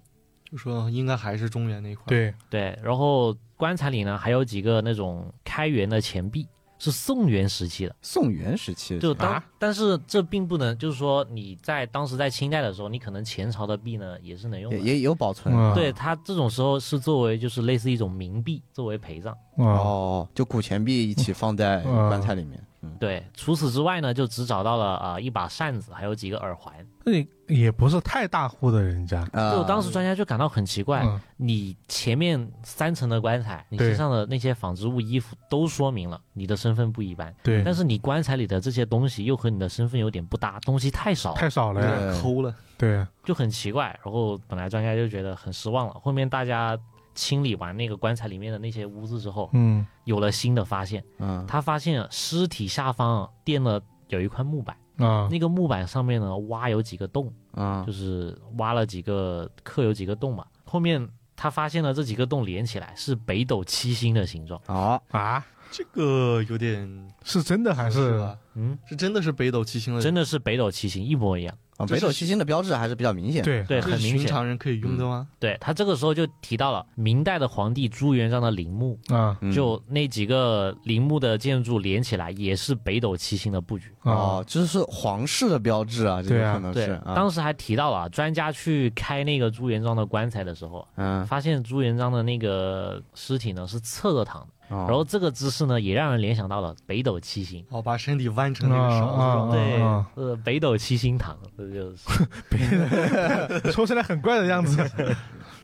Speaker 3: 就说应该还是中原那一块。，
Speaker 1: 对，
Speaker 2: 对，然后棺材里呢还有几个那种开元的钱币，是宋元时期的。
Speaker 4: 宋元时期
Speaker 2: 就当、
Speaker 1: 啊
Speaker 2: 但是这并不能，就是说你在当时在清代的时候，你可能前朝的币呢也是能用
Speaker 4: 也
Speaker 2: 的。
Speaker 4: 也有保存。
Speaker 1: 嗯
Speaker 2: 对它这种时候是作为就是类似一种冥币作为陪葬。
Speaker 1: 哦
Speaker 4: 哦，就古钱币一起放在棺材里面。嗯，
Speaker 2: 对，除此之外呢，就只找到了啊、呃一把扇子，还有几个耳环。
Speaker 1: 嗯那也也不是太大户的人家，
Speaker 4: 啊
Speaker 2: 就当时专家就感到很奇怪，
Speaker 1: 嗯
Speaker 2: 你前面三层的棺材，你
Speaker 1: 对
Speaker 2: 身上的那些纺织物、衣服都说明了你的身份不一般，
Speaker 1: 对，
Speaker 2: 但是你棺材里的这些东西又和你的身份有点不搭，东西太少了。
Speaker 1: 太少
Speaker 3: 有
Speaker 1: 了呀，
Speaker 3: 点
Speaker 4: 对
Speaker 3: 抠了。
Speaker 1: 对，
Speaker 2: 就很奇怪。然后本来专家就觉得很失望了，后面大家清理完那个棺材里面的那些污渍之后，
Speaker 1: 嗯
Speaker 2: 有了新的发现。
Speaker 4: 嗯，
Speaker 2: 他发现尸体下方啊垫了有一块木板，
Speaker 1: 啊，
Speaker 2: 那个木板上面呢挖有几个洞，
Speaker 4: 啊
Speaker 2: 就是挖了几个刻有几个洞嘛。后面他发现了这几个洞连起来是北斗七星的形状。
Speaker 4: 好，
Speaker 1: 啊，
Speaker 3: 这个有点
Speaker 1: 是真的还是
Speaker 3: 吧？
Speaker 2: 嗯，
Speaker 3: 是啊真的是北斗七星的，
Speaker 2: 真的是北斗七星一模一样。
Speaker 4: 啊
Speaker 3: 这
Speaker 4: 北
Speaker 3: 是
Speaker 4: 斗七星的标志还是比较明显。，
Speaker 1: 对
Speaker 2: 对，
Speaker 3: 这
Speaker 2: 很
Speaker 3: 是
Speaker 2: 明
Speaker 3: 寻
Speaker 2: 显。
Speaker 3: 常人可以用的吗？
Speaker 1: 嗯
Speaker 2: 对他这个时候就提到了明代的皇帝朱元璋的陵墓，
Speaker 1: 啊
Speaker 4: 嗯
Speaker 2: 就那几个陵墓的建筑连起来也是北斗七星的布局。
Speaker 1: 啊
Speaker 4: 哦，这是皇室的标志啊，这
Speaker 1: 对啊
Speaker 4: 个可能
Speaker 2: 对
Speaker 4: 是，啊，
Speaker 2: 当时还提到了啊专家去开那个朱元璋的棺材的时候，啊
Speaker 4: 嗯，
Speaker 2: 发现朱元璋的那个尸体呢是侧着躺的，
Speaker 4: 然
Speaker 2: 然后这个姿势呢也让人联想到了北斗七星。
Speaker 3: 哦，把身体弯成那个勺子状
Speaker 4: 哦
Speaker 1: 啊
Speaker 3: 态，
Speaker 2: 对
Speaker 1: 啊，
Speaker 2: 呃，北斗七星躺，这就是。
Speaker 1: 说起来很怪的样子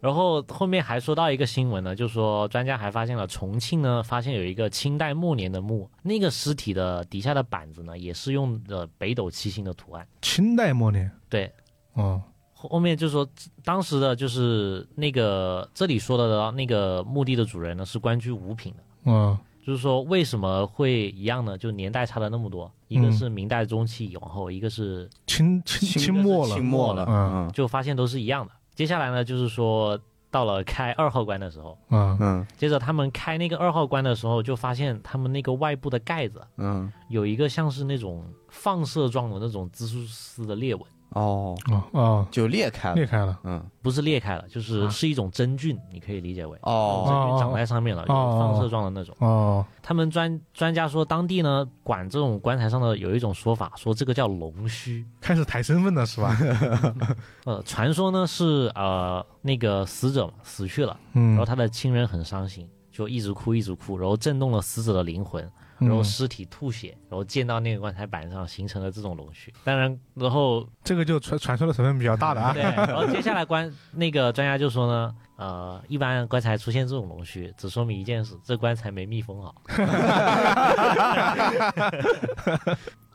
Speaker 2: 然后后面还说到一个新闻呢，就说专家还发现了重庆呢，发现有一个清代末年的墓，那个尸体的底下的板子呢，也是用的北斗七星的图案。
Speaker 1: (laughs) 清代末年
Speaker 2: 对，
Speaker 1: 哦，
Speaker 2: 后后面就说当时的就是那个这里说的那个墓地的主人呢是官居五品的。
Speaker 1: 嗯
Speaker 2: 就是说，为什么会一样呢？就年代差了那么多，一个是明代中期往后，一个是
Speaker 1: 清清清末了
Speaker 4: 清末了，
Speaker 1: 嗯
Speaker 2: 就发现都是一样的。接下来呢，就是说到了开二号棺的时候，
Speaker 1: 啊
Speaker 4: 嗯嗯
Speaker 2: 接着他们开那个二号棺的时候，就发现他们那个外部的盖子
Speaker 4: 嗯，
Speaker 2: 有一个像是那种放射状的那种蜘蛛丝的裂纹，
Speaker 4: 哦，
Speaker 1: 哦哦，
Speaker 4: 就裂开了
Speaker 1: 裂，开了
Speaker 4: 嗯，
Speaker 2: 不是裂开了，就是
Speaker 1: 啊
Speaker 2: 是一种真菌，你可以理解为真
Speaker 4: 哦，
Speaker 2: 菌长在上面了，有放射状的那种。
Speaker 1: 哦
Speaker 2: 他们专专家说，当地呢管这种棺材上的有一种说法，说这个叫龙须。
Speaker 1: 开始抬身份了是吧？
Speaker 2: 呃，传说呢是呃那个死者嘛死去了，
Speaker 1: 嗯 (laughs)
Speaker 2: 然后他的亲人很伤心，就一直哭一直哭，然后震动了死者的灵魂，然后
Speaker 1: 嗯
Speaker 2: 尸体吐血，然后溅到那个棺材板上，形成了这种龙须。当然，然后
Speaker 1: 这个就传传说的成分比较大的啊
Speaker 2: 对，，然后接下来棺那个专家就说呢，呃，一般棺材出现这种龙须，只说明一件事，这棺材没密封好。 (laughs)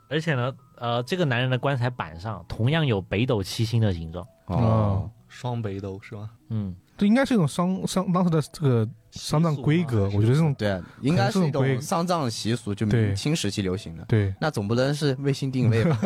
Speaker 2: 而且呢，呃，这个男人的棺材板上同样有北斗七星的形状。
Speaker 1: 哦
Speaker 4: 哦，
Speaker 3: 双北斗是吗？
Speaker 2: 嗯，
Speaker 1: 这应该是一种丧丧当时的这个丧葬规格，我觉得这种
Speaker 4: 对，啊应该是一
Speaker 1: 可能是
Speaker 4: 种
Speaker 1: 会
Speaker 4: 丧葬习俗，就
Speaker 1: 对
Speaker 4: 明清时期流行的。
Speaker 1: 对
Speaker 4: 那总不能是卫星定位
Speaker 2: (laughs)
Speaker 4: 吧？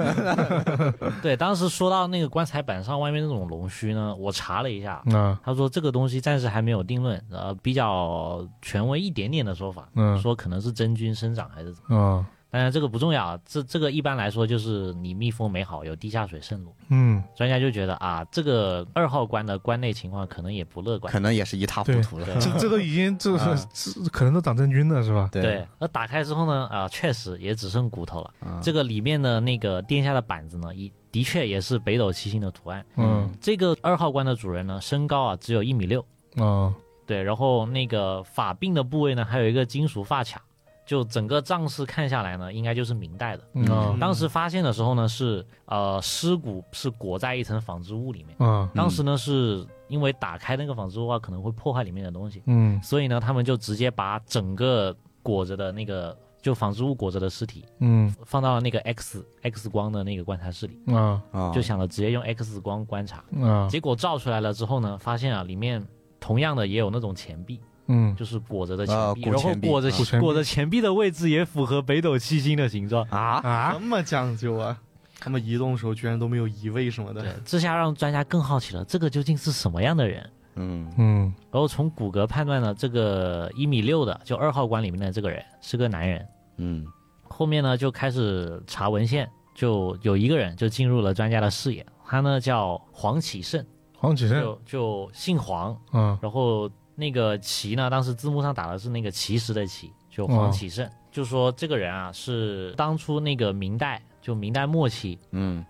Speaker 2: 对，当时说到那个棺材板上外面那种龙须呢，我查了一下，
Speaker 1: 啊
Speaker 2: 他说这个东西暂时还没有定论，呃，比较权威一点点的说法，
Speaker 1: 嗯
Speaker 2: 说可能是真菌生长还是怎么样。
Speaker 1: 啊
Speaker 2: 当然这个不重要，这这个一般来说就是你密封没好，有地下水渗入。
Speaker 1: 嗯
Speaker 2: 专家就觉得啊，这个二号棺的棺内情况可能也不乐观
Speaker 4: 可。能也是一塌糊涂了。
Speaker 1: (laughs) 这
Speaker 4: (laughs)
Speaker 1: 这都已经这是这可能都长真菌了是吧？
Speaker 2: 对，而打开之后呢，啊，确实也只剩骨头了。
Speaker 4: 啊
Speaker 2: 这个里面的那个殿下的板子呢，一的确也是北斗七星的图案。
Speaker 1: 嗯
Speaker 2: 这个二号棺的主人呢，身高啊只有一米六，
Speaker 1: 啊
Speaker 2: 对，然后那个发鬓的部位呢，还有一个金属发卡，就整个葬式看下来呢，应该就是明代的。
Speaker 1: 嗯啊
Speaker 2: 当时发现的时候呢，是呃尸骨是裹在一层纺织物里面。
Speaker 1: 啊
Speaker 2: 当时
Speaker 4: 嗯
Speaker 2: 呢，是因为打开那个纺织物啊，可能会破坏里面的东西，
Speaker 1: 嗯
Speaker 2: 所以呢，他们就直接把整个裹着的那个就纺织物裹着的尸体
Speaker 1: 嗯
Speaker 2: 放到了那个 X X 光的那个观察室里，
Speaker 1: 啊
Speaker 4: 啊
Speaker 2: 就想了直接用 X 光观察。
Speaker 4: 哦
Speaker 1: 啊
Speaker 2: 结果照出来了之后呢，发现啊里面。同样的也有那种钱币，
Speaker 1: 嗯
Speaker 2: 就是裹着的钱
Speaker 4: 啊
Speaker 2: 币，
Speaker 4: 裹
Speaker 2: 然后
Speaker 4: 钱币
Speaker 2: 裹着
Speaker 1: 啊裹钱币
Speaker 2: 裹着钱币的位置也符合北斗七星的形状，
Speaker 4: 啊，
Speaker 1: 啊
Speaker 3: 这么讲究啊！他们移动的时候居然都没有移位什么的，
Speaker 2: 这下让专家更好奇了，这个究竟是什么样的人？
Speaker 4: 嗯
Speaker 1: 嗯
Speaker 2: 然后从骨骼判断呢，这个一米六的，就二号棺里面的这个人是个男人。
Speaker 4: 嗯
Speaker 2: 后面呢就开始查文献，就有一个人就进入了专家的视野，他呢叫黄启胜，
Speaker 1: 黄启胜
Speaker 2: 就就姓黄，
Speaker 1: 啊
Speaker 2: 然后那个启呢，当时字幕上打的是那个奇石的奇，就黄启胜，就说这个人啊是当初那个明代，就明代末期，
Speaker 4: 嗯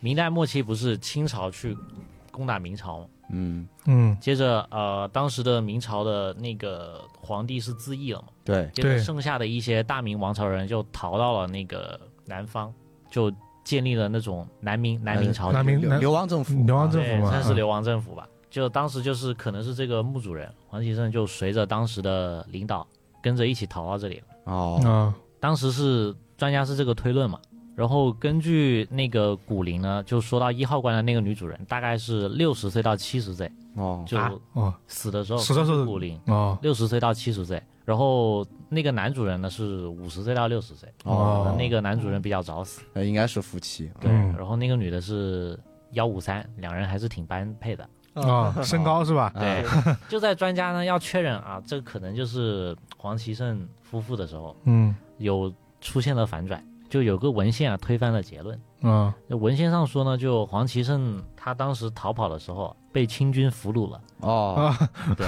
Speaker 2: 明代末期不是清朝去攻打明朝吗？
Speaker 4: 嗯，
Speaker 1: 嗯
Speaker 2: 接着，呃，当时的明朝的那个皇帝是自缢了嘛，
Speaker 4: 对，
Speaker 2: 接着
Speaker 1: 对
Speaker 2: 剩下的一些大明王朝人就逃到了那个南方，就建立了那种南明南明朝，
Speaker 1: 南明
Speaker 4: 流
Speaker 1: 南
Speaker 4: 流亡政府，啊
Speaker 1: 流亡
Speaker 2: 对
Speaker 1: 政府嘛
Speaker 2: 算是流亡政府吧。就当时就是可能是这个墓主人黄启胜就随着当时的领导跟着一起逃到这里了。
Speaker 4: 哦
Speaker 1: 啊
Speaker 2: 当时是专家是这个推论嘛，然后根据那个古灵呢，就说到一号棺的那个女主人，大概是六十岁到七十岁，
Speaker 3: 哦，
Speaker 2: 就
Speaker 1: 啊哦
Speaker 2: 死的时候，
Speaker 1: 死的时候
Speaker 2: 根据古灵
Speaker 1: 哦
Speaker 2: 六十岁到七十岁。然后那个男主人呢是五十岁到六十岁，
Speaker 1: 哦
Speaker 2: 那个男主人比较早死，
Speaker 4: 呃，应该是夫妻。
Speaker 2: 对，
Speaker 1: 嗯
Speaker 2: 然后那个女的是幺五三，两人还是挺般配的。
Speaker 4: (laughs)
Speaker 1: 哦，身高是吧？
Speaker 4: 啊
Speaker 2: 对， (laughs) 就在专家呢要确认啊，这可能就是黄奇胜夫妇的时候，
Speaker 1: 嗯
Speaker 2: 有出现了反转，就有个文献啊推翻了结论。
Speaker 1: 啊
Speaker 2: 那文献上说呢，就黄奇胜他当时逃跑的时候被清军俘虏了，
Speaker 4: 哦
Speaker 1: 啊
Speaker 2: 对，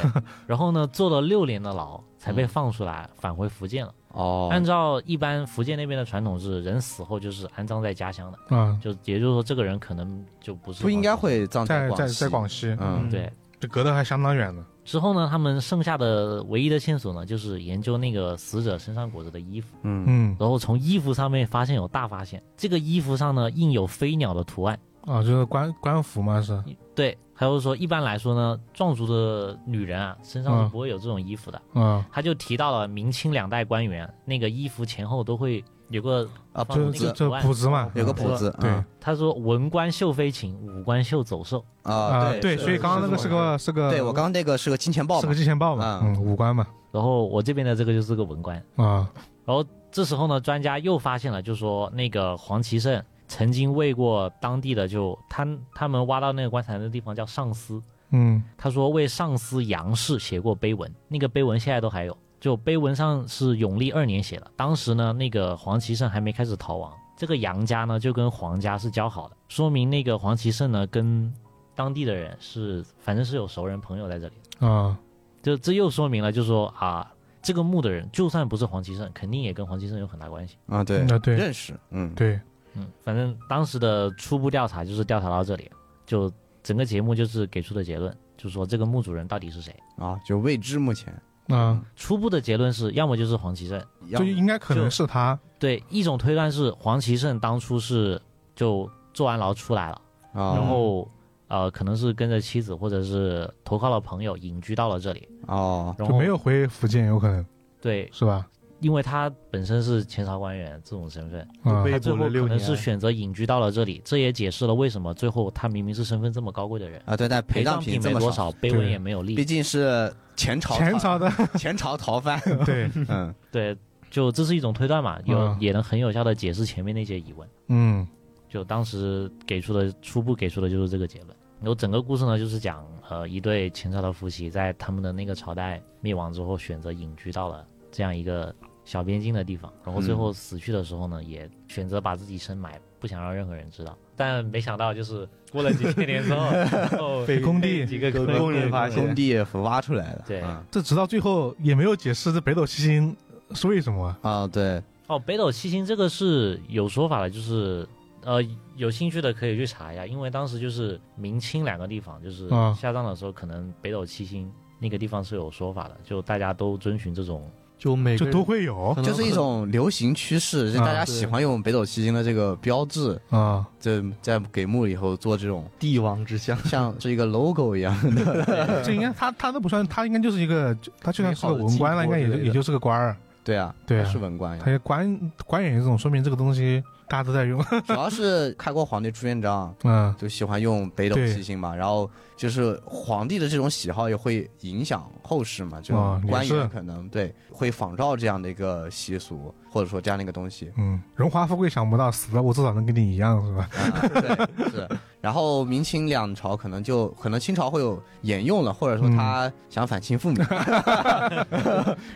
Speaker 2: 然后呢坐了六年的牢才
Speaker 1: 嗯
Speaker 2: 被放出来，返回福建了。按
Speaker 4: 哦，
Speaker 2: 照一般福建那边的传统是，人死后就是安葬在家乡的，
Speaker 1: 啊，
Speaker 2: 就也就是说这个人可能就不是
Speaker 4: 不应该
Speaker 2: 黄奇胜。
Speaker 4: 会葬
Speaker 1: 在在
Speaker 4: 广西。
Speaker 1: 在广西，
Speaker 4: 嗯，
Speaker 2: 对，
Speaker 1: 这隔得还相当远呢。
Speaker 2: 之后呢，他们剩下的唯一的线索呢，就是研究那个死者身上裹着的衣服，
Speaker 4: 嗯
Speaker 1: 嗯
Speaker 2: 然后从衣服上面发现有大发现。这个衣服上呢，印有飞鸟的图案。
Speaker 1: 啊，就是官官服嘛是
Speaker 2: 对，还有说，一般来说呢，壮族的女人啊，身上
Speaker 1: 嗯
Speaker 2: 是不会有这种衣服的。
Speaker 4: 嗯
Speaker 1: 啊，
Speaker 2: 他就提到了明清两代官员那个衣服前后都会有个
Speaker 4: 啊，
Speaker 2: 放
Speaker 1: 就
Speaker 2: 那
Speaker 4: 谱
Speaker 2: 个
Speaker 1: 这
Speaker 4: 子
Speaker 1: 这
Speaker 2: 图案
Speaker 1: 谱子嘛，
Speaker 4: 有个谱子，
Speaker 1: 对
Speaker 4: 嗯
Speaker 2: 他说文官绣飞禽，武官绣走兽。
Speaker 4: 啊，
Speaker 1: 啊对，
Speaker 4: 是
Speaker 1: 所以
Speaker 4: 是
Speaker 1: 刚刚那个
Speaker 4: 这
Speaker 1: 是
Speaker 4: 么回事
Speaker 1: 个是个
Speaker 4: 对我刚刚那个是个金钱豹
Speaker 1: 是
Speaker 4: 嘛
Speaker 1: 个，金钱豹嘛，
Speaker 4: 嗯
Speaker 1: 嗯，五官嘛
Speaker 2: 然后我这边的这个就是个文官。
Speaker 1: 啊
Speaker 2: 然后这时候呢，专家又发现了，就说那个黄奇胜曾经为过当地的就他他们挖到那个棺材的地方叫上思，
Speaker 1: 嗯
Speaker 2: 他说为上思杨氏写过碑文，那个碑文现在都还有，就碑文上是永历二年写的，当时呢那个黄奇胜还没开始逃亡，这个杨家呢就跟黄家是交好的，说明那个黄奇胜呢跟当地的人是反正是有熟人朋友在这里。
Speaker 1: 啊
Speaker 2: 就这又说明了，就说啊，这个墓的人就算不是黄奇胜，肯定也跟黄奇胜有很大关系。
Speaker 4: 啊，对，
Speaker 1: 啊对
Speaker 4: 认识，嗯，
Speaker 1: 对
Speaker 2: 嗯，反正当时的初步调查就是调查到这里，就整个节目就是给出的结论，就说这个墓主人到底是谁。
Speaker 4: 啊，就未知目前，嗯
Speaker 1: 啊，
Speaker 2: 初步的结论是，要么就是黄奇胜。
Speaker 4: 要
Speaker 1: 就应该可能
Speaker 2: 就是
Speaker 1: 他
Speaker 2: 对，一种推断是黄奇胜当初是就坐完牢出来了，
Speaker 1: 哦
Speaker 4: 啊，
Speaker 2: 然后呃，可能是跟着妻子或者是投靠了朋友隐居到了这里，
Speaker 4: 哦，
Speaker 2: 然
Speaker 1: 就
Speaker 2: 后
Speaker 1: 没有回福建，有可能
Speaker 2: 对，
Speaker 1: 是吧？
Speaker 2: 因为他本身是前朝官员这种身份，
Speaker 1: 啊
Speaker 3: 被
Speaker 2: 他最
Speaker 3: 捕
Speaker 2: 后
Speaker 3: 了六
Speaker 2: 可能
Speaker 3: 年，
Speaker 2: 是选择隐居到了这里，这也解释了为什么最后他明明是身份这么高贵的人，
Speaker 4: 啊，对，但
Speaker 2: 陪
Speaker 4: 陪
Speaker 2: 葬
Speaker 4: 葬
Speaker 2: 品
Speaker 4: 品
Speaker 2: 没
Speaker 4: 这么
Speaker 2: 多，少，碑文也没有
Speaker 4: 毕
Speaker 2: 立。
Speaker 4: 竟是前朝
Speaker 1: 前朝的
Speaker 4: 前朝
Speaker 1: (laughs)
Speaker 4: 逃犯， (laughs)
Speaker 1: 对，
Speaker 4: 嗯，
Speaker 2: 对，就这是一种推断嘛，有、
Speaker 1: 嗯
Speaker 2: 也能很有效的解释前面那些疑问。
Speaker 1: 嗯
Speaker 2: 就当时给出的初步给出的就是这个结论。然后整个故事呢，就是讲呃一对前朝的夫妻在他们的那个朝代灭亡之后，选择隐居到了这样一个小边境的地方，然后最后死去的时候呢，也选择把自己深埋，不想让任何人知道。但没想到就是过了几千年之后，哦然后
Speaker 1: 被工地
Speaker 2: 几个
Speaker 3: 工
Speaker 2: 工
Speaker 3: 人发现
Speaker 4: 兄弟挖出来的，
Speaker 2: 对
Speaker 4: 啊
Speaker 1: 这直到最后也没有解释这北斗七星是为什么啊。
Speaker 4: 啊，对，
Speaker 2: 哦，北斗七星这个是有说法的，就是呃，有兴趣的可以去查一下，因为当时就是明清两个地方，就是
Speaker 1: 啊
Speaker 2: 下葬的时候，可能北斗七星那个地方是有说法的，就大家都遵循这种
Speaker 3: 就每个
Speaker 1: 就
Speaker 3: 人
Speaker 1: 都会有
Speaker 3: 可能
Speaker 4: 就是一种流行趋势，就
Speaker 1: 啊
Speaker 4: 大家
Speaker 3: 对
Speaker 4: 喜欢用北斗七星的这个标志，
Speaker 3: 嗯
Speaker 1: 啊，
Speaker 4: 就在给墓以后做这种
Speaker 3: 帝王之相，
Speaker 4: 像是一个 logo 一样 (laughs) 的，
Speaker 1: 这应该他他都不算，他应该就是一个，就他就算是个文官了，
Speaker 3: 美
Speaker 1: 应该
Speaker 3: 好的寄
Speaker 1: 也
Speaker 3: 托之类
Speaker 1: 就
Speaker 3: 的
Speaker 1: 也就是个官儿，
Speaker 4: 对啊，
Speaker 1: 对啊
Speaker 4: 是文官呀
Speaker 1: 他，也官官员这种，说明这个东西大家都在用， (laughs)
Speaker 4: 主要是开国皇帝朱元璋。
Speaker 1: 嗯
Speaker 4: 就喜欢用北斗
Speaker 1: 对
Speaker 4: 七星嘛，然后就是皇帝的这种喜好也会影响后世嘛，就
Speaker 1: 哦也
Speaker 4: 官
Speaker 1: 是
Speaker 4: 员可能对会仿照这样的一个习俗，或者说这样的一个东西。 (laughs)
Speaker 1: 嗯，荣华富贵想不到，死了我至少能跟你一样，是吧？
Speaker 4: 啊，对，是。然后明清两朝可能就可能清朝会有沿用了，或者说他
Speaker 1: 嗯
Speaker 4: 想反清
Speaker 1: (laughs)
Speaker 4: 复明，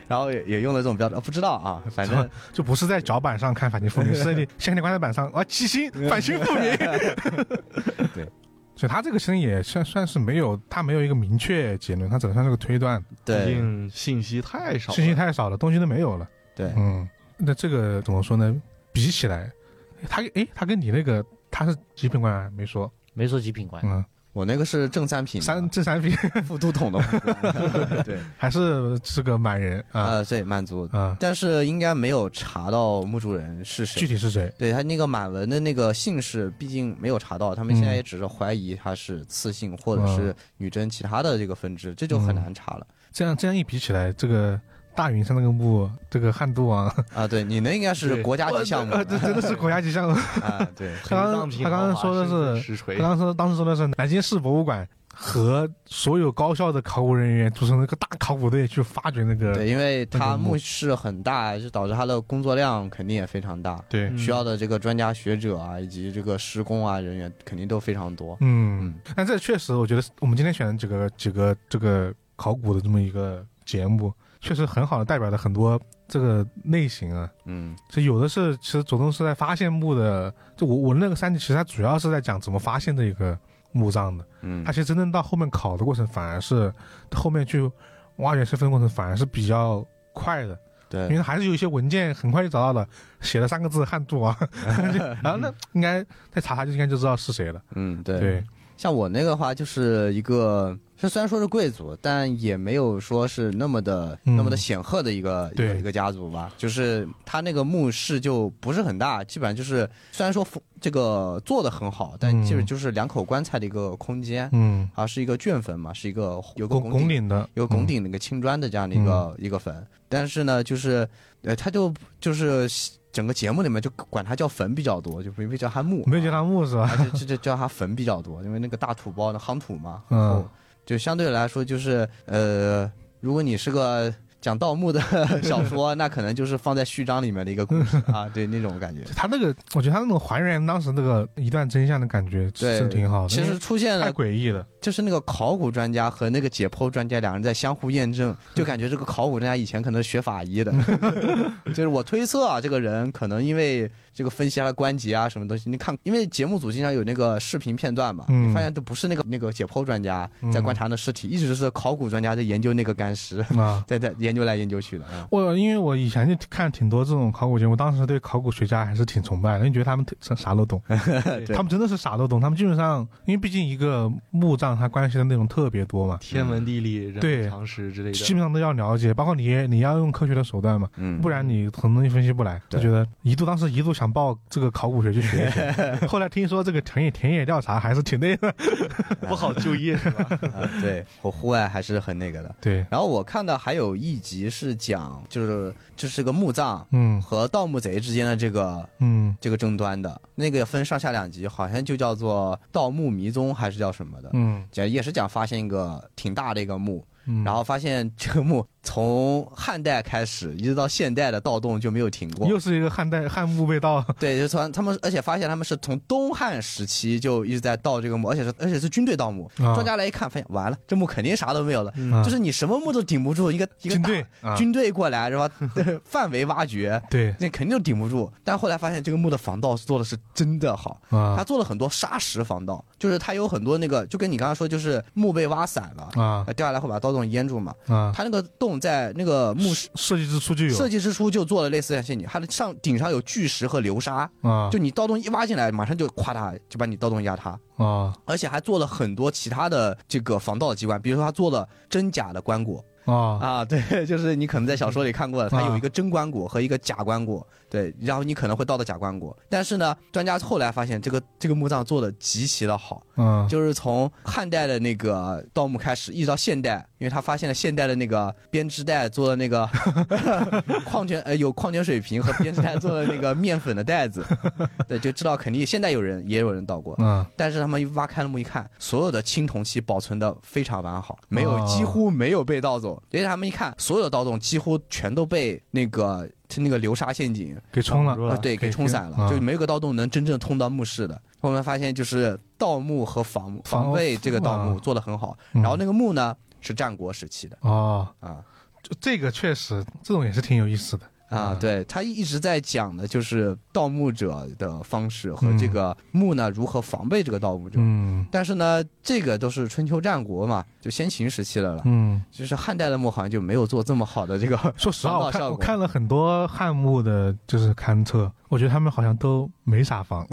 Speaker 4: 然后也也用了这种标准，不知道啊，反正
Speaker 1: 就不是在脚板上看反清复明，是在你向天棺材板上啊，七星反清复 (laughs) 明。
Speaker 4: 对，
Speaker 1: 所以他这个其实也算算是没有，他没有一个明确结论，他只能算是个推断，
Speaker 3: 毕
Speaker 4: 对
Speaker 3: 竟信息太少了，
Speaker 1: 信息太少了，东西都没有了。
Speaker 4: 对，
Speaker 1: 嗯，那这个怎么说呢？比起来，他诶，他跟你那个他是极品官啊没说，
Speaker 2: 没说极品官，
Speaker 1: 嗯，
Speaker 4: 我那个是正三品的，
Speaker 1: 三这三品
Speaker 4: 副都统的皇冠， (laughs) 对，
Speaker 1: (laughs) 还是是个满人啊
Speaker 4: 呃，对，满族，
Speaker 1: 啊，
Speaker 4: 但是应该没有查到墓主人是谁
Speaker 1: 具。体是谁？
Speaker 4: 对他那个满文的那个姓氏，毕竟没有查到，他们
Speaker 1: 嗯
Speaker 4: 现在也只是怀疑他是次姓
Speaker 1: 嗯
Speaker 4: 或者是女真其他的这个分支，这就很难查了。
Speaker 1: 这样这样一比起来，这个大云山那个墓，这个汉都
Speaker 4: (laughs)
Speaker 1: 王，
Speaker 4: 啊，对你那应该是
Speaker 3: 对
Speaker 4: 国家级项目
Speaker 1: (laughs) 呃，这真的是国家级项目。
Speaker 4: (laughs) 啊，
Speaker 1: (laughs)
Speaker 4: 对，
Speaker 1: 他刚
Speaker 3: 很
Speaker 1: 他刚刚说的是
Speaker 3: 啊实
Speaker 1: 他
Speaker 3: 锤，
Speaker 1: 当时当时说的是南京市博物馆和所有高校的考古人员组成了一个大考古队去发掘那个，
Speaker 4: 对，因为
Speaker 1: 那
Speaker 4: 它
Speaker 1: 个墓
Speaker 4: 墓室很大，就导致它的工作量肯定也非常大，
Speaker 1: 对
Speaker 3: 嗯
Speaker 4: 需要的这个专家学者啊，以及这个施工啊人员肯定都非常多。
Speaker 1: 嗯，但这确实，我觉得我们今天选的几个几个这个考古的这么一个节目，确实很好的代表了很多这个类型啊。
Speaker 4: 嗯
Speaker 1: 这有的是，其实着重是在发现墓的，就我我那个三集，其实它主要是在讲怎么发现这个墓葬的。
Speaker 4: 嗯
Speaker 1: 它其实真正到后面考的过程，反而是后面去挖掘身份过程反而是比较快的，因为
Speaker 4: 对，
Speaker 1: 它还是有一些文件很快就找到了，写了三个字“汉族王”， (laughs) 然后那应该再查查就应该就知道是谁了。
Speaker 4: 嗯对。
Speaker 1: 对，
Speaker 4: 像我那个话，就是一个，这虽然说是贵族，但也没有说是那么的、
Speaker 1: 嗯
Speaker 4: 那么的显赫的一个一个
Speaker 1: 对
Speaker 4: 一个家族吧。就是他那个墓室就不是很大，基本上就是虽然说风这个做的很好，但
Speaker 1: 嗯
Speaker 4: 基本就是两口棺材的一个空间、
Speaker 1: 嗯，
Speaker 4: 啊，是一个圈坟嘛，是一个有个
Speaker 1: 拱拱
Speaker 4: 顶
Speaker 1: 顶嗯的，嗯
Speaker 4: 有拱顶那个青砖的这样的一个、一个坟，但是呢，就是呃，他就就是整个节目里面就管它叫坟比较多，就不会叫它墓，
Speaker 1: 没有结账木是吧？ (laughs)
Speaker 4: 啊，就就就叫它坟比较多，因为那个大土包的夯土嘛，
Speaker 1: 嗯
Speaker 4: 然后就相对来说就是呃，如果你是个讲盗墓的
Speaker 1: (laughs)
Speaker 4: 小说，那可能就是放在序章里面的一个故事啊，对那种感觉。
Speaker 1: 他那个，我觉得他那种还原当时那个一段真相的感觉
Speaker 4: 对
Speaker 1: 是 (laughs) 挺好的，
Speaker 4: 其实出现
Speaker 1: 太
Speaker 4: 了，
Speaker 1: 诡异
Speaker 4: (laughs)
Speaker 1: 了。
Speaker 4: 就是那个考古专家和那个解剖专家两人在相互验证，就感觉这个考古专家以前可能是学法医的， (laughs) 就是我推测啊，这个人可能因为这个分析他的关节啊什么东西，你看，因为节目组经常有那个视频片段嘛，
Speaker 1: 嗯
Speaker 4: 你发现都不是那个那个解剖专家
Speaker 1: 嗯
Speaker 4: 在观察那尸体，一直是考古专家在研究那个干尸， (laughs)
Speaker 1: 啊，
Speaker 4: 在在研究来研究去的啊。
Speaker 1: 我因为我以前就看挺多这种考古节目，当时对考古学家还是挺崇拜的，因为觉得他们挺啥啥都
Speaker 4: (laughs)
Speaker 1: 懂，他们真的是啥都懂。他们基本上，因为毕竟一个墓葬，它关系的内容特别多嘛，
Speaker 3: 天文地理、人
Speaker 1: 对
Speaker 3: 文常识之类
Speaker 1: 基
Speaker 3: 的。
Speaker 1: 本上都要了解，包括你也你要用科学的手段嘛，
Speaker 4: 嗯
Speaker 1: (laughs) 不然你很容易分析不来。就
Speaker 4: 对
Speaker 1: 觉得一度当时一度想报这个考古学去学一
Speaker 4: (laughs)
Speaker 1: 学，后来听说这个田野田野调查还是挺累的。
Speaker 3: 不好就业是吧？
Speaker 4: 啊对我户外还是很那个的。
Speaker 1: 对，
Speaker 4: 然后我看到还有一集是讲，就是就是个墓葬
Speaker 1: 嗯
Speaker 4: 和盗墓贼之间的这个
Speaker 1: 嗯。
Speaker 4: 这个争端的，那个分上下两集，好像就叫做《盗墓迷踪》还是叫什么的，
Speaker 1: 嗯
Speaker 4: 讲也是讲发现一个挺大的一个墓，
Speaker 1: 嗯，
Speaker 4: 然后发现这个墓从汉代开始一直到现代的盗洞就没有停过。
Speaker 1: 又是一个汉代汉墓被盗，
Speaker 4: 对，就从他们，而且发现他们是从东汉时期就一直在盗这个墓，而且是而且是军队盗墓。
Speaker 1: 啊
Speaker 4: (laughs) 专家来一看，发现完了，这墓肯定啥都没有了，
Speaker 1: 啊
Speaker 4: 就是你什么墓都顶不住，一个一个
Speaker 1: 军
Speaker 4: 大
Speaker 1: 队啊
Speaker 4: 军队过来是吧？ (laughs) 范围挖掘，
Speaker 1: 对
Speaker 4: 那肯定顶不住。但后来发现这个墓的防盗做的是真的好，他
Speaker 1: 啊
Speaker 4: 做了很多砂石防盗，就是他有很多那个，就跟你刚刚说，就是墓被挖散了，
Speaker 1: 啊
Speaker 4: 呃掉下来会把盗洞淹住嘛。
Speaker 1: 啊，哦
Speaker 4: 他那个洞在那个墓室
Speaker 1: 设计之初就有
Speaker 4: 设计之初就做了类似的陷阱，它的上顶上有巨石和流沙，
Speaker 1: 啊
Speaker 4: 就你盗洞一挖进来，马上就咵嗒就把你盗洞压塌。
Speaker 1: 啊
Speaker 4: 而且还做了很多其他的这个防盗机关，比如说他做了真假的棺椁
Speaker 1: 啊
Speaker 4: 啊，对， (laughs) 就是你可能在小说里看过的，它
Speaker 1: 啊
Speaker 4: 有一个真棺椁和一个假棺椁，对，然后你可能会盗到假棺椁，但是呢，专家后来发现这个这个墓葬做的极其的好，
Speaker 1: 啊，
Speaker 4: 就是从汉代的那个盗墓开始，一直到现代，因为他发现了现代的那个编织袋做的
Speaker 1: (laughs)
Speaker 4: 那个矿泉呃有矿泉水瓶和编织袋做的那个面粉的袋子， (laughs) 对，就知道肯定现在有人也有人盗过。
Speaker 1: 啊
Speaker 4: 但是他们一挖开了墓一看，所有的青铜器保存的非常完好，没有
Speaker 1: 哦
Speaker 4: 几乎没有被盗走。而且他们一看，所有的盗洞几乎全都被那个那个流沙陷阱
Speaker 1: 给 (laughs) 冲了
Speaker 4: 啊，对，
Speaker 1: 可以
Speaker 4: 给冲散
Speaker 1: 可以
Speaker 4: 了，
Speaker 1: 啊
Speaker 4: 就没有一个盗洞能真正通到墓室的。后面发现就是盗墓和防
Speaker 1: 防
Speaker 4: 防卫这个盗墓
Speaker 1: 啊
Speaker 4: 做得很好，
Speaker 1: 哦嗯
Speaker 4: 然后那个墓呢是战国时期的
Speaker 1: 哦，
Speaker 4: 啊
Speaker 1: 就这个确实这种也是挺有意思的
Speaker 4: 啊，对他一直在讲的就是盗墓者的方式和
Speaker 1: 嗯
Speaker 4: 这个墓呢如何防备这个盗墓者。
Speaker 1: 嗯
Speaker 4: 但是呢，这个都是春秋战国嘛，就先秦时期的了。
Speaker 1: 嗯。
Speaker 4: 就是汉代的墓好像就没有做这么好的这个
Speaker 1: (laughs) 说实话，
Speaker 4: 防盗
Speaker 1: 我看
Speaker 4: 效
Speaker 1: 我
Speaker 4: 果
Speaker 1: 看了很多汉墓的，就是勘测，我觉得他们好像都没啥防，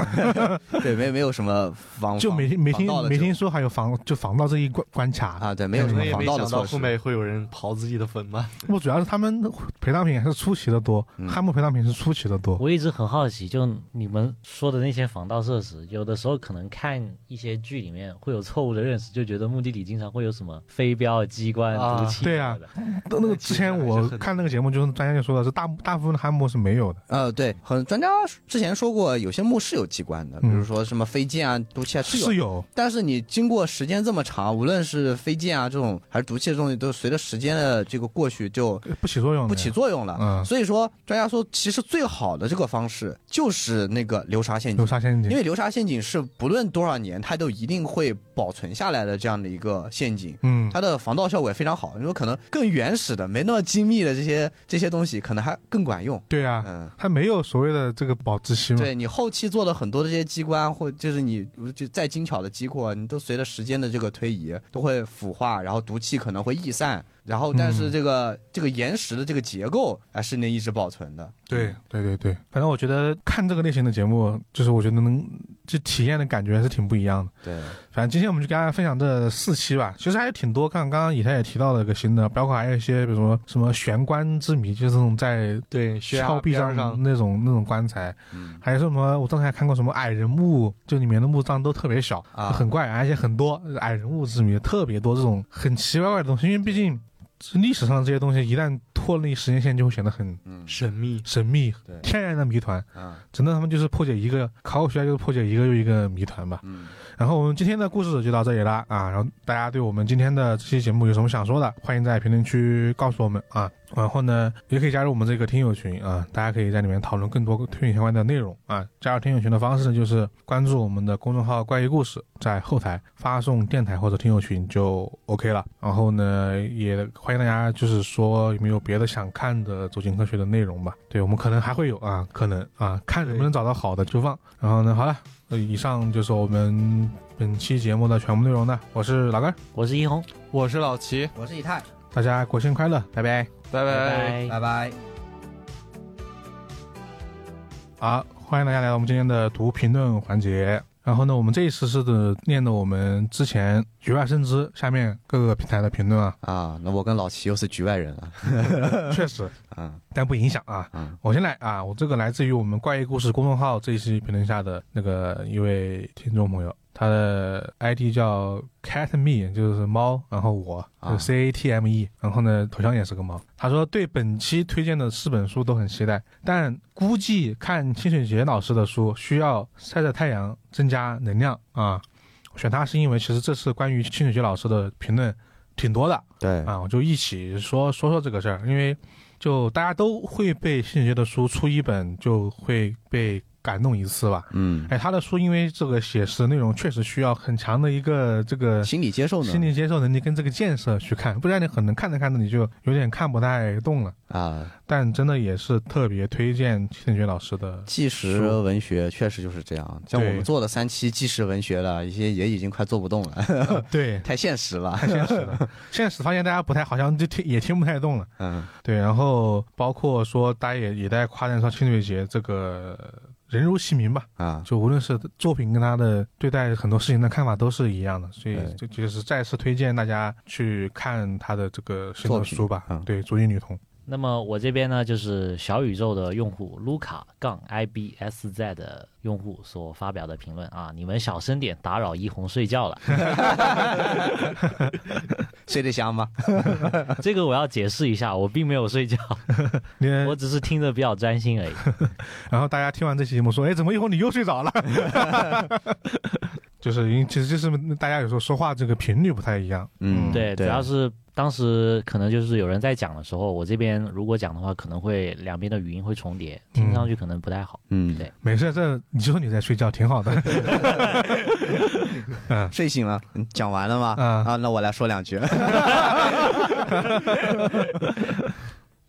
Speaker 4: 对，没没有什么防
Speaker 1: 就没
Speaker 4: 防
Speaker 1: 听没
Speaker 4: 防盗
Speaker 1: 听
Speaker 4: 的
Speaker 1: 没
Speaker 4: 这
Speaker 1: 听说还有防就防盗这一关关卡
Speaker 4: 种啊，对，没有
Speaker 1: 嗯
Speaker 4: 什
Speaker 1: 可
Speaker 4: 么
Speaker 1: 能也
Speaker 4: 防
Speaker 3: 没
Speaker 4: 盗的
Speaker 3: 想到
Speaker 4: 措施
Speaker 3: 后。面会有人刨自己的坟吗？
Speaker 1: 我主要是他们陪葬品还是出奇的多，
Speaker 4: 嗯
Speaker 1: 汉墓陪葬品是出奇的多。
Speaker 2: 我一直很好奇，就你们说的那些防盗设施，有的时候可能看一些剧里面会有错误的认识，就觉得墓地里经常会有什么飞镖、机关、
Speaker 3: 啊
Speaker 2: 毒气
Speaker 1: 对
Speaker 2: 啊
Speaker 1: 啊
Speaker 2: 的。
Speaker 1: 那那个之前我看那个节目，就是专家就说的是大大部分的汉墓是没有的。
Speaker 4: 呃，对，很专家之前说过，有些墓是有机关的，比如说什么飞剑啊、毒气啊是
Speaker 1: 嗯
Speaker 4: 有
Speaker 1: 是有，
Speaker 4: 但是你经过时间这么长，无论是飞剑啊这种，还是毒气的东西，都随着时间的这个过去就
Speaker 1: 不起作用的，
Speaker 4: 不起作用了。
Speaker 1: 嗯
Speaker 4: 所以说，专家说，其实最好的这个方式就是那个流沙陷阱
Speaker 1: 流。沙陷
Speaker 4: 因
Speaker 1: 阱。
Speaker 4: 为流沙陷阱是不论多少年，它都一定会保存下来的这样的一个陷阱，
Speaker 1: 嗯，
Speaker 4: 它的防盗效果也非常好。你说可能更原始的、没那么精密的这些这些东西，可能还更管用。
Speaker 1: 对啊，
Speaker 4: 嗯，
Speaker 1: 它没有所谓的这个保质期嘛。
Speaker 4: 对你后期做的很多的这些机关，或就是你就再精巧的机括，你都随着时间的这个推移都会腐化，然后毒气可能会逸散，然后但是
Speaker 1: 嗯
Speaker 4: 这个、这个岩石的这个结构还是能一直保存的。
Speaker 1: 对对对对，反正我觉得看这个类型的节目，就是我觉得能就体验的感觉还是挺不一样的。
Speaker 4: 对，
Speaker 1: 反正今天我们就跟大家分享这四期吧，其实还有挺多。看刚刚以太也提到了一个新的，包括还有一些，比如说什么玄关之谜，就是这种在
Speaker 3: 对，
Speaker 1: 峭壁上
Speaker 3: 上
Speaker 1: 那种那种棺材，
Speaker 4: 嗯，
Speaker 1: 还有什么我刚才还看过什么矮人墓，就里面的墓葬都特别小，
Speaker 4: 啊
Speaker 1: 很怪，而且很多矮人墓之谜特别多，这种很奇怪怪的东西，因为毕竟历史上这些东西一旦脱离时间线，就会显得很
Speaker 4: 嗯，
Speaker 3: 神秘，
Speaker 1: 神秘
Speaker 4: 对，
Speaker 1: 天然的谜团。
Speaker 4: 嗯
Speaker 1: 只能他们就是破解一个考古学家就是破解一个又一个谜团吧。
Speaker 4: 嗯，
Speaker 1: 然后我们今天的故事就到这里啦啊！然后大家对我们今天的这期节目有什么想说的，欢迎在评论区告诉我们啊。然后呢，也可以加入我们这个听友群啊，大家可以在里面讨论更多推理相关的内容啊。加入听友群的方式呢，就是关注我们的公众号“怪异故事”，在后台发送电台或者听友群就 OK 了。然后呢，也欢迎大家就是说有没有别的想看的走进科学的内容吧？对我们可能还会有啊，可能啊，看能不能找到好的就放。然后呢，好了。呃，以上就是我们本期节目的全部内容了。我是老根儿，
Speaker 2: 我是一红，
Speaker 3: 我是老齐，
Speaker 4: 我是以太，
Speaker 1: 大家国庆快乐，拜拜。
Speaker 3: 拜
Speaker 2: 拜
Speaker 3: 拜
Speaker 4: 拜拜。，
Speaker 1: 好，欢迎大家来到我们今天的读评论环节。然后呢，我们这一次是的念的我们之前局外生枝下面各个平台的评论啊
Speaker 4: 啊，那我跟老齐又是局外人
Speaker 1: (laughs)
Speaker 4: 了。
Speaker 1: 确实，
Speaker 4: (laughs) 嗯
Speaker 1: 但不影响啊。
Speaker 4: 嗯
Speaker 1: 我先来啊，我这个来自于我们怪异故事公众号这一期评论下的那个一位听众朋友，他的 ID 叫 cat me，就是猫，然后我
Speaker 4: 啊
Speaker 1: 就是 c a t m e，然后呢头像也是个猫。他说对本期推荐的四本书都很期待，但估计看清水节老师的书需要晒晒太阳，增加能量啊。我选他是因为其实这次关于清水节老师的评论挺多的，
Speaker 4: 对，
Speaker 1: 啊，我就一起说说说这个事儿，因为就大家都会被新学的书出一本就会被感动一次吧。
Speaker 4: 嗯，
Speaker 1: 哎，他的书因为这个写实内容确实需要很强的一个这个
Speaker 4: 心理接受
Speaker 1: 心
Speaker 4: 呢？
Speaker 1: 理接受能力跟这个建设去看，不然你可能看着看着你就有点看不太动了。
Speaker 4: 啊，
Speaker 1: 但真的也是特别推荐新学老师的，
Speaker 4: 纪实
Speaker 1: 书
Speaker 4: 文学确实就是这样，像
Speaker 1: 对
Speaker 4: 我们做的三期纪实文学了，一些也已经快做不动了， (laughs)
Speaker 1: 对，
Speaker 4: 太现实了。
Speaker 1: 太现实
Speaker 4: (laughs)
Speaker 1: 了。现实发现大家不太好像就听也听不太动了。
Speaker 4: 嗯
Speaker 1: 对，然后包括说大家也也在夸赞说清水节这个人如其名吧，
Speaker 4: 啊，
Speaker 1: 就无论是作品跟他的对待很多事情的看法都是一样的，所以
Speaker 4: 对
Speaker 1: 就就是再次推荐大家去看他的这个新
Speaker 4: 作
Speaker 1: 的
Speaker 4: 品
Speaker 1: 书吧。
Speaker 4: 嗯
Speaker 1: 对，《足印女童》
Speaker 2: 那么我这边呢，就是小宇宙的用户卢卡杠 IBSZ 的用户所发表的评论啊，你们小声点，打扰一红睡觉了。
Speaker 4: 睡得香吗？
Speaker 2: 这个我要解释一下，我并没有睡觉，
Speaker 1: 你。
Speaker 2: 我只是听着比较专心而已。
Speaker 1: 然后大家听完这期节目说：“哎，怎么一会儿你又睡着了？” (laughs) 就是因为其实就是大家有时候说话这个频率不太一样。
Speaker 4: 嗯
Speaker 2: 对，主要是当时可能就是有人在讲的时候，我这边如果讲的话，可能会两边的语音会重叠，听上去可能不太好。
Speaker 4: 嗯
Speaker 2: 对
Speaker 1: 没事，这你就说你在睡觉挺好
Speaker 4: (laughs)
Speaker 1: 的。嗯
Speaker 4: 睡醒了，嗯讲完了吗？
Speaker 1: 啊
Speaker 4: 啊，那我来说两句。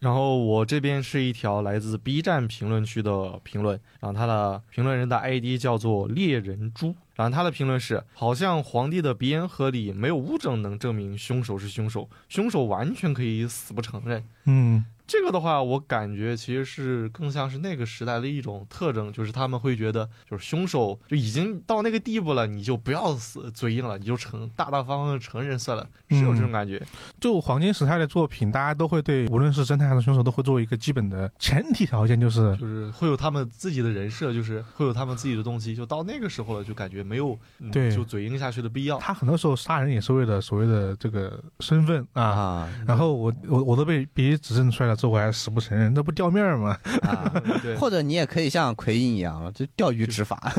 Speaker 3: 然后我这边是一条来自 B 站评论区的评论，然后他的评论人的 ID 叫做猎人猪，然后他的评论是：好像皇帝的鼻烟盒里没有物证能证明凶手是凶手，凶手完全可以死不承认。
Speaker 1: 嗯，
Speaker 3: 这个的话，我感觉其实是更像是那个时代的一种特征，就是他们会觉得，就是凶手就已经到那个地步了，你就不要死嘴硬了，你就承大大方方的承认算了，是有这种感觉。
Speaker 1: 就黄金时代的作品，大家都会对无论是侦探还是凶手，都会做一个基本的前提条件，就是
Speaker 3: 就是会有他们自己的人设，就是会有他们自己的动机。就到那个时候了，就感觉没有、嗯
Speaker 1: 对
Speaker 3: 就嘴硬下去的
Speaker 1: (laughs)
Speaker 3: 必要。
Speaker 1: 他很多时候杀人也是为了所谓的这个身份啊。
Speaker 4: 啊
Speaker 1: 然后我我我都被别人指证出来了，之后我还死不承认，那不掉面儿吗？
Speaker 4: 啊！
Speaker 3: 对，
Speaker 4: 或者你也可以像奎因一样，就钓鱼执法， (laughs)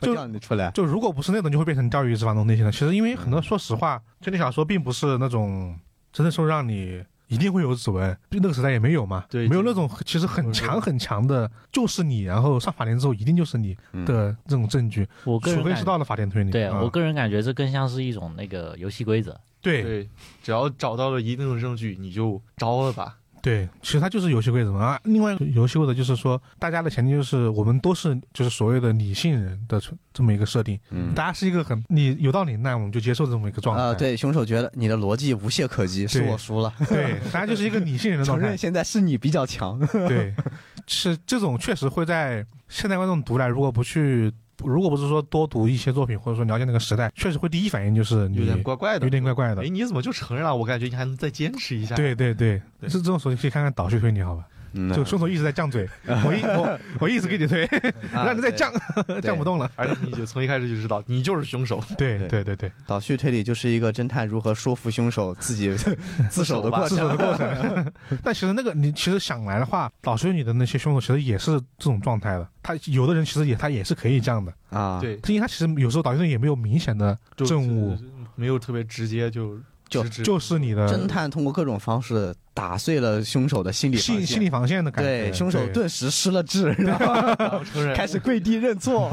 Speaker 1: 就
Speaker 4: 钓你出来。
Speaker 1: 就如果不是那种，就会变成钓鱼执法那种类型的。其实因为很多，说实话，推理小说并不是那种真的说让你一定会有指纹，就那个时代也没有嘛，
Speaker 3: 对
Speaker 1: 没有那种其实很
Speaker 3: 对
Speaker 1: 强很强的，就是你，然后上法庭之后一定就是你的这种证据，
Speaker 2: 我个人
Speaker 1: 除非
Speaker 2: 感
Speaker 1: 是到了法庭推理。
Speaker 2: 对、
Speaker 1: 啊
Speaker 2: 我个人感觉这更像是一种那个游戏规则。
Speaker 1: 对
Speaker 3: 对，只要找到了一定的证据，你就招了吧。
Speaker 1: 对，其实它就是游戏规则嘛。啊另外一个游戏规则就是说，大家的前提就是我们都是就是所谓的理性人的这么一个设定，
Speaker 4: 嗯
Speaker 1: 大家是一个很你有道理，那我们就接受这么一个状态。
Speaker 4: 啊，对，凶手觉得你的逻辑无懈可击，是
Speaker 1: 对
Speaker 4: 我输了，
Speaker 1: 对，大家就是一个理性人的
Speaker 4: 承
Speaker 1: 状态
Speaker 4: (laughs) 认。现在是你比较
Speaker 1: (laughs)
Speaker 4: 强。
Speaker 1: 对，是这种确实会在现代观众读来，如果不去，如果不是说多读一些作品，或者说了解那个时代，确实会第一反应就是你
Speaker 3: 有点怪怪的
Speaker 1: 有。点怪怪的
Speaker 3: 哎，。你怎么就承认了？我感觉你还能再坚持一下。，
Speaker 1: 对对对，
Speaker 3: 啊对
Speaker 1: 是这种时候你可以看看导叙推理，好吧？
Speaker 4: 嗯
Speaker 1: 就凶手一直在犟嘴，我一我我一直给你推，
Speaker 4: 嗯
Speaker 1: (laughs) 让你再犟，
Speaker 4: 啊
Speaker 1: 犟不动了。
Speaker 3: 而且你就从一开始就知道你就是凶手。
Speaker 1: 对
Speaker 4: 对
Speaker 1: 对对对，
Speaker 4: 导叙推理就是一个侦探如何说服凶手自己 (laughs) 自首的过
Speaker 1: 自首
Speaker 4: 程。
Speaker 1: 的过程。但其实那个你其实想来的话，导叙推理的那些凶手其实也是这种状态的。他有的人其实也他也是可以这样的，
Speaker 4: 啊，，
Speaker 3: 对，
Speaker 1: 因为他其实有时候导叙推理也没有明显的
Speaker 3: 就
Speaker 1: 正午
Speaker 3: 就没有特别直接就
Speaker 4: 就
Speaker 3: 直指
Speaker 1: 就是你的
Speaker 4: 侦探通过各种方式打碎了凶手的心理防
Speaker 1: 心心
Speaker 4: 线，
Speaker 1: 理防线的感觉。
Speaker 4: 对，凶手顿时失了智，然后
Speaker 3: 然后
Speaker 1: (laughs)
Speaker 3: 承认
Speaker 4: 开始跪地认错。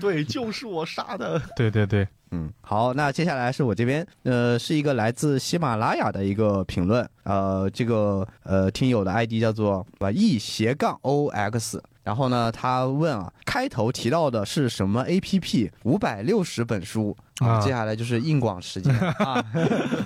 Speaker 3: 对，就是我杀的。
Speaker 1: 对对对，
Speaker 4: 嗯，好，那接下来是我这边，呃，是一个来自喜马拉雅的一个评论，呃，这个呃听友的 ID 叫做啊 e 斜杠 o x，然后呢，他问啊，开头提到的是什么 A P P？五百六十本书
Speaker 1: 啊
Speaker 4: 接下来就是硬广
Speaker 1: (laughs)
Speaker 4: 时间啊，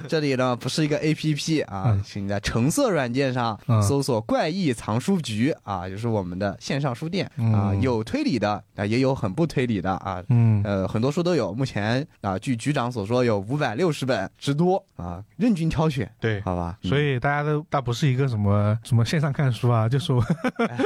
Speaker 4: 这里呢不是一个 A P P 啊
Speaker 1: 嗯，
Speaker 4: 是你在橙色软件上
Speaker 1: 嗯
Speaker 4: 搜索“怪异藏书局”啊，就是我们的线上书店啊，
Speaker 1: 嗯
Speaker 4: 有推理的啊，也有很不推理的啊，
Speaker 1: 嗯，
Speaker 4: 呃，很多书都有。目前啊，据局长所说，有五百六十本之多啊，任君挑选，
Speaker 1: 对。
Speaker 4: 好吧？嗯
Speaker 1: 所以大家都，它不是一个什么什么线上看书啊，就是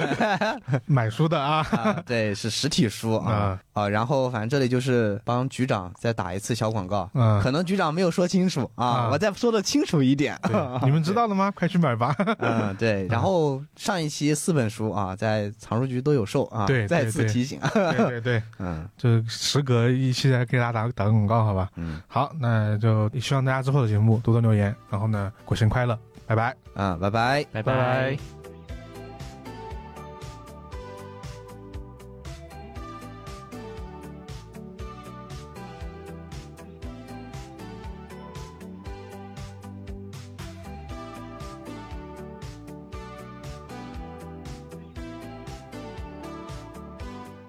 Speaker 4: (laughs)
Speaker 1: 买书的啊
Speaker 4: 嗯、啊，对，是实体书 (laughs) 啊
Speaker 1: 啊
Speaker 4: 啊。然后反正这里就是帮局长再打一次小广告，
Speaker 1: 啊！
Speaker 4: 可能局长没有说清楚啊，
Speaker 1: 啊
Speaker 4: 我再说的清楚一
Speaker 1: (laughs)
Speaker 4: 点。 (laughs)
Speaker 1: 对，你们知道了吗？快去买吧！
Speaker 4: 嗯，对。然后上一期四本书啊，在藏书局都有售啊，
Speaker 1: 对对
Speaker 4: 再次提醒。啊
Speaker 1: (laughs) 对对对，
Speaker 4: 嗯
Speaker 1: 就时隔一期来给大家打打个广告，好吧？
Speaker 4: 嗯
Speaker 1: 好，那就希望大家之后的节目多多留言，然后呢，国庆快乐，拜拜。
Speaker 4: 嗯，拜拜。
Speaker 2: 拜
Speaker 3: 拜拜